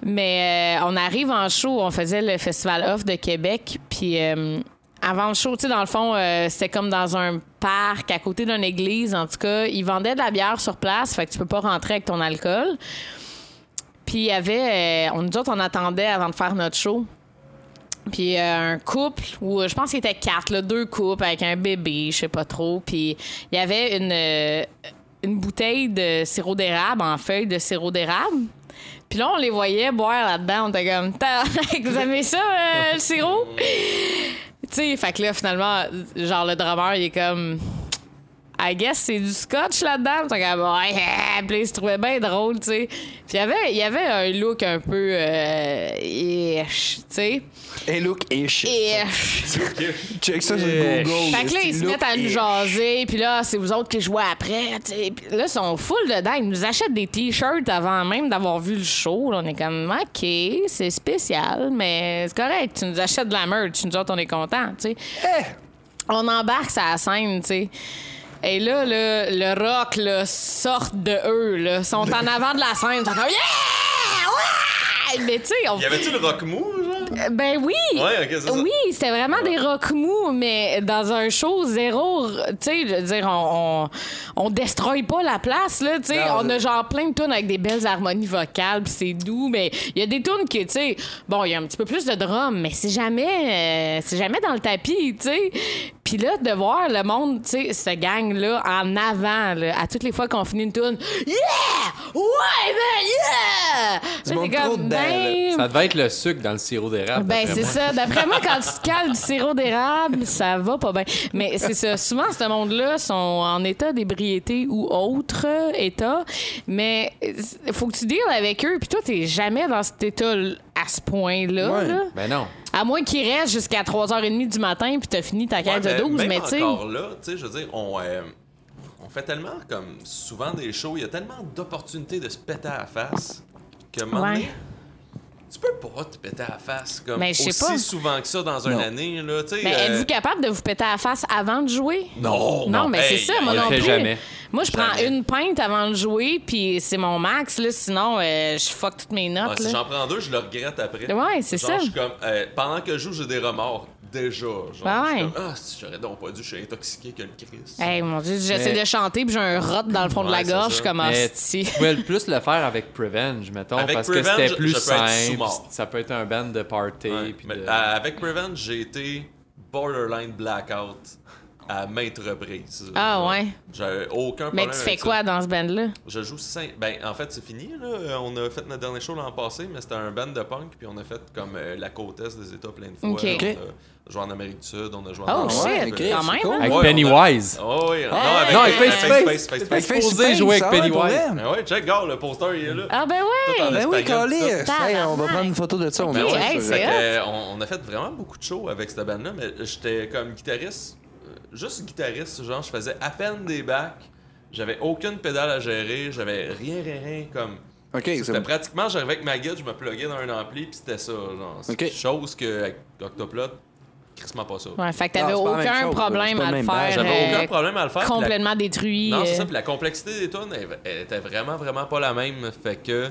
Speaker 2: Mais euh, on arrive en show, on faisait le Festival Off de Québec, puis euh, avant le show, tu sais, dans le fond, euh, c'était comme dans un parc à côté d'une église, en tout cas. Ils vendaient de la bière sur place, fait que tu peux pas rentrer avec ton alcool. Puis il y avait, euh, on, nous autres, on attendait avant de faire notre show. Puis euh, un couple, ou euh, je pense qu'il était quatre, là, deux couples avec un bébé, je sais pas trop. Puis il y avait une, euh, une bouteille de sirop d'érable en feuille de sirop d'érable. Puis là, on les voyait boire là-dedans. On était comme, Tabarnak, (laughs) vous aimez ça, euh, le sirop? tu sais, fait que là, finalement, genre, le drummer, il est comme, I guess c'est du scotch là-dedans. Puis t'es comme, ouais, ouais. (laughs) Puis là, il se trouvait bien drôle, tu sais. Puis il y avait, il y avait un look un peu, euh, ish, tu sais.
Speaker 3: Hey, look, ish.
Speaker 2: Ish.
Speaker 3: Check ça sur Google.
Speaker 2: Fait que là, ils se
Speaker 3: Look
Speaker 2: mettent à nous
Speaker 3: ish.
Speaker 2: jaser, puis là, c'est vous autres qui jouez après. tu sais. Puis là, ils sont full dedans. Ils nous achètent des t-shirts avant même d'avoir vu le show. Là, on est comme, OK, c'est spécial, mais c'est correct. Tu nous achètes de la merch. Nous autres, on est contents. tu sais.
Speaker 3: Eh!
Speaker 2: On embarque sur la scène, tu sais. Et là, le, le rock là, sort de eux. Là. Ils sont en avant de la scène. Ils sont comme, yeah! Ouais! Mais tu sais, on
Speaker 1: Y avait-tu le rock mou, genre?
Speaker 2: ben oui!
Speaker 1: Ouais, ok, c'est ça.
Speaker 2: Oui, c'était vraiment des rock mous, mais dans un show zéro, tu sais, je veux dire, on, on, on destroy pas la place, là, tu sais.
Speaker 3: Non,
Speaker 2: On a
Speaker 3: je-
Speaker 2: genre plein de tunes avec des belles harmonies vocales, pis c'est doux, mais il y a des tunes qui, tu sais, bon, il y a un petit peu plus de drum, mais c'est jamais, euh, c'est jamais dans le tapis, tu sais. Puis là, de voir le monde, tu sais, ce gang-là, en avant, là, à toutes les fois qu'on finit une tune, yeah! Ouais, man, yeah!
Speaker 3: Du
Speaker 2: Là,
Speaker 3: monde
Speaker 2: t'es
Speaker 3: trop
Speaker 2: comme,
Speaker 3: dedans, là.
Speaker 2: ben,
Speaker 5: Ça devait être le sucre dans le sirop d'érable.
Speaker 2: ben,
Speaker 5: d'après
Speaker 2: c'est
Speaker 5: moi.
Speaker 2: ça. D'après moi, quand tu te cales du sirop d'érable, ça va pas bien. Mais c'est ça. Souvent, ce monde-là sont en état d'ébriété ou autre euh, état. Mais euh, faut que tu deals avec eux. Puis toi, t'es jamais dans cet état à ce point-là.
Speaker 3: Ouais.
Speaker 2: là.
Speaker 5: Ben non.
Speaker 2: À moins qu'ils restent jusqu'à 3h30 du matin, puis t'as fini ta
Speaker 1: Ouais,
Speaker 2: quête
Speaker 1: mais
Speaker 2: de 12.
Speaker 1: même
Speaker 2: Mais tu sais.
Speaker 1: encore là, tu sais, je veux dire, on, euh, on fait tellement comme souvent des shows, il y a tellement d'opportunités de se péter à la face que un moment
Speaker 2: Ouais.
Speaker 1: donné, tu peux pas te péter à la face comme
Speaker 2: Mais je sais
Speaker 1: aussi
Speaker 2: pas.
Speaker 1: souvent que ça dans une
Speaker 3: Non.
Speaker 1: année là, tu sais.
Speaker 2: Mais ben,
Speaker 1: euh, Oh
Speaker 2: êtes-vous capable de vous péter à la face avant de jouer?
Speaker 1: non,
Speaker 2: Non, mais
Speaker 1: hey,
Speaker 2: c'est ça,
Speaker 1: on
Speaker 2: moi
Speaker 5: le
Speaker 2: non
Speaker 5: fait
Speaker 2: plus.
Speaker 5: jamais.
Speaker 2: Moi, je prends
Speaker 1: Jamais.
Speaker 2: une pinte avant de jouer, puis c'est mon max. Là, sinon, euh, je fuck toutes mes
Speaker 1: Ah,
Speaker 2: notes.
Speaker 1: si
Speaker 2: là.
Speaker 1: j'en prends deux, je le regrette après.
Speaker 2: Ouais, c'est
Speaker 1: Genre,
Speaker 2: ça.
Speaker 1: Je suis comme, euh, pendant que je joue, j'ai des remords. Déjà. Genre,
Speaker 2: Ah
Speaker 1: je suis
Speaker 2: ouais.
Speaker 1: comme, ah, si j'aurais donc pas dû, je suis intoxiqué que le Christ.
Speaker 2: Hey, mon Dieu, j'essaie
Speaker 5: Mais-
Speaker 2: de chanter puis j'ai un rot dans le fond de
Speaker 1: Ouais,
Speaker 2: la
Speaker 1: c'est
Speaker 2: gorge
Speaker 1: ça.
Speaker 2: comme un
Speaker 5: Mais tu
Speaker 2: sti.
Speaker 5: pouvais le plus le faire avec Prevenge, mettons,
Speaker 1: Avec
Speaker 5: parce
Speaker 1: Prevenge,
Speaker 5: que c'était plus
Speaker 1: je peux être sous
Speaker 5: simple.
Speaker 1: mort.
Speaker 5: Ça peut être un band de party.
Speaker 1: Ouais,
Speaker 5: puis
Speaker 1: mais,
Speaker 5: de-
Speaker 1: euh, avec Prevenge, j'ai été borderline blackout à maintes reprises.
Speaker 2: Ah
Speaker 1: Euh,
Speaker 2: ouais.
Speaker 1: J'avais aucun
Speaker 2: (laughs) Mais
Speaker 1: problème
Speaker 2: tu
Speaker 1: avec
Speaker 2: fais
Speaker 1: ça.
Speaker 2: quoi dans ce band-là?
Speaker 1: Je joue cinq. Ben, en fait, c'est fini. Là. Euh, On a fait notre dernier show l'an passé, mais c'était un band de punk, puis on a fait comme euh, la côte est des États plein de fois.
Speaker 2: Ok.
Speaker 1: On
Speaker 3: Ok.
Speaker 1: a joué en Amérique du Sud, on a joué
Speaker 2: Oh,
Speaker 1: en
Speaker 3: Ah
Speaker 2: shit!
Speaker 3: ouais, ok,
Speaker 2: quand
Speaker 3: c'est
Speaker 2: même,
Speaker 3: cool.
Speaker 2: hein?
Speaker 5: Avec
Speaker 1: Ouais,
Speaker 5: Pennywise.
Speaker 1: Oh, oui.
Speaker 2: Hey!
Speaker 1: Non,
Speaker 2: Non,
Speaker 1: avec
Speaker 2: avec Face
Speaker 1: Face, Face, Face.
Speaker 5: Face Osez jouer avec
Speaker 3: ça, ouais, pour
Speaker 5: Pennywise.
Speaker 3: vrai.
Speaker 1: Ben ouais, check, gars, le poster, il est là.
Speaker 2: Ah ben
Speaker 1: Tout en
Speaker 2: ouais!
Speaker 1: espagnol,
Speaker 3: Ben oui,
Speaker 1: tout ça.
Speaker 3: Colis.
Speaker 2: Tabarnak.
Speaker 3: Hey, on va prendre une photo de ça. on
Speaker 2: Ok,
Speaker 3: met ça
Speaker 2: hey,
Speaker 3: sur-
Speaker 2: c'est
Speaker 1: Fait que, euh, on, on a fait vraiment beaucoup de shows avec cette band-là, mais j'étais comme guitariste, euh, juste guitariste, genre je faisais à peine des bacs, j'avais aucune pédale à gérer, j'avais rien, rien, rien comme.
Speaker 3: OK,
Speaker 1: C'était
Speaker 3: c'est
Speaker 1: pratiquement, j'arrivais avec ma guide, je me pluguais dans un ampli, puis c'était ça, genre. C'est
Speaker 3: Ok.
Speaker 1: quelque Chose que avec Octoplot, crissement pas ça.
Speaker 2: Ouais, fait que t'avais
Speaker 3: Non, c'est pas la même
Speaker 2: aucun
Speaker 3: chose,
Speaker 2: problème
Speaker 3: c'est pas
Speaker 2: à
Speaker 3: le
Speaker 2: le
Speaker 3: même band.
Speaker 2: faire.
Speaker 1: J'avais
Speaker 2: euh,
Speaker 1: aucun problème à le faire. puis la-
Speaker 2: complètement détruit.
Speaker 1: Non, c'est ça.
Speaker 2: euh,
Speaker 1: Puis la complexité des tunes, elle, elle était vraiment, vraiment pas la même. Fait que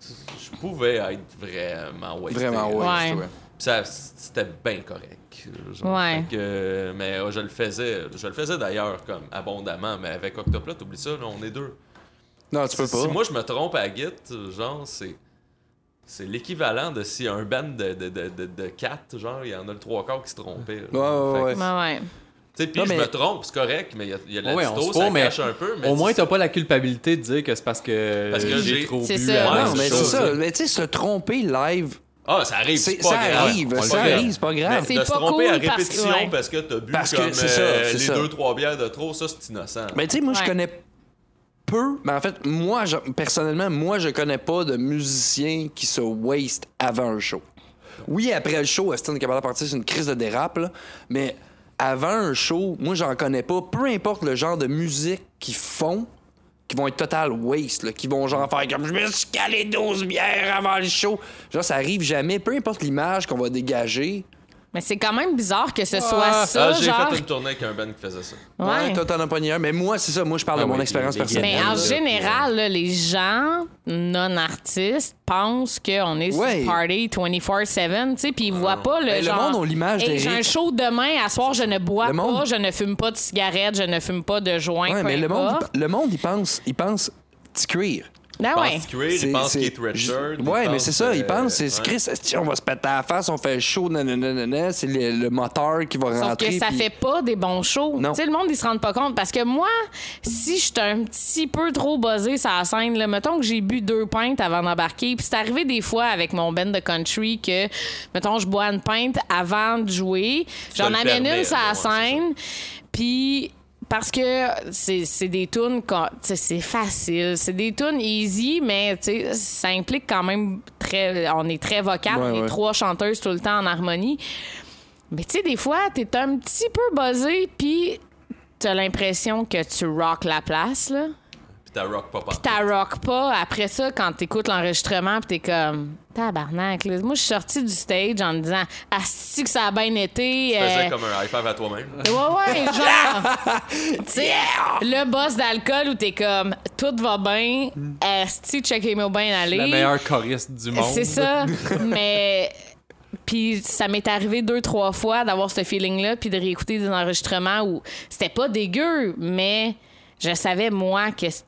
Speaker 1: je pouvais être vraiment wasted.
Speaker 3: vraiment ouais.
Speaker 2: Ouais.
Speaker 3: ouais.
Speaker 1: Puis ça, c'était bien correct. genre.
Speaker 2: Ouais.
Speaker 1: Fait que- mais euh, je le faisais, je le faisais d'ailleurs comme abondamment, mais avec Octoplot, oublie ça, là, on est deux.
Speaker 3: Non, tu peux
Speaker 1: Si-
Speaker 3: pas.
Speaker 1: Si moi je me trompe à Git, genre c'est c'est l'équivalent de si un band de, de, de, de, de quatre, genre il y en a le trois quarts qui se trompaient. genre.
Speaker 3: Ouais, ouais,
Speaker 1: Fait que-
Speaker 3: ouais.
Speaker 2: Ouais, ouais.
Speaker 1: Tu sais, puis
Speaker 3: Non,
Speaker 1: je
Speaker 3: mais-
Speaker 1: me trompe, c'est correct, mais il y a, il y a de la
Speaker 5: Ouais, on
Speaker 1: disto,
Speaker 5: se fout,
Speaker 1: ça
Speaker 5: mais
Speaker 1: cache un peu. Mais
Speaker 5: Au moins,
Speaker 1: tu-
Speaker 5: t'as pas la culpabilité de dire que c'est parce que,
Speaker 1: Parce que j'ai-
Speaker 5: j'ai trop
Speaker 2: C'est
Speaker 5: bu
Speaker 2: ça.
Speaker 5: avant
Speaker 1: Ouais,
Speaker 3: Non,
Speaker 5: cette
Speaker 3: mais c'est
Speaker 5: chose.
Speaker 3: ça. Mais tu sais, se tromper live,
Speaker 1: Ah, ça arrive,
Speaker 3: c'est-
Speaker 1: c'est
Speaker 3: ça
Speaker 1: pas grave.
Speaker 3: arrive.
Speaker 1: On le
Speaker 3: Ça
Speaker 1: fait.
Speaker 3: arrive, c'est pas grave.
Speaker 2: C'est
Speaker 1: Mais de se
Speaker 2: pas
Speaker 1: tromper à
Speaker 2: cool parce que-
Speaker 1: répétition
Speaker 2: ouais.
Speaker 1: parce que, t'as bu
Speaker 3: Parce que
Speaker 1: comme
Speaker 3: c'est ça,
Speaker 1: euh,
Speaker 3: c'est
Speaker 1: les
Speaker 3: ça.
Speaker 1: deux, trois bières de trop, ça c'est innocent.
Speaker 3: Ben, tu sais, moi, je
Speaker 2: Ouais.
Speaker 3: connais peu. Mais en fait, moi, je- personnellement, moi, je connais pas de musicien qui se waste avant un show. Oui, après le show, Aston est capable de partir sur une crise de dérape, là, mais avant un show, moi, j'en connais pas. Peu importe le genre de musique qu'ils font, qui vont être total waste, là, qui vont genre faire comme je me suis calé 12 bières avant le show. Genre, ça arrive jamais. Peu importe l'image qu'on va dégager.
Speaker 2: Mais c'est quand même bizarre que ce soit
Speaker 5: Ah,
Speaker 2: ça,
Speaker 1: Ah, j'ai
Speaker 2: genre.
Speaker 1: fait une tournée avec un band qui faisait ça.
Speaker 2: Ouais.
Speaker 3: toi, t'en as pas ni un. Mais moi, c'est ça. Moi, je parle
Speaker 5: Ah
Speaker 3: de mon
Speaker 5: oui,
Speaker 3: expérience
Speaker 5: les- les
Speaker 3: personnelle.
Speaker 2: Mais
Speaker 5: Là,
Speaker 2: en
Speaker 5: puis,
Speaker 2: général, là, les gens non artistes pensent qu'on est sur
Speaker 3: Ouais.
Speaker 2: sur party 24/7, tu sais, puis ils voient pas le
Speaker 3: Ben, le
Speaker 2: genre.
Speaker 3: monde a l'image
Speaker 2: Hey, J'ai
Speaker 3: d'Éric.
Speaker 2: un show demain à soir, je ne bois
Speaker 3: Le
Speaker 2: pas,
Speaker 3: monde-
Speaker 2: je ne fume pas de cigarette, je ne fume pas de joint.
Speaker 3: Ouais,
Speaker 2: peu
Speaker 3: mais le monde,
Speaker 2: importe.
Speaker 3: il- le monde, il pense, il pense petit cuir.
Speaker 2: Ben
Speaker 1: Il
Speaker 2: ouais.
Speaker 1: pense Cuir, il
Speaker 3: C'est-
Speaker 1: pense
Speaker 3: c'est-
Speaker 1: Keith Richards.
Speaker 3: je-
Speaker 1: il
Speaker 3: Ouais, mais
Speaker 1: pense,
Speaker 3: c'est ça, il
Speaker 1: euh,
Speaker 3: pense, c'est
Speaker 1: ouais.
Speaker 3: Chris, esti, on va se péter à la face, on fait chaud, nanana, nanana, c'est le, le moteur qui va
Speaker 2: Sauf
Speaker 3: rentrer.
Speaker 2: que ça
Speaker 3: puis-
Speaker 2: fait pas des bons shows.
Speaker 3: Non.
Speaker 2: Tu sais, le monde, ils se rendent pas compte. Parce que moi, si je suis un petit peu trop buzzé sur la scène, là, mettons que j'ai bu deux pintes avant d'embarquer. Puis c'est arrivé des fois avec mon band de country que, mettons, je bois une pinte avant de jouer. J'en
Speaker 1: le
Speaker 2: amène
Speaker 1: permets,
Speaker 2: une sur
Speaker 1: là,
Speaker 2: la
Speaker 1: ouais, c'est ça.
Speaker 2: scène. Puis. Parce que c'est c'est des tunes, qu'on- tu sais, c'est facile, c'est des tunes easy, mais tu sais, ça implique quand même très. On est très vocal,
Speaker 3: Ouais,
Speaker 2: on est
Speaker 3: ouais.
Speaker 2: trois chanteuses tout le temps en harmonie. Mais tu sais, des fois, t'es un petit peu buzzé, puis t'as l'impression que tu rock la place, là.
Speaker 1: Puis t'as rock pop
Speaker 2: T'as rock pas. Après ça, quand t'écoutes l'enregistrement, puis t'es comme tabarnak. là. Moi, je suis sortie du stage en me disant ah si que ça a bien été.
Speaker 1: Tu faisais
Speaker 2: euh,
Speaker 1: comme un high five à toi-même.
Speaker 2: Ouais, ouais, genre. tu sais, le boss d'alcool où t'es comme tout va bien, asti, checkez-moi bien aller.
Speaker 5: La meilleure choriste du monde.
Speaker 2: C'est ça, mais puis ça m'est arrivé deux trois fois d'avoir ce feeling là puis de réécouter des enregistrements où c'était pas dégueu, mais je savais moi que c-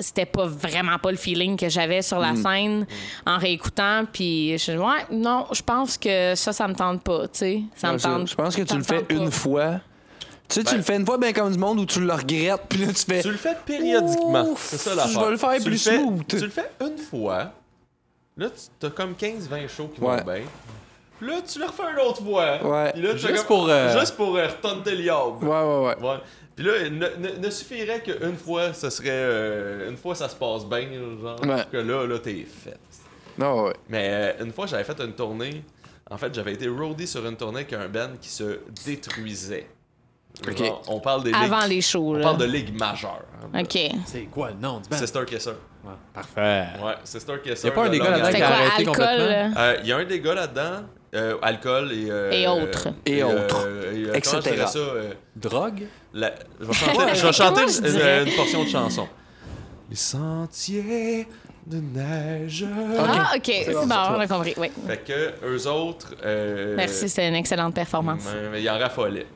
Speaker 2: c'était pas vraiment pas le feeling que j'avais sur la scène en réécoutant puis je ouais, non, je pense que ça ça me tente pas, tu sais, ça me
Speaker 3: Ouais, ça.
Speaker 2: tente.
Speaker 3: Je pense que
Speaker 2: ça
Speaker 3: tu le
Speaker 2: me
Speaker 3: fais
Speaker 2: tente pas.
Speaker 3: une fois. Tu sais, tu
Speaker 1: Ben-
Speaker 3: le fais une fois, bien comme du monde, où tu le regrettes, puis là, tu fais.
Speaker 1: (laughs) Tu le fais périodiquement.
Speaker 3: Ouf,
Speaker 1: C'est ça l'affaire.
Speaker 3: je vais le faire
Speaker 1: Tu
Speaker 3: plus
Speaker 1: fais-
Speaker 3: smooth.
Speaker 1: Tu le fais une fois. Là, tu- t'as comme 15-20 shows qui
Speaker 3: Ouais.
Speaker 1: vont bien. Puis là, tu le refais une autre fois.
Speaker 3: Ouais.
Speaker 1: Puis là, tu fais
Speaker 5: Juste
Speaker 1: comme-
Speaker 5: pour, euh,
Speaker 1: Juste pour euh, retonter le liard.
Speaker 3: Ouais, ouais, ouais.
Speaker 1: Ouais. Puis là, ne, ne- ne suffirait qu'une fois, ça serait. euh, une fois, ça se passe bien, genre.
Speaker 3: Ouais.
Speaker 1: Que là, là, t'es fait.
Speaker 3: Non, ouais.
Speaker 1: Mais euh, une fois, j'avais fait une tournée. En fait, j'avais été roadie sur une tournée avec un band qui se détruisait.
Speaker 3: Ok.
Speaker 1: Genre, on parle des
Speaker 2: avant
Speaker 1: ligues-
Speaker 2: les shows
Speaker 1: On
Speaker 2: là.
Speaker 1: parle de ligue majeure.
Speaker 2: OK.
Speaker 5: C'est quoi le nom du band?
Speaker 1: Sister Kisser.
Speaker 5: Ouais, Parfait.
Speaker 1: Ouais, Sister Kisser.
Speaker 5: Y a pas un
Speaker 1: de
Speaker 5: des gars
Speaker 1: Longueuil.
Speaker 5: là-dedans
Speaker 2: C'était
Speaker 5: qui a
Speaker 2: quoi
Speaker 5: arrêté
Speaker 2: alcool
Speaker 5: complètement?
Speaker 2: là?
Speaker 1: Euh, Il y a un des gars là-dedans, euh, alcool et... euh,
Speaker 2: Et autres.
Speaker 3: Et autres.
Speaker 1: euh,
Speaker 3: Etc.
Speaker 1: comment je dirais ça, euh,
Speaker 5: Drogue?
Speaker 1: La- Je vais chanter,
Speaker 2: Ouais,
Speaker 1: je vais chanter
Speaker 2: moi, je
Speaker 1: une,
Speaker 2: dirais.
Speaker 1: une- une portion de chanson. Les sentiers de neige.
Speaker 2: Ah OK, c'est Euh, bon, on a compris. Oui.
Speaker 1: Fait que eux autres. euh,
Speaker 2: Merci, c'était une excellente performance.
Speaker 1: Mais, mais ils en raffolaient.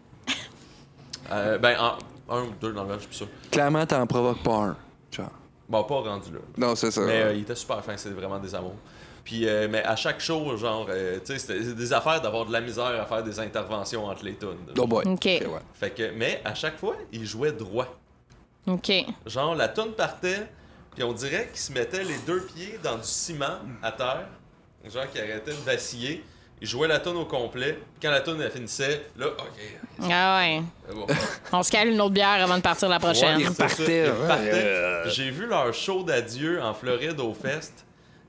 Speaker 1: Euh, ben, en- un ou deux dans le je suis plus sûr.
Speaker 3: Clairement, t'en provoques pas un. Genre.
Speaker 1: Bon, pas rendu là.
Speaker 3: Non, c'est ça.
Speaker 1: Mais
Speaker 3: ouais.
Speaker 1: euh, il était super fin, c'est vraiment des amours. Puis, euh, mais à chaque show, genre, euh, tu sais, c'était c'est des affaires d'avoir de la misère à faire des interventions entre les tunes.
Speaker 3: Oh boy.
Speaker 2: OK.
Speaker 3: Ok, ouais.
Speaker 1: Fait que, mais à chaque fois, il jouait droit.
Speaker 2: OK.
Speaker 1: Genre, la tonne partait, puis on dirait qu'il se mettait les deux pieds dans du ciment à terre. Genre, qu'il arrêtait de vaciller. Il jouait la tonne au complet. Puis Quand la tonne elle finissait, là, OK, ok,
Speaker 2: Ah ouais.
Speaker 1: c'est bon.
Speaker 2: On se cale une autre bière avant de partir la prochaine.
Speaker 1: Ouais, c'est
Speaker 3: repartaient,
Speaker 1: ça, ils
Speaker 3: ouais,
Speaker 1: repartaient.
Speaker 3: euh.
Speaker 1: J'ai vu leur show d'adieu en Floride au Fest.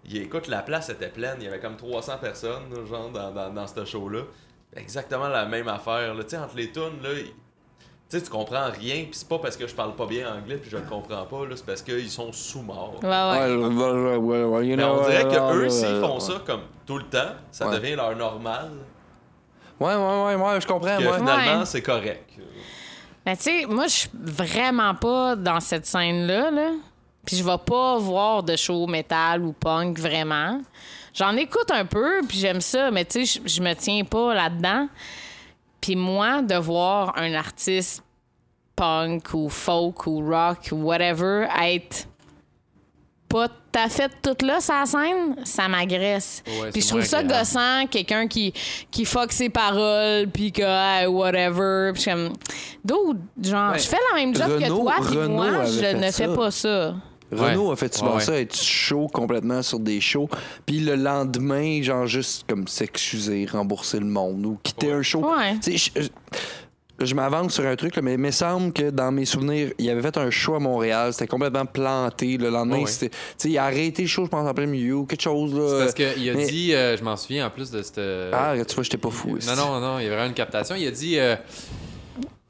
Speaker 1: Il, écoute, la place était pleine. Il y avait comme 300 personnes, là, genre, dans, dans, dans ce show-là. Exactement la même affaire. là. Tu sais, entre les tunes, là, ils- tu sais, tu comprends rien. Puis c'est pas parce que je parle pas bien anglais puis je le comprends pas. là, C'est parce qu'ils sont sous-morts.
Speaker 2: Ouais, ouais.
Speaker 3: Ouais, ouais, ouais, ouais, you
Speaker 1: Mais
Speaker 3: know,
Speaker 1: on dirait
Speaker 3: ouais, euh,
Speaker 1: que
Speaker 3: ouais,
Speaker 1: eux,
Speaker 3: ouais,
Speaker 1: s'ils
Speaker 3: ouais,
Speaker 1: font
Speaker 3: ouais.
Speaker 1: ça comme tout le temps, ça
Speaker 3: Ouais.
Speaker 1: devient leur normal.
Speaker 3: Ouais, ouais, ouais, ouais, je comprends.
Speaker 1: Que
Speaker 3: ouais.
Speaker 1: finalement,
Speaker 2: Ah, Ouais.
Speaker 1: c'est correct.
Speaker 2: Mais tu sais, moi, je suis vraiment pas dans cette scène-là. Là. Puis je vais pas voir de show métal ou punk vraiment. J'en écoute un peu, puis j'aime ça, mais tu sais, je- je me tiens pas là-dedans. Puis moi, de voir un artiste punk ou folk ou rock ou whatever être pas tout à fait toute là sa scène, ça m'agresse.
Speaker 5: Ouais, c'est
Speaker 2: puis je trouve
Speaker 5: moins
Speaker 2: ça
Speaker 5: agréable.
Speaker 2: gossant, quelqu'un qui qui fuck ses paroles puis que hey, whatever, puis je suis comme dude, genre je fais la même job
Speaker 3: Ben, Renaud-
Speaker 2: que toi puis
Speaker 3: Renaud
Speaker 2: moi,
Speaker 3: avait
Speaker 2: je
Speaker 3: fait
Speaker 2: ne
Speaker 3: ça.
Speaker 2: fais pas ça.
Speaker 3: Renault
Speaker 5: Ouais.
Speaker 3: a fait
Speaker 5: Ouais,
Speaker 3: souvent
Speaker 5: ouais.
Speaker 3: ça, être chaud complètement sur des shows. Puis le lendemain, genre juste comme s'excuser, rembourser le monde ou quitter un show.
Speaker 2: Ouais.
Speaker 3: Tu sais, Je, je- je m'avance sur un truc, là, mais il me semble que dans mes souvenirs, il avait fait un show à Montréal. C'était complètement planté. Le lendemain,
Speaker 5: Ouais.
Speaker 3: c'était- tu sais, il a arrêté le show, je pense, en plein milieu ou quelque chose. Là.
Speaker 5: C'est parce qu'il a
Speaker 3: mais-
Speaker 5: dit, euh, je m'en souviens en plus de cette. euh,
Speaker 3: Ah, tu vois, j'étais pas fou.
Speaker 5: Non, non, non, il y avait vraiment une captation. Il a dit. euh,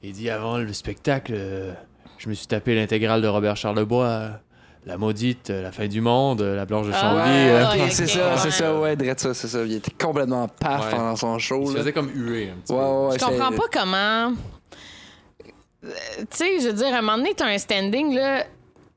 Speaker 5: Il dit avant le spectacle, euh, je me suis tapé l'intégrale de Robert Charlebois, euh, La Maudite, euh, La fin du monde, euh, La Blanche de
Speaker 2: Ah,
Speaker 5: Chambly.
Speaker 2: ouais,
Speaker 5: euh.
Speaker 2: ouais.
Speaker 3: c'est
Speaker 2: ok,
Speaker 3: ça,
Speaker 2: ouais.
Speaker 3: c'est ça, ouais, drette ça, c'est ça. Il était complètement paf
Speaker 5: Ouais.
Speaker 3: pendant son show.
Speaker 5: Il se
Speaker 3: là.
Speaker 5: faisait comme huer un petit
Speaker 3: Ouais, ouais, ouais,
Speaker 2: Je comprends
Speaker 3: c'est-
Speaker 2: pas comment. Euh, Tu sais, je veux dire, à un moment donné, t'as un standing, là. Tu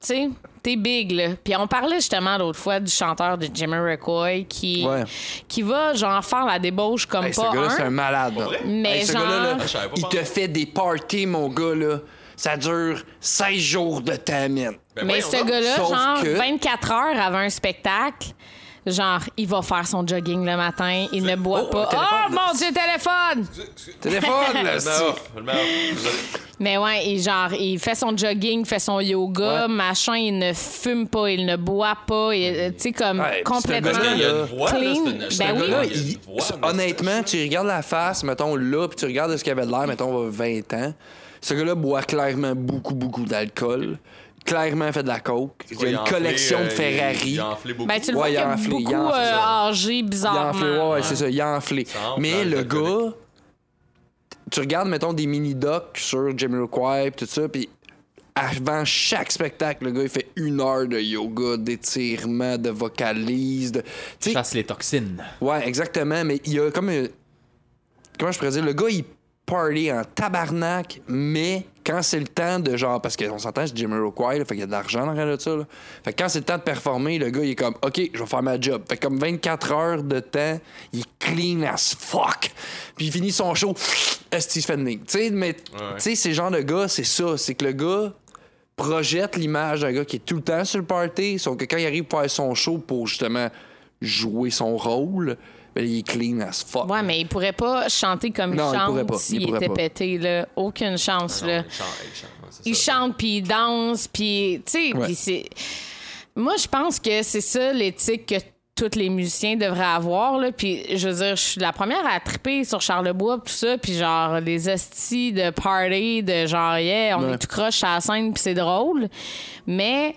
Speaker 2: sais, t'es big, là. Puis on parlait justement l'autre fois du chanteur de Jamiroquai qui,
Speaker 3: Ouais.
Speaker 2: qui va, genre, faire la débauche comme
Speaker 3: Hey, ce
Speaker 2: pas
Speaker 3: gars-là, c'est
Speaker 2: un.
Speaker 3: un malade. là.
Speaker 1: vrai? Ah,
Speaker 2: Mais
Speaker 3: ce
Speaker 2: genre-
Speaker 3: gars-là, là,
Speaker 1: Je savais pas
Speaker 3: il te
Speaker 1: pendant.
Speaker 3: fait des parties, mon gars, là. Ça dure 16 jours de ta mine.
Speaker 1: Ben
Speaker 2: Mais
Speaker 1: voyons
Speaker 2: ce
Speaker 1: donc.
Speaker 2: gars-là,
Speaker 3: Sauf
Speaker 2: genre,
Speaker 3: que-
Speaker 2: 24 heures avant un spectacle, genre, il va faire son jogging le matin, il ne boit
Speaker 3: Oh,
Speaker 2: pas.
Speaker 3: un téléphone,
Speaker 2: Oh
Speaker 3: là.
Speaker 2: mon Dieu, téléphone!
Speaker 3: Téléphone, là,
Speaker 1: (laughs) Je le mets off, je le mets off. Désolé.
Speaker 2: Mais ouais, il, genre, il fait son jogging, fait son yoga,
Speaker 3: Ouais.
Speaker 2: machin, il ne fume pas, il ne boit pas, il- euh, tu sais, comme
Speaker 3: Ouais, puis c'est un
Speaker 2: complètement.
Speaker 1: Parce qu'il y a une
Speaker 3: Là,
Speaker 1: voix, là, c'est
Speaker 2: clean.
Speaker 1: une- c'est
Speaker 2: Ben
Speaker 1: un
Speaker 2: oui.
Speaker 1: gars-là,
Speaker 3: Là,
Speaker 1: il y a une
Speaker 3: il-
Speaker 1: voix, là,
Speaker 3: honnêtement, tu regardes la face, mettons là, puis tu regardes ce qu'il avait de l'air, mettons, 20 ans. Ce gars-là boit clairement beaucoup, beaucoup d'alcool. Clairement fait de la coke. Il y a une
Speaker 1: a enflé,
Speaker 3: collection
Speaker 1: euh,
Speaker 3: de
Speaker 1: il-
Speaker 3: Ferrari.
Speaker 1: Il a enflé beaucoup.
Speaker 2: Ben, tu le
Speaker 3: Ouais,
Speaker 2: vois
Speaker 3: il
Speaker 2: qu'il
Speaker 3: a
Speaker 2: est
Speaker 3: enflé, il a
Speaker 2: beaucoup
Speaker 3: enflé,
Speaker 2: euh,
Speaker 3: ça.
Speaker 2: âgé,
Speaker 3: Il a
Speaker 2: bizarrement.
Speaker 3: enflé, ouais, ouais, c'est ça, il a enflé.
Speaker 1: Ça enfle
Speaker 3: Mais
Speaker 1: dans
Speaker 3: le
Speaker 1: le
Speaker 3: gars, tu regardes, mettons, des mini-docs sur Jamiroquai pis tout ça, puis avant chaque spectacle, le gars, il fait une heure de yoga, d'étirement, de vocalise, de...
Speaker 5: peu.
Speaker 3: Tu sais,
Speaker 5: Chasse les toxines.
Speaker 3: ouais, exactement, mais il y a comme... euh, Comment je pourrais dire? Le gars, il party en tabarnak, mais quand c'est le temps de genre... Parce qu'on s'entend, c'est Jamiroquai, là, fait qu'il y a de l'argent derrière de ça, là. Fait que quand c'est le temps de performer, le gars, il est comme, OK, je vais faire ma job. Fait que comme 24 heures de temps, il est clean as fuck. Puis il finit son show, (sniffs) est-ce qu'il se fait de nique? Tu sais, mais, tu sais, ces genres de gars, c'est ça. C'est que le gars projette l'image d'un gars qui est tout le temps sur le party, sauf que quand il arrive pour faire son show pour justement jouer son rôle, ben, il est clean as fuck.
Speaker 2: Ouais, mais il pourrait pas chanter comme
Speaker 3: Non,
Speaker 2: il
Speaker 3: il
Speaker 2: chante
Speaker 3: pourrait pas, il
Speaker 2: s'il
Speaker 3: pourrait
Speaker 2: était
Speaker 3: pas.
Speaker 2: pété, là. Aucune chance,
Speaker 1: Non,
Speaker 2: là.
Speaker 1: il chante, il chante, ouais, c'est
Speaker 2: Il
Speaker 1: ça.
Speaker 2: chante, puis il danse, puis tu sais,
Speaker 3: Ouais.
Speaker 2: puis c'est... Moi, je pense que c'est ça l'éthique que tous les musiciens devraient avoir, là. Puis je veux dire, je suis la première à triper sur Charlebois, tout ça, puis genre les hosties de party, de genre, yeah, on
Speaker 3: Ouais.
Speaker 2: est tout croche à la scène, puis c'est drôle. Mais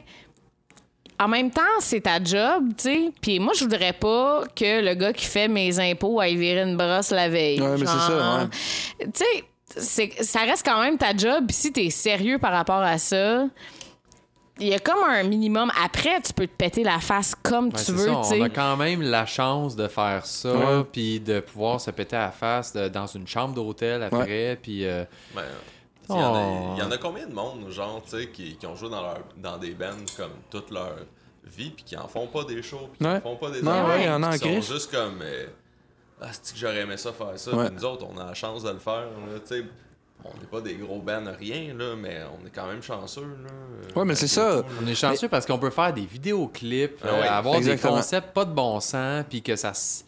Speaker 2: en même temps, c'est ta job, tu sais. Puis moi, je voudrais pas que le gars qui fait mes impôts aille virer une brosse la veille.
Speaker 3: Ouais, mais c'est ça,
Speaker 2: Genre, Tu sais, c'est- ça reste quand même ta job. Puis si t'es sérieux par rapport à ça, il y a comme un minimum. Après, tu peux te péter la face comme
Speaker 5: Ouais,
Speaker 2: tu
Speaker 5: c'est
Speaker 2: veux,
Speaker 5: ça,
Speaker 2: tu
Speaker 5: on
Speaker 2: sais.
Speaker 5: a quand même la chance de faire ça,
Speaker 3: Ouais.
Speaker 5: puis de pouvoir se péter à la face de- dans une chambre d'hôtel après, puis euh,
Speaker 1: Ben, il y en a-
Speaker 5: Oh.
Speaker 1: il y, en a combien de monde, genre, tu sais, qui, qui ont joué dans, leur, dans des bands comme toute leur vie, puis qui en font pas des shows, puis qui
Speaker 3: Ouais.
Speaker 1: en font pas des
Speaker 3: Ouais,
Speaker 1: albums,
Speaker 3: ouais, il y en a
Speaker 1: puis
Speaker 3: en
Speaker 1: qui sont
Speaker 3: crise.
Speaker 1: juste comme. euh, ah, c'est que j'aurais aimé ça faire ça.
Speaker 3: Ouais.
Speaker 1: Puis Nous autres, on a la chance de le faire. là, tu sais. On n'est pas des gros bands, rien, là, mais on est quand même chanceux. Là, euh,
Speaker 3: Ouais, mais c'est ça.
Speaker 1: tout, là.
Speaker 5: On est chanceux parce qu'on peut faire des vidéoclips,
Speaker 1: Ah
Speaker 5: euh,
Speaker 1: ouais,
Speaker 5: avoir
Speaker 3: exactement.
Speaker 5: des concepts pas de bon sens, puis que ça s-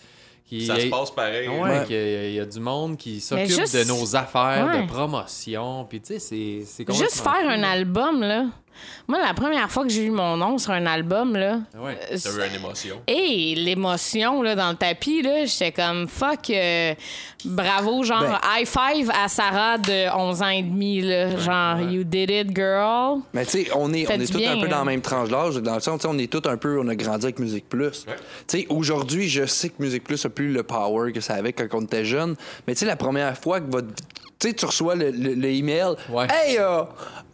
Speaker 5: qu'il
Speaker 1: Ça
Speaker 5: y
Speaker 1: se
Speaker 5: ait-
Speaker 1: passe pareil.
Speaker 5: Ouais,
Speaker 3: Ouais.
Speaker 5: qu'il y a- il y a du monde qui s'occupe
Speaker 2: juste-
Speaker 5: de nos affaires,
Speaker 2: Ouais.
Speaker 5: de promotion, puis tu sais, c'est- c'est complètement
Speaker 2: Juste faire
Speaker 5: fou,
Speaker 2: un
Speaker 5: là.
Speaker 2: album, là. Moi, la première fois que j'ai eu mon nom sur un album, là,
Speaker 5: Ah Ouais.
Speaker 2: euh,
Speaker 1: T'as eu une émotion.
Speaker 2: Et l'émotion là, dans le tapis, là, j'étais comme fuck, euh, bravo, genre
Speaker 3: Ben.
Speaker 2: high five à Sarah de 11 ans et demi, là, genre you did it,
Speaker 1: (laughs)
Speaker 2: girl.
Speaker 3: Mais tu sais, on est, on
Speaker 2: Faites
Speaker 3: est
Speaker 2: du
Speaker 3: tous
Speaker 2: bien,
Speaker 3: un peu
Speaker 2: hein.
Speaker 3: dans la même tranche d'âge. Dans le sens, tu sais, on est tous un peu, on a grandi avec Musique Plus.
Speaker 1: Ouais.
Speaker 3: Tu sais, aujourd'hui, je sais que Musique Plus a plus le power que ça avait quand on était jeune. Mais tu sais, la première fois que votre. Tu sais, tu reçois le, le- le email.
Speaker 5: Ouais.
Speaker 3: Hey, euh,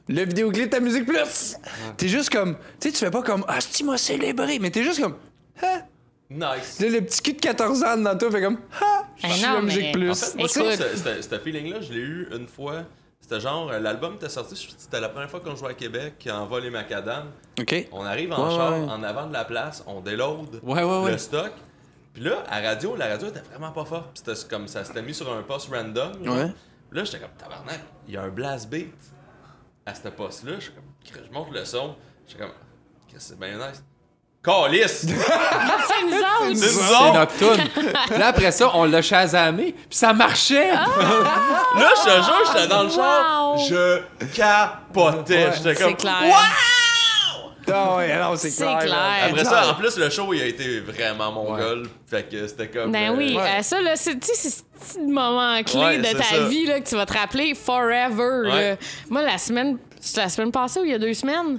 Speaker 3: le vidéoclip de ta Musique Plus! T'es juste comme. Tu sais, tu fais pas comme. Ah, si, moi, célébré. Mais t'es juste comme. Ah!
Speaker 1: Nice.
Speaker 3: Là, le petit cul de 14 ans dans toi fait comme. Ah! Je
Speaker 2: Ben
Speaker 3: suis
Speaker 2: non,
Speaker 3: à Musique
Speaker 2: mais-
Speaker 3: Plus.
Speaker 1: En fait, moi, je
Speaker 2: Écoute.
Speaker 1: pense que ce- ce ce feeling-là, je l'ai eu une fois. C'était genre, euh, l'album était sorti, je- c'était la première fois qu'on jouait à Québec, en vol et macadam.
Speaker 3: OK.
Speaker 1: On arrive en
Speaker 3: Ouais,
Speaker 1: char,
Speaker 3: ouais.
Speaker 1: en avant de la place, on déload
Speaker 5: Ouais, ouais, ouais.
Speaker 1: le stock. Puis là, à radio, la radio était vraiment pas forte. Puis c'était comme ça s'était mis sur un poste random. genre.
Speaker 3: Ouais.
Speaker 1: Puis là, j'étais comme, tabarnak, il y a un blast beat à ce poste-là. J'étais comme, Christ, je monte le son. J'étais comme, Christ, c'est bien nice. Calice!
Speaker 2: C'est nous autres!
Speaker 1: C'est nous
Speaker 5: C'est
Speaker 1: autres! (laughs)
Speaker 5: Nocturne. Là, après ça, on l'a chasamé, puis ça marchait.
Speaker 2: Ah,
Speaker 1: Là, je te jure, j'étais dans le char,
Speaker 2: Wow!
Speaker 1: je capotais. J'étais
Speaker 2: C'est
Speaker 1: comme,
Speaker 2: clair.
Speaker 1: Wow!
Speaker 3: Ah ouais, alors c'est
Speaker 2: C'est
Speaker 3: clair.
Speaker 2: clair.
Speaker 3: là.
Speaker 1: Après ça, en plus, le show, il a été vraiment mongol. Fait que c'était comme.
Speaker 2: Ben
Speaker 1: euh,
Speaker 2: oui,
Speaker 3: ouais.
Speaker 2: euh, ça, là, c'est tu sais, c'est ce petit moment clé
Speaker 1: Ouais,
Speaker 2: de
Speaker 1: c'est
Speaker 2: ta
Speaker 1: ça.
Speaker 2: vie là, que tu vas te rappeler forever.
Speaker 1: Ouais.
Speaker 2: là. Moi, la semaine, c'est la semaine passée ou il y a deux semaines,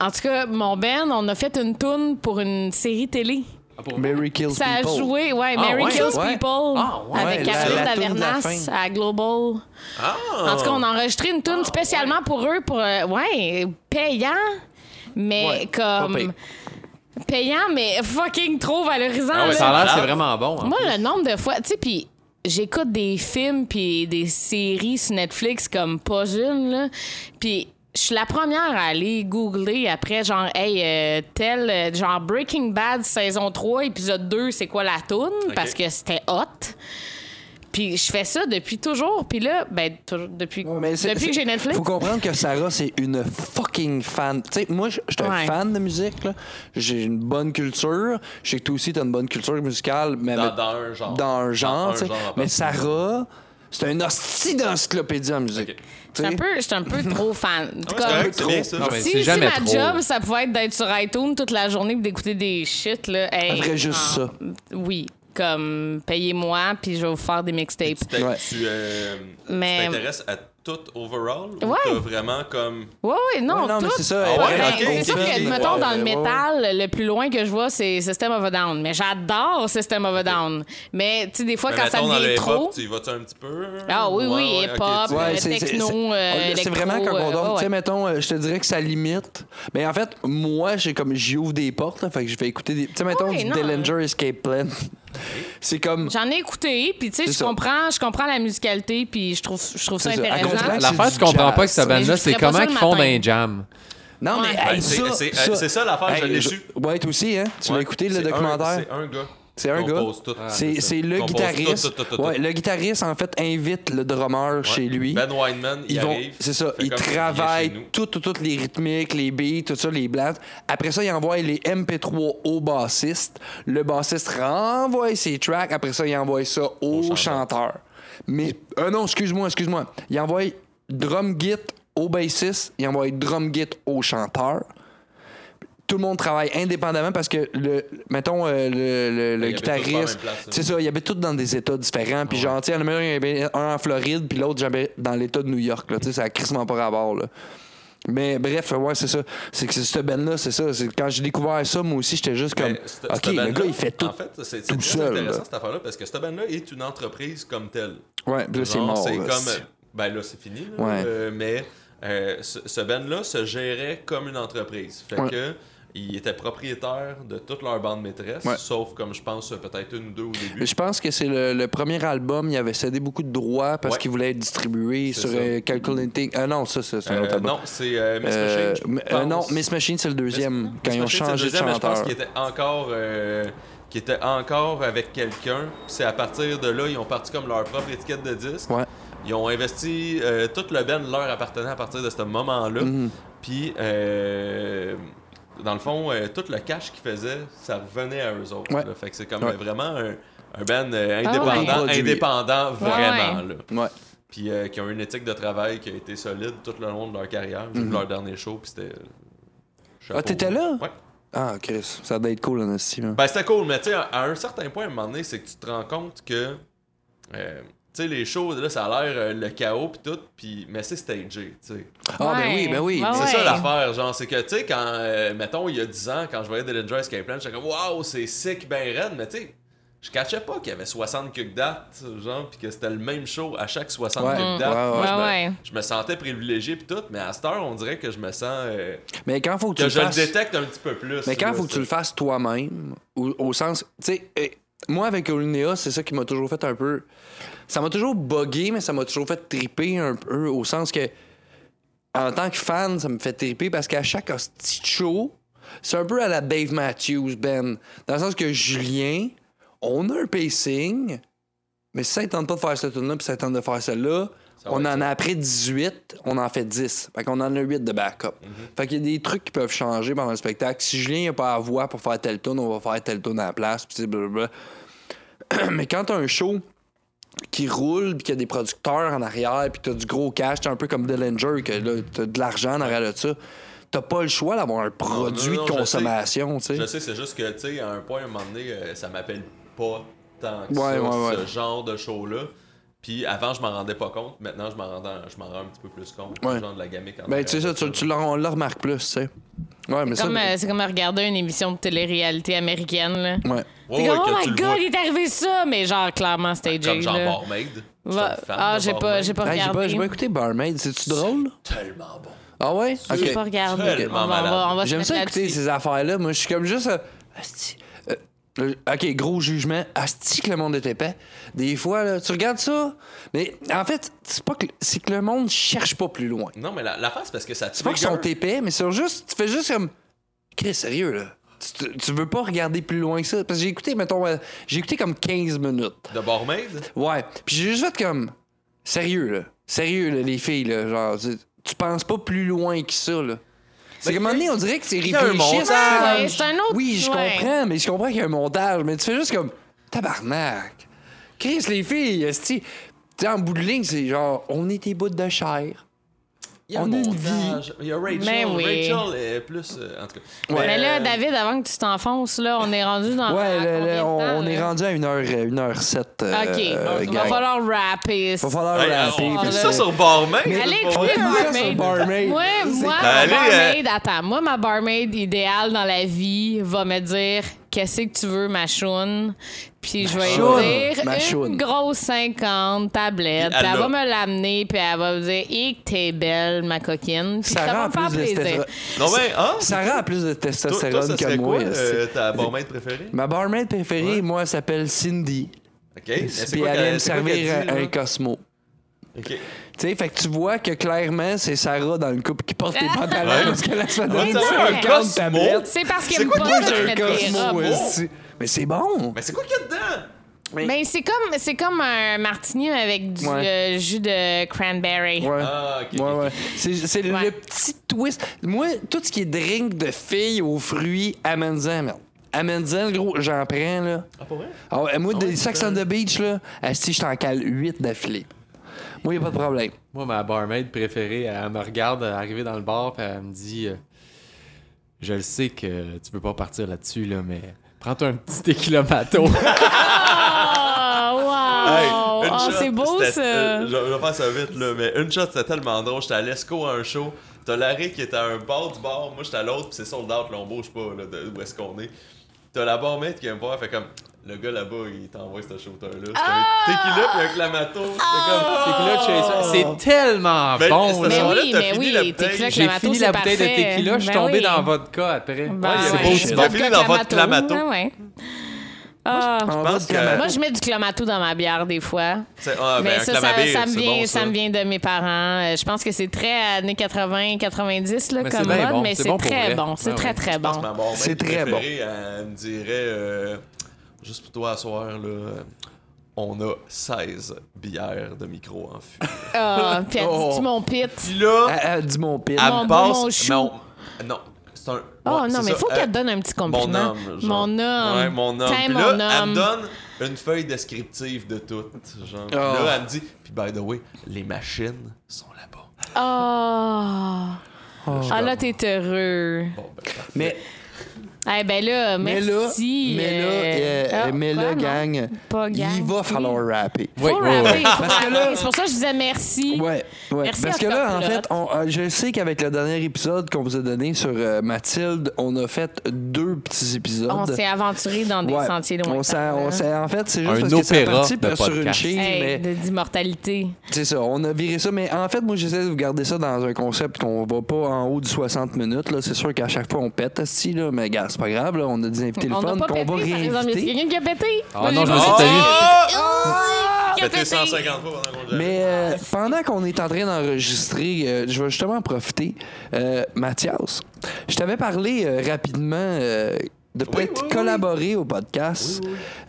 Speaker 2: en tout cas, mon Ben, on a fait une toune pour une série télé.
Speaker 5: Ah, pour-
Speaker 3: Mary Kills
Speaker 2: Ça a
Speaker 3: People.
Speaker 2: joué, ouais,
Speaker 5: Ah,
Speaker 2: Mary
Speaker 5: ouais?
Speaker 2: Kills
Speaker 3: Ouais.
Speaker 2: People
Speaker 5: Ah, ouais.
Speaker 2: avec
Speaker 3: La-
Speaker 2: Caroline
Speaker 3: la toune de la
Speaker 2: Davernas
Speaker 3: fin. Ah,
Speaker 2: à Global.
Speaker 1: Ah!
Speaker 2: Euh, En tout cas, on a enregistré une tune spécialement pour eux, pour euh, ouais, payant, mais
Speaker 3: Ouais, pas pire.
Speaker 2: comme payant, mais fucking trop valorisant.
Speaker 5: Ah ouais,
Speaker 2: là.
Speaker 5: ça a l'air, c'est vraiment bon. hein. en
Speaker 2: Moi,
Speaker 5: plus.
Speaker 2: le nombre de fois, tu sais, puis j'écoute des films puis des séries sur Netflix comme pas une, là. Puis je suis la première à aller googler après, genre, hey, euh, tel, euh, genre Breaking Bad saison 3, épisode 2, c'est quoi la toune? Parce que c'était hot. Puis je fais ça depuis toujours. Puis là, ben, toujours- depuis,
Speaker 3: Ouais, mais c'est-
Speaker 2: depuis que
Speaker 3: c'est-
Speaker 2: j'ai Netflix.
Speaker 3: Faut comprendre que Sarah, c'est une fucking fan. Tu sais, moi, je je suis un
Speaker 2: Ouais.
Speaker 3: fan de musique. là. J'ai une bonne culture. Je sais que toi aussi, t'as une bonne culture musicale. Mais
Speaker 1: Dans-
Speaker 3: mais-
Speaker 1: dans un genre.
Speaker 3: Dans un genre,
Speaker 1: Dans un
Speaker 3: tu sais.
Speaker 1: genre en
Speaker 3: Mais
Speaker 1: particulier.
Speaker 3: Sarah, c'est une hostie d'encyclopédie en musique.
Speaker 1: Ok.
Speaker 2: J'étais
Speaker 3: Tu sais.
Speaker 2: un peu, j'étais un peu trop fan.
Speaker 1: Ah Ouais,
Speaker 2: Comme-
Speaker 1: c'est correct, c'est
Speaker 3: trop.
Speaker 1: bien, ça.
Speaker 5: Non, mais
Speaker 2: si,
Speaker 5: c'est
Speaker 2: si
Speaker 5: jamais
Speaker 2: ma
Speaker 5: trop.
Speaker 2: job, ça pouvait être d'être sur iTunes toute la journée et d'écouter des shit, là. Hey,
Speaker 3: Après, juste ça.
Speaker 2: Oui, comme payez-moi, puis je vais vous faire des mixtapes.
Speaker 1: T'as-
Speaker 3: Ouais.
Speaker 1: Tu euh,
Speaker 2: Mais-
Speaker 1: tu t'intéresses à tout overall ou
Speaker 2: Ouais.
Speaker 1: t'as vraiment comme.
Speaker 2: Ouais, ouais, non,
Speaker 3: Ouais, non,
Speaker 2: tout.
Speaker 3: mais c'est ça.
Speaker 1: Ah ouais,
Speaker 2: Ben,
Speaker 1: ok,
Speaker 2: c'est
Speaker 1: ok.
Speaker 2: sûr que,
Speaker 1: Ouais,
Speaker 2: mettons, dans le
Speaker 3: ouais, ouais.
Speaker 2: métal, le plus loin que je vois, c'est System of a Down. Mais j'adore System of a Down. Mais, tu sais, des fois,
Speaker 1: Mais
Speaker 2: quand ça
Speaker 1: ben, mettons, dans le
Speaker 2: devient
Speaker 1: hip-hop,
Speaker 2: trop.
Speaker 1: Tu y vas-tu un petit peu?
Speaker 2: Ah oui,
Speaker 1: Ouais,
Speaker 2: oui,
Speaker 1: ouais, ok,
Speaker 2: hip-hop,
Speaker 1: tu-
Speaker 2: euh,
Speaker 3: Ouais, c'est- c'est-
Speaker 2: techno,
Speaker 3: c'est-
Speaker 2: euh,
Speaker 3: c'est
Speaker 2: électro,
Speaker 3: vraiment quand on
Speaker 2: euh,
Speaker 3: dort.
Speaker 2: ouais,
Speaker 3: Tu sais,
Speaker 2: ouais.
Speaker 3: mettons, euh, je te dirais que ça limite. Mais en fait, moi, j'ai comme j'y ouvre des portes, là, fait que je vais écouter des. Tu sais, mettons,
Speaker 2: Ouais,
Speaker 3: du
Speaker 2: non.
Speaker 3: Dillinger Escape Plan. (laughs) c'est comme.
Speaker 2: J'en ai écouté, puis tu sais,
Speaker 3: C'est
Speaker 2: je
Speaker 3: ça.
Speaker 2: comprends, je comprends la musicalité, puis je trouve, je trouve ça
Speaker 3: C'est ça. À
Speaker 2: intéressant.
Speaker 3: comprendre la-
Speaker 5: L'affaire,
Speaker 3: c'est
Speaker 5: tu
Speaker 3: du
Speaker 5: comprends
Speaker 3: jazz,
Speaker 5: pas que ce
Speaker 3: ça.
Speaker 5: band-là,
Speaker 2: Mais je
Speaker 5: c'est
Speaker 2: ferais pas
Speaker 5: comment
Speaker 2: ça
Speaker 5: qu'ils
Speaker 2: le
Speaker 5: font
Speaker 2: matin.
Speaker 5: d'un jam.
Speaker 3: Non, mais
Speaker 2: Ouais.
Speaker 3: hey,
Speaker 1: Ben, c'est-
Speaker 3: ça,
Speaker 1: c'est-
Speaker 3: ça-
Speaker 1: c'est ça l'affaire, je l'ai su.
Speaker 3: Ouais, toi aussi, hein? Tu l'as
Speaker 1: Ouais,
Speaker 3: écouté,
Speaker 1: c'est
Speaker 3: le
Speaker 1: un-
Speaker 3: documentaire?
Speaker 1: C'est un gars.
Speaker 3: C'est un
Speaker 1: Qu'on
Speaker 3: gars.
Speaker 1: pose tout. Ah,
Speaker 3: C'est c'est le
Speaker 1: Qu'on pose
Speaker 3: guitariste.
Speaker 1: tout, tout, tout, tout,
Speaker 3: Ouais,
Speaker 1: tout.
Speaker 3: le guitariste, en fait, invite le drummer chez lui.
Speaker 1: Ben Wineman, il
Speaker 3: Ils vont,
Speaker 1: arrive.
Speaker 3: c'est ça,
Speaker 1: fait
Speaker 3: ils
Speaker 1: comme vient chez
Speaker 3: travaillent
Speaker 1: nous.
Speaker 3: toutes tout, tout les rythmiques, les beats, tout ça, les blasts. Après ça, ils envoient les MP3 au bassiste. Le bassiste renvoie ses tracks. Après ça, ils envoient ça au, chanteur.
Speaker 1: chanteur.
Speaker 3: Mais, euh, non, excuse-moi, excuse-moi. Ils envoient drum git au bassiste. Ils envoient drum git au chanteur. Tout le monde travaille indépendamment parce que, le, mettons, euh, le, le- le
Speaker 1: ils habitent tous pas à la même
Speaker 3: guitariste,
Speaker 1: place, là.
Speaker 3: c'est ça, ils habitent tous dans des États différents. Puis genre, tu sais, il y en a un, il y en a un en Floride, puis l'autre j'avais dans l'État de New York. Là, tu sais, ça a crissement pas rapport. Là. Mais bref, ouais, c'est ça. C'est que c'est ce ben-là, c'est ça. C'est quand j'ai découvert ça, moi aussi, j'étais juste comme,
Speaker 1: Mais c'te-
Speaker 3: OK,
Speaker 1: c'te
Speaker 3: le
Speaker 1: Ben, band-là,
Speaker 3: gars, il fait tout.
Speaker 1: En fait, c'est- c'est
Speaker 3: tout
Speaker 1: très
Speaker 3: seul,
Speaker 1: intéressant
Speaker 3: là.
Speaker 1: cette affaire-là parce que cette band-là est une entreprise comme telle.
Speaker 3: ouais, puis là, c'est
Speaker 1: Genre,
Speaker 3: mort.
Speaker 1: C'est
Speaker 3: là,
Speaker 1: comme.
Speaker 3: c'est-
Speaker 1: Ben là, c'est fini. là,
Speaker 3: Ouais.
Speaker 1: euh, mais euh, ce, ce band-là se gérait comme une entreprise. Fait
Speaker 3: Ouais.
Speaker 1: que. Ils étaient propriétaires de toute leur bande maîtresse,
Speaker 3: Ouais.
Speaker 1: sauf comme je pense peut-être une ou deux au début.
Speaker 3: Mais Je pense que c'est le, le premier album, il avait cédé beaucoup de droits parce
Speaker 1: Ouais.
Speaker 3: qu'il voulait être distribué
Speaker 1: C'est
Speaker 3: sur
Speaker 1: ça.
Speaker 3: euh, Calculating. Ah non, ça, ça, c'est un
Speaker 1: Euh,
Speaker 3: autre album.
Speaker 1: non, c'est euh, Miss
Speaker 3: Euh,
Speaker 1: Machine.
Speaker 3: mais-
Speaker 1: je
Speaker 3: euh, non,
Speaker 1: pense.
Speaker 3: Miss Machine, c'est le deuxième, quand
Speaker 1: Miss
Speaker 3: ils ont
Speaker 1: Machine, c'est le
Speaker 3: changé de
Speaker 1: deuxième, mais Je pense
Speaker 3: chanteur.
Speaker 1: qu'il était encore, euh, qu'il était encore avec quelqu'un. Puis C'est à partir de là, ils ont parti comme leur propre étiquette de disque.
Speaker 3: Ouais.
Speaker 1: Ils ont investi euh, toute le band leur appartenait à partir de ce moment-là.
Speaker 3: Mhm.
Speaker 1: Puis, euh, dans le fond, euh, tout le cash qu'ils faisaient, ça revenait à eux autres.
Speaker 3: Ouais.
Speaker 1: là. Fait que c'est comme
Speaker 3: Ouais.
Speaker 1: euh, vraiment un, un band euh,
Speaker 2: Ah
Speaker 1: indépendant,
Speaker 3: ouais.
Speaker 1: indépendant vraiment.
Speaker 2: ouais.
Speaker 1: là.
Speaker 3: Mm-hmm. Ouais.
Speaker 1: Puis euh, qui ont une éthique de travail qui a été solide tout le long de leur carrière. J'ai vu
Speaker 3: Mhm.
Speaker 1: leur dernier show, puis c'était. euh, chapeau.
Speaker 3: Ah, t'étais là?
Speaker 1: Ouais.
Speaker 3: Ah, Chris, ça doit être cool, en esti, là.
Speaker 1: Ben, c'était cool, mais tu sais, à- à un certain point, à un moment donné, c'est que tu te rends compte que. euh, tu sais, les shows, là, ça a l'air euh, le chaos, puis tout, puis mais c'est stagé, tu sais.
Speaker 3: Ah, ben
Speaker 2: Ouais.
Speaker 3: oui, ben oui.
Speaker 2: Ah
Speaker 1: C'est
Speaker 2: ouais.
Speaker 1: ça l'affaire, genre, c'est que, tu sais, quand, euh, mettons, il y a 10 ans, quand je voyais The Joy Escape Plan, j'étais comme, waouh, c'est sick, ben raide, mais tu sais, je cachais pas qu'il y avait 60 cuques dates, genre, puis que c'était le même show à chaque 60
Speaker 3: Ouais.
Speaker 1: cuques dates.
Speaker 3: Ouais,
Speaker 1: Moi, je
Speaker 2: ouais,
Speaker 1: me-
Speaker 2: ouais.
Speaker 1: je, me sentais privilégié, puis tout, mais à cette heure, on dirait que je me sens. euh,
Speaker 3: Mais quand faut que tu
Speaker 1: que
Speaker 3: le
Speaker 1: je le
Speaker 3: fasses...
Speaker 1: détecte un petit peu plus.
Speaker 3: Mais quand
Speaker 1: là,
Speaker 3: faut que
Speaker 1: ça.
Speaker 3: tu le fasses toi-même, ou- au sens... Tu sais, eh, moi, avec Olinéa, c'est ça qui m'a toujours fait un peu... Ça m'a toujours buggé, mais ça m'a toujours fait triper un peu, au sens que... En tant que fan, ça me fait triper, parce qu'à chaque hostie de show, c'est un peu à la Dave Matthews, Ben. Dans le sens que Julien, on a un pacing... Mais si ça ne tente pas de faire cette tune-là, puis ça tente de faire celle-là,
Speaker 1: Ça va
Speaker 3: on
Speaker 1: être
Speaker 3: en
Speaker 1: ça.
Speaker 3: a après 18, on en fait 10. Fait qu'on en a 8 de backup.
Speaker 1: Mhm.
Speaker 3: Fait qu'il y a des trucs qui peuvent changer pendant le spectacle. Si Julien n'a pas à voix pour faire telle tune, on va faire telle tune à la place, puis c'est blablabla. (clears throat) Mais quand t'as un show qui roule, puis qu'il y a des producteurs en arrière, puis t'as du gros cash, t'es un peu comme Dillinger, que là, t'as de l'argent en arrière de ça, t'as pas le choix d'avoir un produit
Speaker 1: non,
Speaker 3: de
Speaker 1: je sais.
Speaker 3: consommation, tu sais.
Speaker 1: Je sais, c'est juste que, tu sais, à un point, à un moment donné, euh, ça m'appelle pas tant que
Speaker 3: Ouais,
Speaker 1: ça,
Speaker 3: ouais,
Speaker 1: ce
Speaker 3: ouais.
Speaker 1: genre de show-là. Puis avant, je m'en rendais pas compte. Maintenant, je m'en rendais- je m'en rends un petit peu plus compte.
Speaker 3: Ouais.
Speaker 1: Le genre de la gamique en
Speaker 3: Ben,
Speaker 1: arrière
Speaker 3: tu sais
Speaker 1: de
Speaker 3: ça, tu, tu le- on le remarque plus, tu sais. Ouais, mais ça. ben,
Speaker 2: Comme, euh, c'est comme regarder une émission de télé-réalité américaine. Là.
Speaker 3: Ouais.
Speaker 1: Ouais,
Speaker 2: T'es
Speaker 1: ouais,
Speaker 2: comme,
Speaker 1: que
Speaker 2: oh
Speaker 1: tu
Speaker 2: my
Speaker 1: le
Speaker 2: god,
Speaker 1: vois. Ben,
Speaker 2: il est arrivé ça! Mais genre, clairement, stagé.
Speaker 1: Comme genre
Speaker 2: là.
Speaker 1: Barmaid. Je suis
Speaker 2: Va-
Speaker 1: un fan
Speaker 2: ah,
Speaker 1: de
Speaker 2: j'ai pas,
Speaker 1: Barmaid.
Speaker 2: j'ai pas
Speaker 3: Hey, j'ai
Speaker 2: regardé.
Speaker 3: pas, j'ai pas écouté Barmaid, c'est-tu drôle?
Speaker 1: Tellement bon.
Speaker 3: Ah ouais?
Speaker 2: J'ai
Speaker 3: Ok.
Speaker 2: pas regardé.
Speaker 1: Tellement
Speaker 2: On va- on va- on va se
Speaker 3: J'aime
Speaker 2: mettre
Speaker 3: ça écouter
Speaker 2: là-dessus.
Speaker 3: ces affaires-là. Moi, je suis comme juste. euh, asti, euh, euh, ok, gros jugement. Asti que le monde est épais. Des fois, là, tu regardes ça. Mais en fait, c'est pas que c'est que le monde cherche pas plus loin.
Speaker 1: Non, mais la, la face, parce que ça
Speaker 3: C'est pas qu'ils
Speaker 1: trigger.
Speaker 3: sont épais, mais c'est juste. Tu fais juste comme. Chris, sérieux, là. Tu, tu- tu veux pas regarder plus loin que ça? Parce que j'ai écouté, mettons, euh, j'ai écouté comme 15 minutes.
Speaker 1: De Barmaid?
Speaker 3: Ouais. Puis j'ai juste fait comme. Sérieux, là. Sérieux, là, les filles, là. Genre, tu, tu penses pas plus loin que ça, là. C'est qu'à un moment donné, on dirait que c'est
Speaker 1: Ben, y a un
Speaker 3: réfléchissant.
Speaker 1: montage.
Speaker 2: Ouais, c'est un autre-
Speaker 3: Oui, je
Speaker 2: ouais.
Speaker 3: comprends, mais je comprends qu'il y a un montage. Mais tu fais juste comme. Tabarnak. Chris, les filles, esti. Tu sais, en bout de ligne, c'est genre, on est des bouts de chair.
Speaker 1: Il y a
Speaker 3: On a une
Speaker 1: montage. Il y a Rachel.
Speaker 2: Mais Ben oui.
Speaker 1: Rachel est plus. euh, en tout cas.
Speaker 3: Ouais.
Speaker 2: Mais là,
Speaker 1: euh,
Speaker 2: David, avant que tu t'enfonces, là, Ah, on est rendu dans.
Speaker 3: Ouais,
Speaker 2: à
Speaker 3: là,
Speaker 2: combien
Speaker 3: là,
Speaker 2: de
Speaker 3: on,
Speaker 2: temps,
Speaker 3: on est euh,
Speaker 2: là?
Speaker 3: rendu à euh, 1h, 1h07.
Speaker 2: OK. Il va falloir rapper.
Speaker 3: Va falloir
Speaker 1: hey,
Speaker 3: rapper,
Speaker 1: on fait
Speaker 3: parce
Speaker 1: ça
Speaker 3: que-
Speaker 1: sur Barmaid.
Speaker 2: Allez
Speaker 1: c'est
Speaker 2: écouter
Speaker 1: pas vrai.
Speaker 3: On fait ça sur
Speaker 2: Barmaid.
Speaker 3: Barmaid.
Speaker 1: (laughs)
Speaker 2: Moi, moi, ma
Speaker 1: Allez, euh,
Speaker 2: barmaid, attends, moi, ma barmaid idéale dans la vie va me dire qu'est-ce que tu veux, ma choune. Puis je vais
Speaker 3: choune,
Speaker 2: lui dire
Speaker 3: ma
Speaker 2: une
Speaker 3: choune.
Speaker 2: grosse 50 tablette. Puis
Speaker 1: Puis elle
Speaker 2: elle va
Speaker 1: l'a.
Speaker 2: me l'amener, puis elle va me dire Hey, que t'es belle, ma coquine. Puis ça,
Speaker 3: Ça rend
Speaker 2: va me faire
Speaker 3: plus de
Speaker 2: plaisir.
Speaker 3: stétra-
Speaker 1: Non, mais, hein?
Speaker 3: Sarah a plus de
Speaker 1: Toi, toi,
Speaker 3: testostérone
Speaker 1: ça
Speaker 3: que
Speaker 1: serait
Speaker 3: moi.
Speaker 1: quoi
Speaker 3: esti.
Speaker 1: euh, ta barmaid préférée?
Speaker 3: Ma barmaid préférée,
Speaker 1: Ouais.
Speaker 3: moi, elle s'appelle Cindy.
Speaker 1: OK. Mais c'est
Speaker 3: Puis
Speaker 1: quoi
Speaker 3: elle
Speaker 1: qu'elle-
Speaker 3: vient me
Speaker 1: c'est quoi qu'elle
Speaker 3: servir
Speaker 1: dit,
Speaker 3: un,
Speaker 1: là?
Speaker 3: un Cosmo.
Speaker 1: OK.
Speaker 3: Tu sais, fait que tu vois que clairement, c'est Sarah dans le couple qui porte les pantalons
Speaker 1: Ouais.
Speaker 3: parce que la semaine
Speaker 1: Ouais,
Speaker 3: dernière,
Speaker 2: t'as
Speaker 3: elle
Speaker 2: un
Speaker 3: compte
Speaker 1: Cosmo.
Speaker 3: tablette.
Speaker 2: C'est parce
Speaker 1: C'est
Speaker 2: qu'elle me
Speaker 1: quoi
Speaker 2: pas
Speaker 1: toi,
Speaker 2: ça que
Speaker 1: j'ai
Speaker 3: Un
Speaker 2: je mette des
Speaker 3: Cosmo,
Speaker 1: hein?
Speaker 2: robes.
Speaker 3: esti. Mais c'est bon.
Speaker 1: Mais c'est quoi qu'il y a dedans?
Speaker 2: Ben, c'est comme, c'est comme un martini avec du
Speaker 3: Ouais.
Speaker 2: euh, jus de cranberry.
Speaker 3: Ouais.
Speaker 1: Ah, ok.
Speaker 3: Ouais,
Speaker 1: (laughs)
Speaker 3: ouais. C'est, c'est le-
Speaker 2: Ouais.
Speaker 3: le petit twist. Moi, tout ce qui est drink de filles aux fruits, amène-en, merde. Amène-en, gros, j'en prends, là.
Speaker 1: Ah, pas vrai?
Speaker 3: Ah ouais, moi,
Speaker 1: Ah ouais,
Speaker 3: des sacs
Speaker 1: c'est
Speaker 3: on the beach, là, ah, si je t'en cale 8 d'affilée. Moi, y a pas de problème.
Speaker 5: Moi, ma barmaid préférée, elle me regarde arriver dans le bar, puis elle me dit euh, Je le sais que tu peux pas partir là-dessus, là, mais prends-toi un petit tequila
Speaker 2: (laughs)
Speaker 5: mato.
Speaker 2: Ah, wow!
Speaker 1: Hey, une
Speaker 2: Ah,
Speaker 1: shot,
Speaker 2: c'est beau,
Speaker 1: c'était-
Speaker 2: ça!
Speaker 1: euh, je, je vais faire ça vite, là, mais une shot, c'était tellement drôle. J'étais à l'Esco à un show. T'as Larry qui était à un bord du bar, moi j'étais à l'autre, pis c'est sold out, là, on bouge pas, là, de- où est-ce qu'on est. T'as la barmaid qui vient me voir, fait comme. Le gars là-bas, il t'envoie ce shooter-là. C'était
Speaker 2: Ah!
Speaker 1: un tequila pis un clamato. C'était
Speaker 5: Tequila
Speaker 1: comme.
Speaker 5: chaser. C'est tellement
Speaker 1: Ben,
Speaker 5: bon,
Speaker 1: c'est
Speaker 2: Mais
Speaker 1: ça.
Speaker 5: là.
Speaker 1: soir-là,
Speaker 2: oui,
Speaker 1: t'as
Speaker 2: mais
Speaker 1: fini
Speaker 2: oui,
Speaker 1: la
Speaker 2: t'es
Speaker 1: bouteille.
Speaker 2: clair que
Speaker 5: J'ai
Speaker 2: le matos,
Speaker 5: fini la
Speaker 2: c'est
Speaker 5: bouteille
Speaker 2: parfait.
Speaker 5: de tequila, je suis
Speaker 2: Ben
Speaker 5: tombé
Speaker 2: oui.
Speaker 5: dans vodka après.
Speaker 2: Ben
Speaker 5: Ouais,
Speaker 2: oui.
Speaker 5: c'est pas aussi
Speaker 2: J'ai
Speaker 5: bon.
Speaker 1: J'ai fini dans votre clamato.
Speaker 2: Ben ouais. Ah,
Speaker 3: En
Speaker 1: pense
Speaker 3: bas de
Speaker 1: que-
Speaker 3: la-
Speaker 2: moi, je mets du clamato dans ma bière des fois.
Speaker 1: C'est- Ah,
Speaker 2: mais
Speaker 1: ben, un
Speaker 2: ça, ça,
Speaker 1: clamabir,
Speaker 2: ça me
Speaker 1: c'est
Speaker 2: vient,
Speaker 1: bon,
Speaker 2: ça. me vient de mes parents. Euh, Je pense que c'est très années 80, 90 là,
Speaker 5: Mais c'est
Speaker 2: comme
Speaker 5: bien
Speaker 2: mode,
Speaker 5: bon,
Speaker 2: mais
Speaker 5: c'est
Speaker 2: c'est
Speaker 5: bon pour
Speaker 2: très
Speaker 5: vrai.
Speaker 2: bon. C'est
Speaker 5: Ouais,
Speaker 2: très,
Speaker 5: ouais.
Speaker 2: très
Speaker 1: Je pense
Speaker 2: Ah bon.
Speaker 1: que ma barmaid
Speaker 3: C'est très
Speaker 1: préférée, Elle, me dirait euh, juste pour toi à soir là. on a 16 bières de micro en fût.
Speaker 2: Ah, pis elle dit,
Speaker 1: Oh.
Speaker 2: tu mon pit.
Speaker 1: (laughs) Puis là,
Speaker 3: Elle, elle dit mon pire.
Speaker 1: elle
Speaker 2: Ah, mon-
Speaker 1: me passe.
Speaker 2: mon chou.
Speaker 1: Non, non, c'est un.
Speaker 2: Oh
Speaker 1: ouais,
Speaker 2: non,
Speaker 1: c'est
Speaker 2: mais
Speaker 1: ça,
Speaker 2: faut
Speaker 1: elle-
Speaker 2: qu'elle te donne un petit compliment.
Speaker 1: Mon homme. genre.
Speaker 2: Mon homme.
Speaker 1: Ouais, mon homme.
Speaker 2: T'es
Speaker 1: Puis
Speaker 2: mon
Speaker 1: là, elle
Speaker 2: homme.
Speaker 1: me donne une feuille descriptive de tout. Genre. Puis
Speaker 3: Oh.
Speaker 1: là, elle me dit, puis by the way, les machines sont là-bas.
Speaker 2: Ah.
Speaker 1: Là, je
Speaker 5: Oh.
Speaker 1: suis
Speaker 2: Ah là,
Speaker 1: comme,
Speaker 2: t'es heureux.
Speaker 1: Bon, ben, parfait.
Speaker 3: Mais,
Speaker 2: Eh ben là,
Speaker 3: mais là,
Speaker 2: merci.
Speaker 3: mais là,
Speaker 2: euh,
Speaker 3: euh,
Speaker 2: ah,
Speaker 3: mais là,
Speaker 2: quoi, non?
Speaker 3: gang,
Speaker 2: Pas gang.
Speaker 3: il va falloir rapper.
Speaker 2: Faut rapper, faut rapper.
Speaker 3: là-
Speaker 2: C'est pour ça que je disais merci.
Speaker 3: Ouais, ouais.
Speaker 2: Merci
Speaker 3: Parce
Speaker 2: à
Speaker 3: que là, en
Speaker 2: Cocotte.
Speaker 3: fait, on- euh, je sais qu'avec le dernier épisode qu'on vous a donné sur euh, Mathilde, on a fait deux petits épisodes.
Speaker 2: On s'est aventuré dans des
Speaker 3: Ouais.
Speaker 2: sentiers
Speaker 3: On s'est-
Speaker 2: lointains.
Speaker 3: on
Speaker 2: là.
Speaker 3: s'est- en fait, c'est juste
Speaker 5: Un
Speaker 3: parce que c'est
Speaker 5: opéra
Speaker 3: parti
Speaker 5: de
Speaker 3: sur une
Speaker 5: podcast.
Speaker 3: chaîne,
Speaker 2: Hey,
Speaker 3: mais
Speaker 2: de- d'immortalité.
Speaker 3: c'est ça, on a viré ça. Mais en fait, moi, j'essaie de vous garder ça dans un concept qu'on va pas en haut du 60 minutes. Là, c'est sûr qu'à chaque fois, on pète, asti, là, mais gars, c'est pas grave. Là, on a des invités le
Speaker 2: On n'a
Speaker 3: fun
Speaker 2: pas pété,
Speaker 3: qu'on va
Speaker 2: par exemple. Il y a
Speaker 3: réinviter.
Speaker 2: quelqu'un qui a pété.
Speaker 5: Ah
Speaker 2: Moi,
Speaker 5: non, je
Speaker 2: j'ai pas
Speaker 5: me suis
Speaker 2: pété.
Speaker 5: taillé.
Speaker 2: Ah! Qui a
Speaker 1: Pété
Speaker 2: pété.
Speaker 1: 150 fois pendant qu'on le
Speaker 3: Mais euh,
Speaker 2: Ah,
Speaker 3: pendant qu'on est en train d'enregistrer, euh, je vais justement en profiter. Euh, Mathias, je t'avais parlé euh, rapidement euh, de peut-être collaborer au podcast.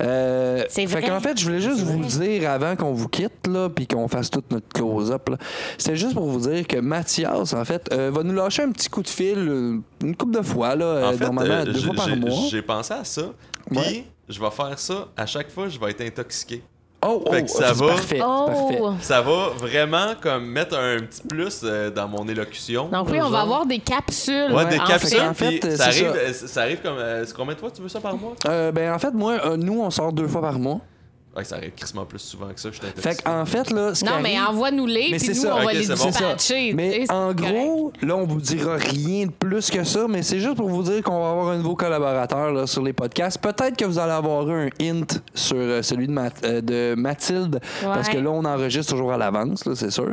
Speaker 3: Euh,
Speaker 2: C'est
Speaker 3: fait
Speaker 2: vrai.
Speaker 3: qu'en fait, je voulais juste vous dire avant qu'on vous quitte, là, puis qu'on fasse toute notre close-up, là, c'était juste pour vous dire que Mathias, en fait, euh, va nous lâcher un petit coup de fil euh, une couple de fois, là, euh,
Speaker 1: En fait,
Speaker 3: normalement
Speaker 1: euh,
Speaker 3: deux
Speaker 1: j'ai-
Speaker 3: fois par
Speaker 1: j'ai-
Speaker 3: mois.
Speaker 1: J'ai pensé à ça. Puis
Speaker 3: Ouais.
Speaker 1: je vais faire ça. À chaque fois, je vais être intoxiqué.
Speaker 3: Oh, oh,
Speaker 1: Fait que ça
Speaker 3: c'est
Speaker 1: va.
Speaker 3: parfait, c'est parfait.
Speaker 2: Oh!
Speaker 1: Ça va vraiment comme mettre un petit plus euh, dans mon élocution.
Speaker 2: Donc oui, on va avoir des capsules.
Speaker 1: Ouais, des
Speaker 2: en
Speaker 1: capsules.
Speaker 2: fait.
Speaker 3: En fait,
Speaker 1: puis
Speaker 3: euh,
Speaker 1: ça
Speaker 3: c'est
Speaker 1: arrive,
Speaker 3: ça.
Speaker 1: euh, ça arrive comme. euh, c'est combien de fois tu veux ça par mois?
Speaker 3: Euh, ben, en fait, moi, euh, nous, on sort deux fois par mois.
Speaker 1: Ouais, ça arrive crissement plus souvent que ça. Je t'intoxique.
Speaker 3: Fait qu'en fait, là, ce qui
Speaker 2: Non, mais
Speaker 3: arrive-
Speaker 2: envoie-nous-les,
Speaker 3: Mais
Speaker 2: puis
Speaker 3: c'est
Speaker 2: nous,
Speaker 3: ça.
Speaker 2: on va
Speaker 1: Ok,
Speaker 2: les
Speaker 1: c'est bon.
Speaker 2: dispatcher. tu sais,
Speaker 3: Mais
Speaker 2: c'est
Speaker 3: en
Speaker 2: correct.
Speaker 3: gros, là, on vous dira rien de plus que ça, mais c'est juste pour vous dire qu'on va avoir un nouveau collaborateur là, sur les podcasts. Peut-être que vous allez avoir eu un hint sur euh, celui de, Mat- euh, de Mathilde,
Speaker 2: Ouais.
Speaker 3: parce que là, on enregistre toujours à l'avance, là, c'est sûr.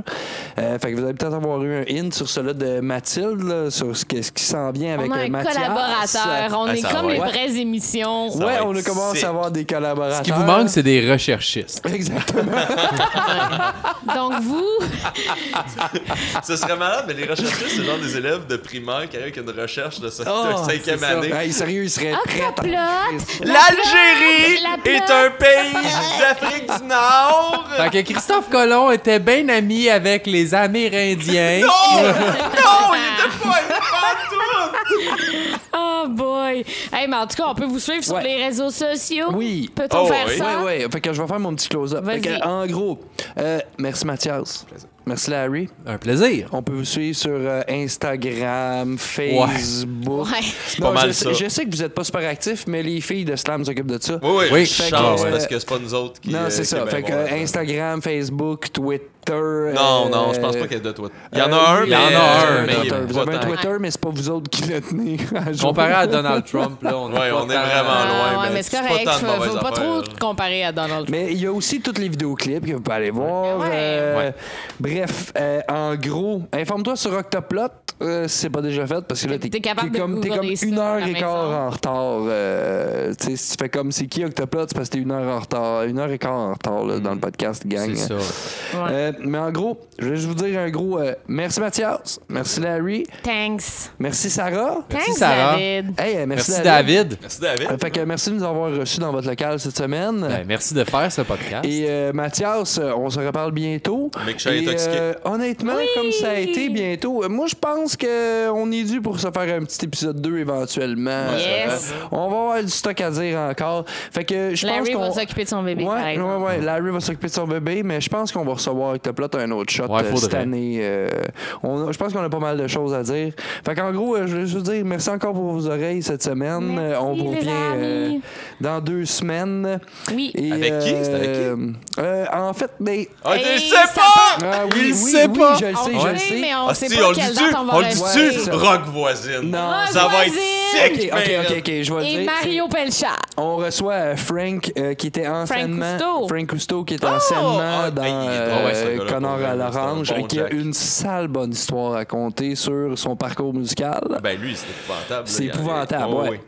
Speaker 3: Euh, fait que vous allez peut-être avoir eu un hint sur celui de Mathilde, là, sur ce, que- ce qui s'en vient avec
Speaker 2: on a
Speaker 3: euh,
Speaker 2: un
Speaker 3: Mathias.
Speaker 2: collaborateur. On
Speaker 1: Ah,
Speaker 2: est
Speaker 1: ça
Speaker 2: comme
Speaker 1: va
Speaker 2: les
Speaker 3: être-
Speaker 2: vraies émissions.
Speaker 1: Ça
Speaker 3: Ouais,
Speaker 1: va
Speaker 3: on a
Speaker 1: être
Speaker 3: commencé
Speaker 1: sick.
Speaker 3: à avoir des collaborateurs.
Speaker 5: Ce qui vous manque, c'est des recherchistes. (laughs)
Speaker 3: Exactement.
Speaker 2: Donc vous,
Speaker 1: Ce serait malade, mais les recherchistes, c'est genre des élèves de primaire qui arrivent avec une recherche de, ce- de
Speaker 3: Oh,
Speaker 1: cinquième
Speaker 3: c'est ça.
Speaker 1: année.
Speaker 3: Hey, sérieux, il serait prêt. à-
Speaker 2: Octoplot,
Speaker 1: L'Algérie
Speaker 2: La plaque, la
Speaker 1: est
Speaker 2: plaque.
Speaker 1: un pays d'Afrique du Nord!
Speaker 5: Fait que Christophe Colomb était bien ami avec les Amérindiens.
Speaker 1: Oh! Non, il était pas, il était pas en tout!
Speaker 2: oh boy. Hey, mais en tout cas, on peut vous suivre sur
Speaker 3: Ouais.
Speaker 2: les réseaux sociaux.
Speaker 3: Oui.
Speaker 2: Peut-on
Speaker 1: Oh,
Speaker 2: faire
Speaker 1: oui.
Speaker 2: ça?
Speaker 3: Ouais, ouais. Fait que je vais faire mon petit close-up.
Speaker 2: Vas-y.
Speaker 3: Fait que, En gros, euh, merci Mathias. Merci Larry.
Speaker 5: Un plaisir.
Speaker 3: On peut vous suivre sur euh, Instagram, Facebook.
Speaker 2: Ouais.
Speaker 3: C'est
Speaker 1: pas mal
Speaker 3: je,
Speaker 1: ça.
Speaker 3: Sais, je sais que vous n'êtes pas super actifs, mais les filles de Slam s'occupent de ça.
Speaker 1: Oui, oui,
Speaker 5: Oui,
Speaker 1: je
Speaker 5: fait
Speaker 1: chance
Speaker 5: que-
Speaker 1: parce que c'est pas nous autres qui.
Speaker 3: euh, Non,
Speaker 1: euh,
Speaker 3: c'est
Speaker 1: qui
Speaker 3: ça.
Speaker 1: ben
Speaker 3: Fait que
Speaker 1: bon,
Speaker 3: euh,
Speaker 1: là.
Speaker 3: Instagram, Facebook, Twitter.
Speaker 1: Non, non,
Speaker 3: euh,
Speaker 1: je pense pas qu'il y ait de Twitter. Il y
Speaker 3: euh,
Speaker 1: en a
Speaker 3: oui,
Speaker 1: un, mais.
Speaker 5: il y en a un,
Speaker 1: mais il
Speaker 3: Twitter.
Speaker 1: est
Speaker 3: Vous
Speaker 1: pas
Speaker 3: avez un
Speaker 1: tant.
Speaker 3: Twitter, mais c'est pas vous autres qui le tenez. à jour.
Speaker 5: Comparé à Donald Trump, là, on est
Speaker 1: Ouais,
Speaker 5: pas
Speaker 1: on est
Speaker 5: tant-
Speaker 1: vraiment loin. ben.
Speaker 2: Ah,
Speaker 5: ben,
Speaker 2: ouais,
Speaker 1: mais
Speaker 2: mais c'est
Speaker 1: c'est pas
Speaker 2: correct.
Speaker 1: tant de
Speaker 2: Faut, faut
Speaker 1: mauvaises
Speaker 2: pas trop
Speaker 1: affaires.
Speaker 2: te comparer à Donald Trump.
Speaker 3: Mais il y a aussi tous les vidéoclips que vous pouvez aller voir.
Speaker 2: Ouais.
Speaker 3: euh,
Speaker 5: Ouais.
Speaker 3: Bref, euh, en gros, informe-toi sur Octoplot euh, si c'est pas déjà fait parce que là,
Speaker 2: T'es
Speaker 3: t'es
Speaker 2: capable
Speaker 3: t'es
Speaker 2: de
Speaker 3: comme, t'es comme
Speaker 2: googler ça
Speaker 3: une
Speaker 2: à
Speaker 3: heure
Speaker 2: la
Speaker 3: et quart
Speaker 2: maison.
Speaker 3: en retard. euh, tu sais, si tu fais comme c'est qui Octoplot, c'est parce que t'es une heure en retard, une heure et quart en retard là, dans le podcast, gang.
Speaker 5: C'est ça.
Speaker 2: Mm. Ouais.
Speaker 3: Euh, mais en gros, je vais juste vous dire un gros euh, merci Mathias, merci Larry,
Speaker 2: Thanks.
Speaker 3: merci Sarah.
Speaker 5: Merci,
Speaker 2: Thanks,
Speaker 5: Sarah.
Speaker 2: David.
Speaker 3: Hey, euh, merci,
Speaker 5: Merci David.
Speaker 1: Merci, David.
Speaker 3: Euh, Fait que merci de nous avoir reçus dans votre local cette semaine.
Speaker 5: Ben, merci de faire ce podcast.
Speaker 3: Et euh, Mathias, euh, on se reparle bientôt.
Speaker 1: Mais que je sois
Speaker 3: Et,
Speaker 1: intoxiqué.
Speaker 3: euh, honnêtement, comme ça a été bientôt, euh, moi je pense qu'on est dû pour se faire un petit épisode 2 éventuellement.
Speaker 2: Yes.
Speaker 3: Euh, on va avoir du stock à dire encore. Fait que je pense
Speaker 2: Larry
Speaker 3: qu'on...
Speaker 2: va s'occuper de son bébé,
Speaker 3: Ouais,
Speaker 2: par
Speaker 3: ouais,
Speaker 2: exemple.
Speaker 3: ouais, Larry va s'occuper de son bébé, mais je pense qu'on va recevoir avec Toplot un autre shot
Speaker 5: Ouais,
Speaker 3: euh, cette
Speaker 5: faudrait.
Speaker 3: année. Euh, on a- je pense qu'on a pas mal de choses à dire. Fait qu'en gros, euh, je voulais juste vous dire merci encore pour vos oreilles cette semaine.
Speaker 2: Merci,
Speaker 3: Euh, on vous
Speaker 2: les
Speaker 3: revient euh,
Speaker 2: amis.
Speaker 3: dans deux semaines.
Speaker 2: Oui.
Speaker 3: Et,
Speaker 1: Avec qui? C'est avec qui?
Speaker 3: euh, euh, en fait, mais.
Speaker 1: Ah,
Speaker 2: Hey,
Speaker 1: tu
Speaker 2: ça
Speaker 1: sais pas!
Speaker 3: Ah oui,
Speaker 5: Il
Speaker 3: oui,
Speaker 5: sait
Speaker 3: oui,
Speaker 5: pas.
Speaker 3: je le
Speaker 2: On
Speaker 3: sais,
Speaker 2: le
Speaker 3: je le
Speaker 2: sait,
Speaker 3: sais.
Speaker 2: mais on
Speaker 1: Ah,
Speaker 2: sait
Speaker 1: si,
Speaker 2: pas
Speaker 1: on le
Speaker 2: quelle date
Speaker 1: dit-tu?
Speaker 2: on va
Speaker 1: On le
Speaker 2: rester.
Speaker 3: Ouais,
Speaker 1: dit-tu?
Speaker 3: ça-
Speaker 1: Rock voisine.
Speaker 3: Non.
Speaker 1: Ça va être
Speaker 2: Voisine.
Speaker 1: sick,
Speaker 3: Ok, ok, ok, ok, je vais le
Speaker 2: Et
Speaker 3: dire.
Speaker 2: Mario Pelchat.
Speaker 3: On reçoit euh, Frank euh, qui était en
Speaker 2: Frank
Speaker 3: saignement-
Speaker 2: Cousteau.
Speaker 3: Frank Cousteau qui est en saignement
Speaker 1: Ah,
Speaker 3: dans
Speaker 1: hey, il est drôle, ce
Speaker 3: euh,
Speaker 1: gars-là,
Speaker 3: Connard
Speaker 1: pour
Speaker 3: à
Speaker 1: vrai, c'est un
Speaker 3: l'orange
Speaker 1: bon
Speaker 3: et qui a
Speaker 1: Jack.
Speaker 3: une sale bonne histoire à compter sur son parcours musical.
Speaker 1: Ben lui, c'est épouvantable.
Speaker 3: c'est
Speaker 1: là, il y a-
Speaker 3: épouvantable,
Speaker 1: Oh,
Speaker 3: ouais.
Speaker 1: oui.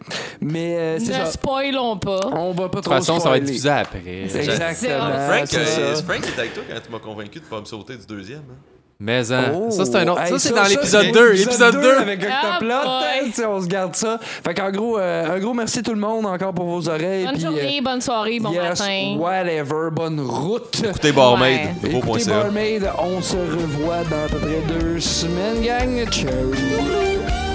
Speaker 3: Mais euh, c'est
Speaker 2: Ne
Speaker 3: ça.
Speaker 2: spoilons pas.
Speaker 3: On va pas trop
Speaker 5: De toute façon, ça va être
Speaker 3: spoiler.
Speaker 5: diffusé après.
Speaker 3: Exactement.
Speaker 2: Ah,
Speaker 1: Frank,
Speaker 3: c'est
Speaker 1: euh,
Speaker 3: ça.
Speaker 1: Frank est avec toi quand tu m'as convaincu de pas me sauter du deuxième. hein.
Speaker 5: Mais hein,
Speaker 3: Oh!
Speaker 5: ça, c'est un autre.
Speaker 3: Hey,
Speaker 5: ça, c'est dans l'épisode
Speaker 3: c'est
Speaker 5: 2. L'épisode 2.
Speaker 3: avec Octoplot.
Speaker 2: Ah, boy.
Speaker 3: hein, tu sais, on se garde ça. Fait qu'en gros, euh, un gros merci tout le monde encore pour vos oreilles.
Speaker 2: Bonne
Speaker 3: puis,
Speaker 2: journée, bonne soirée,
Speaker 3: euh,
Speaker 2: bon
Speaker 3: yes,
Speaker 2: matin.
Speaker 3: whatever. Bonne route.
Speaker 1: Écoutez
Speaker 2: Ouais.
Speaker 1: Barmaid,
Speaker 3: Écoutez
Speaker 1: beau.ca.
Speaker 3: Barmaid, on se revoit dans à peu près deux semaines, gang. Ciao.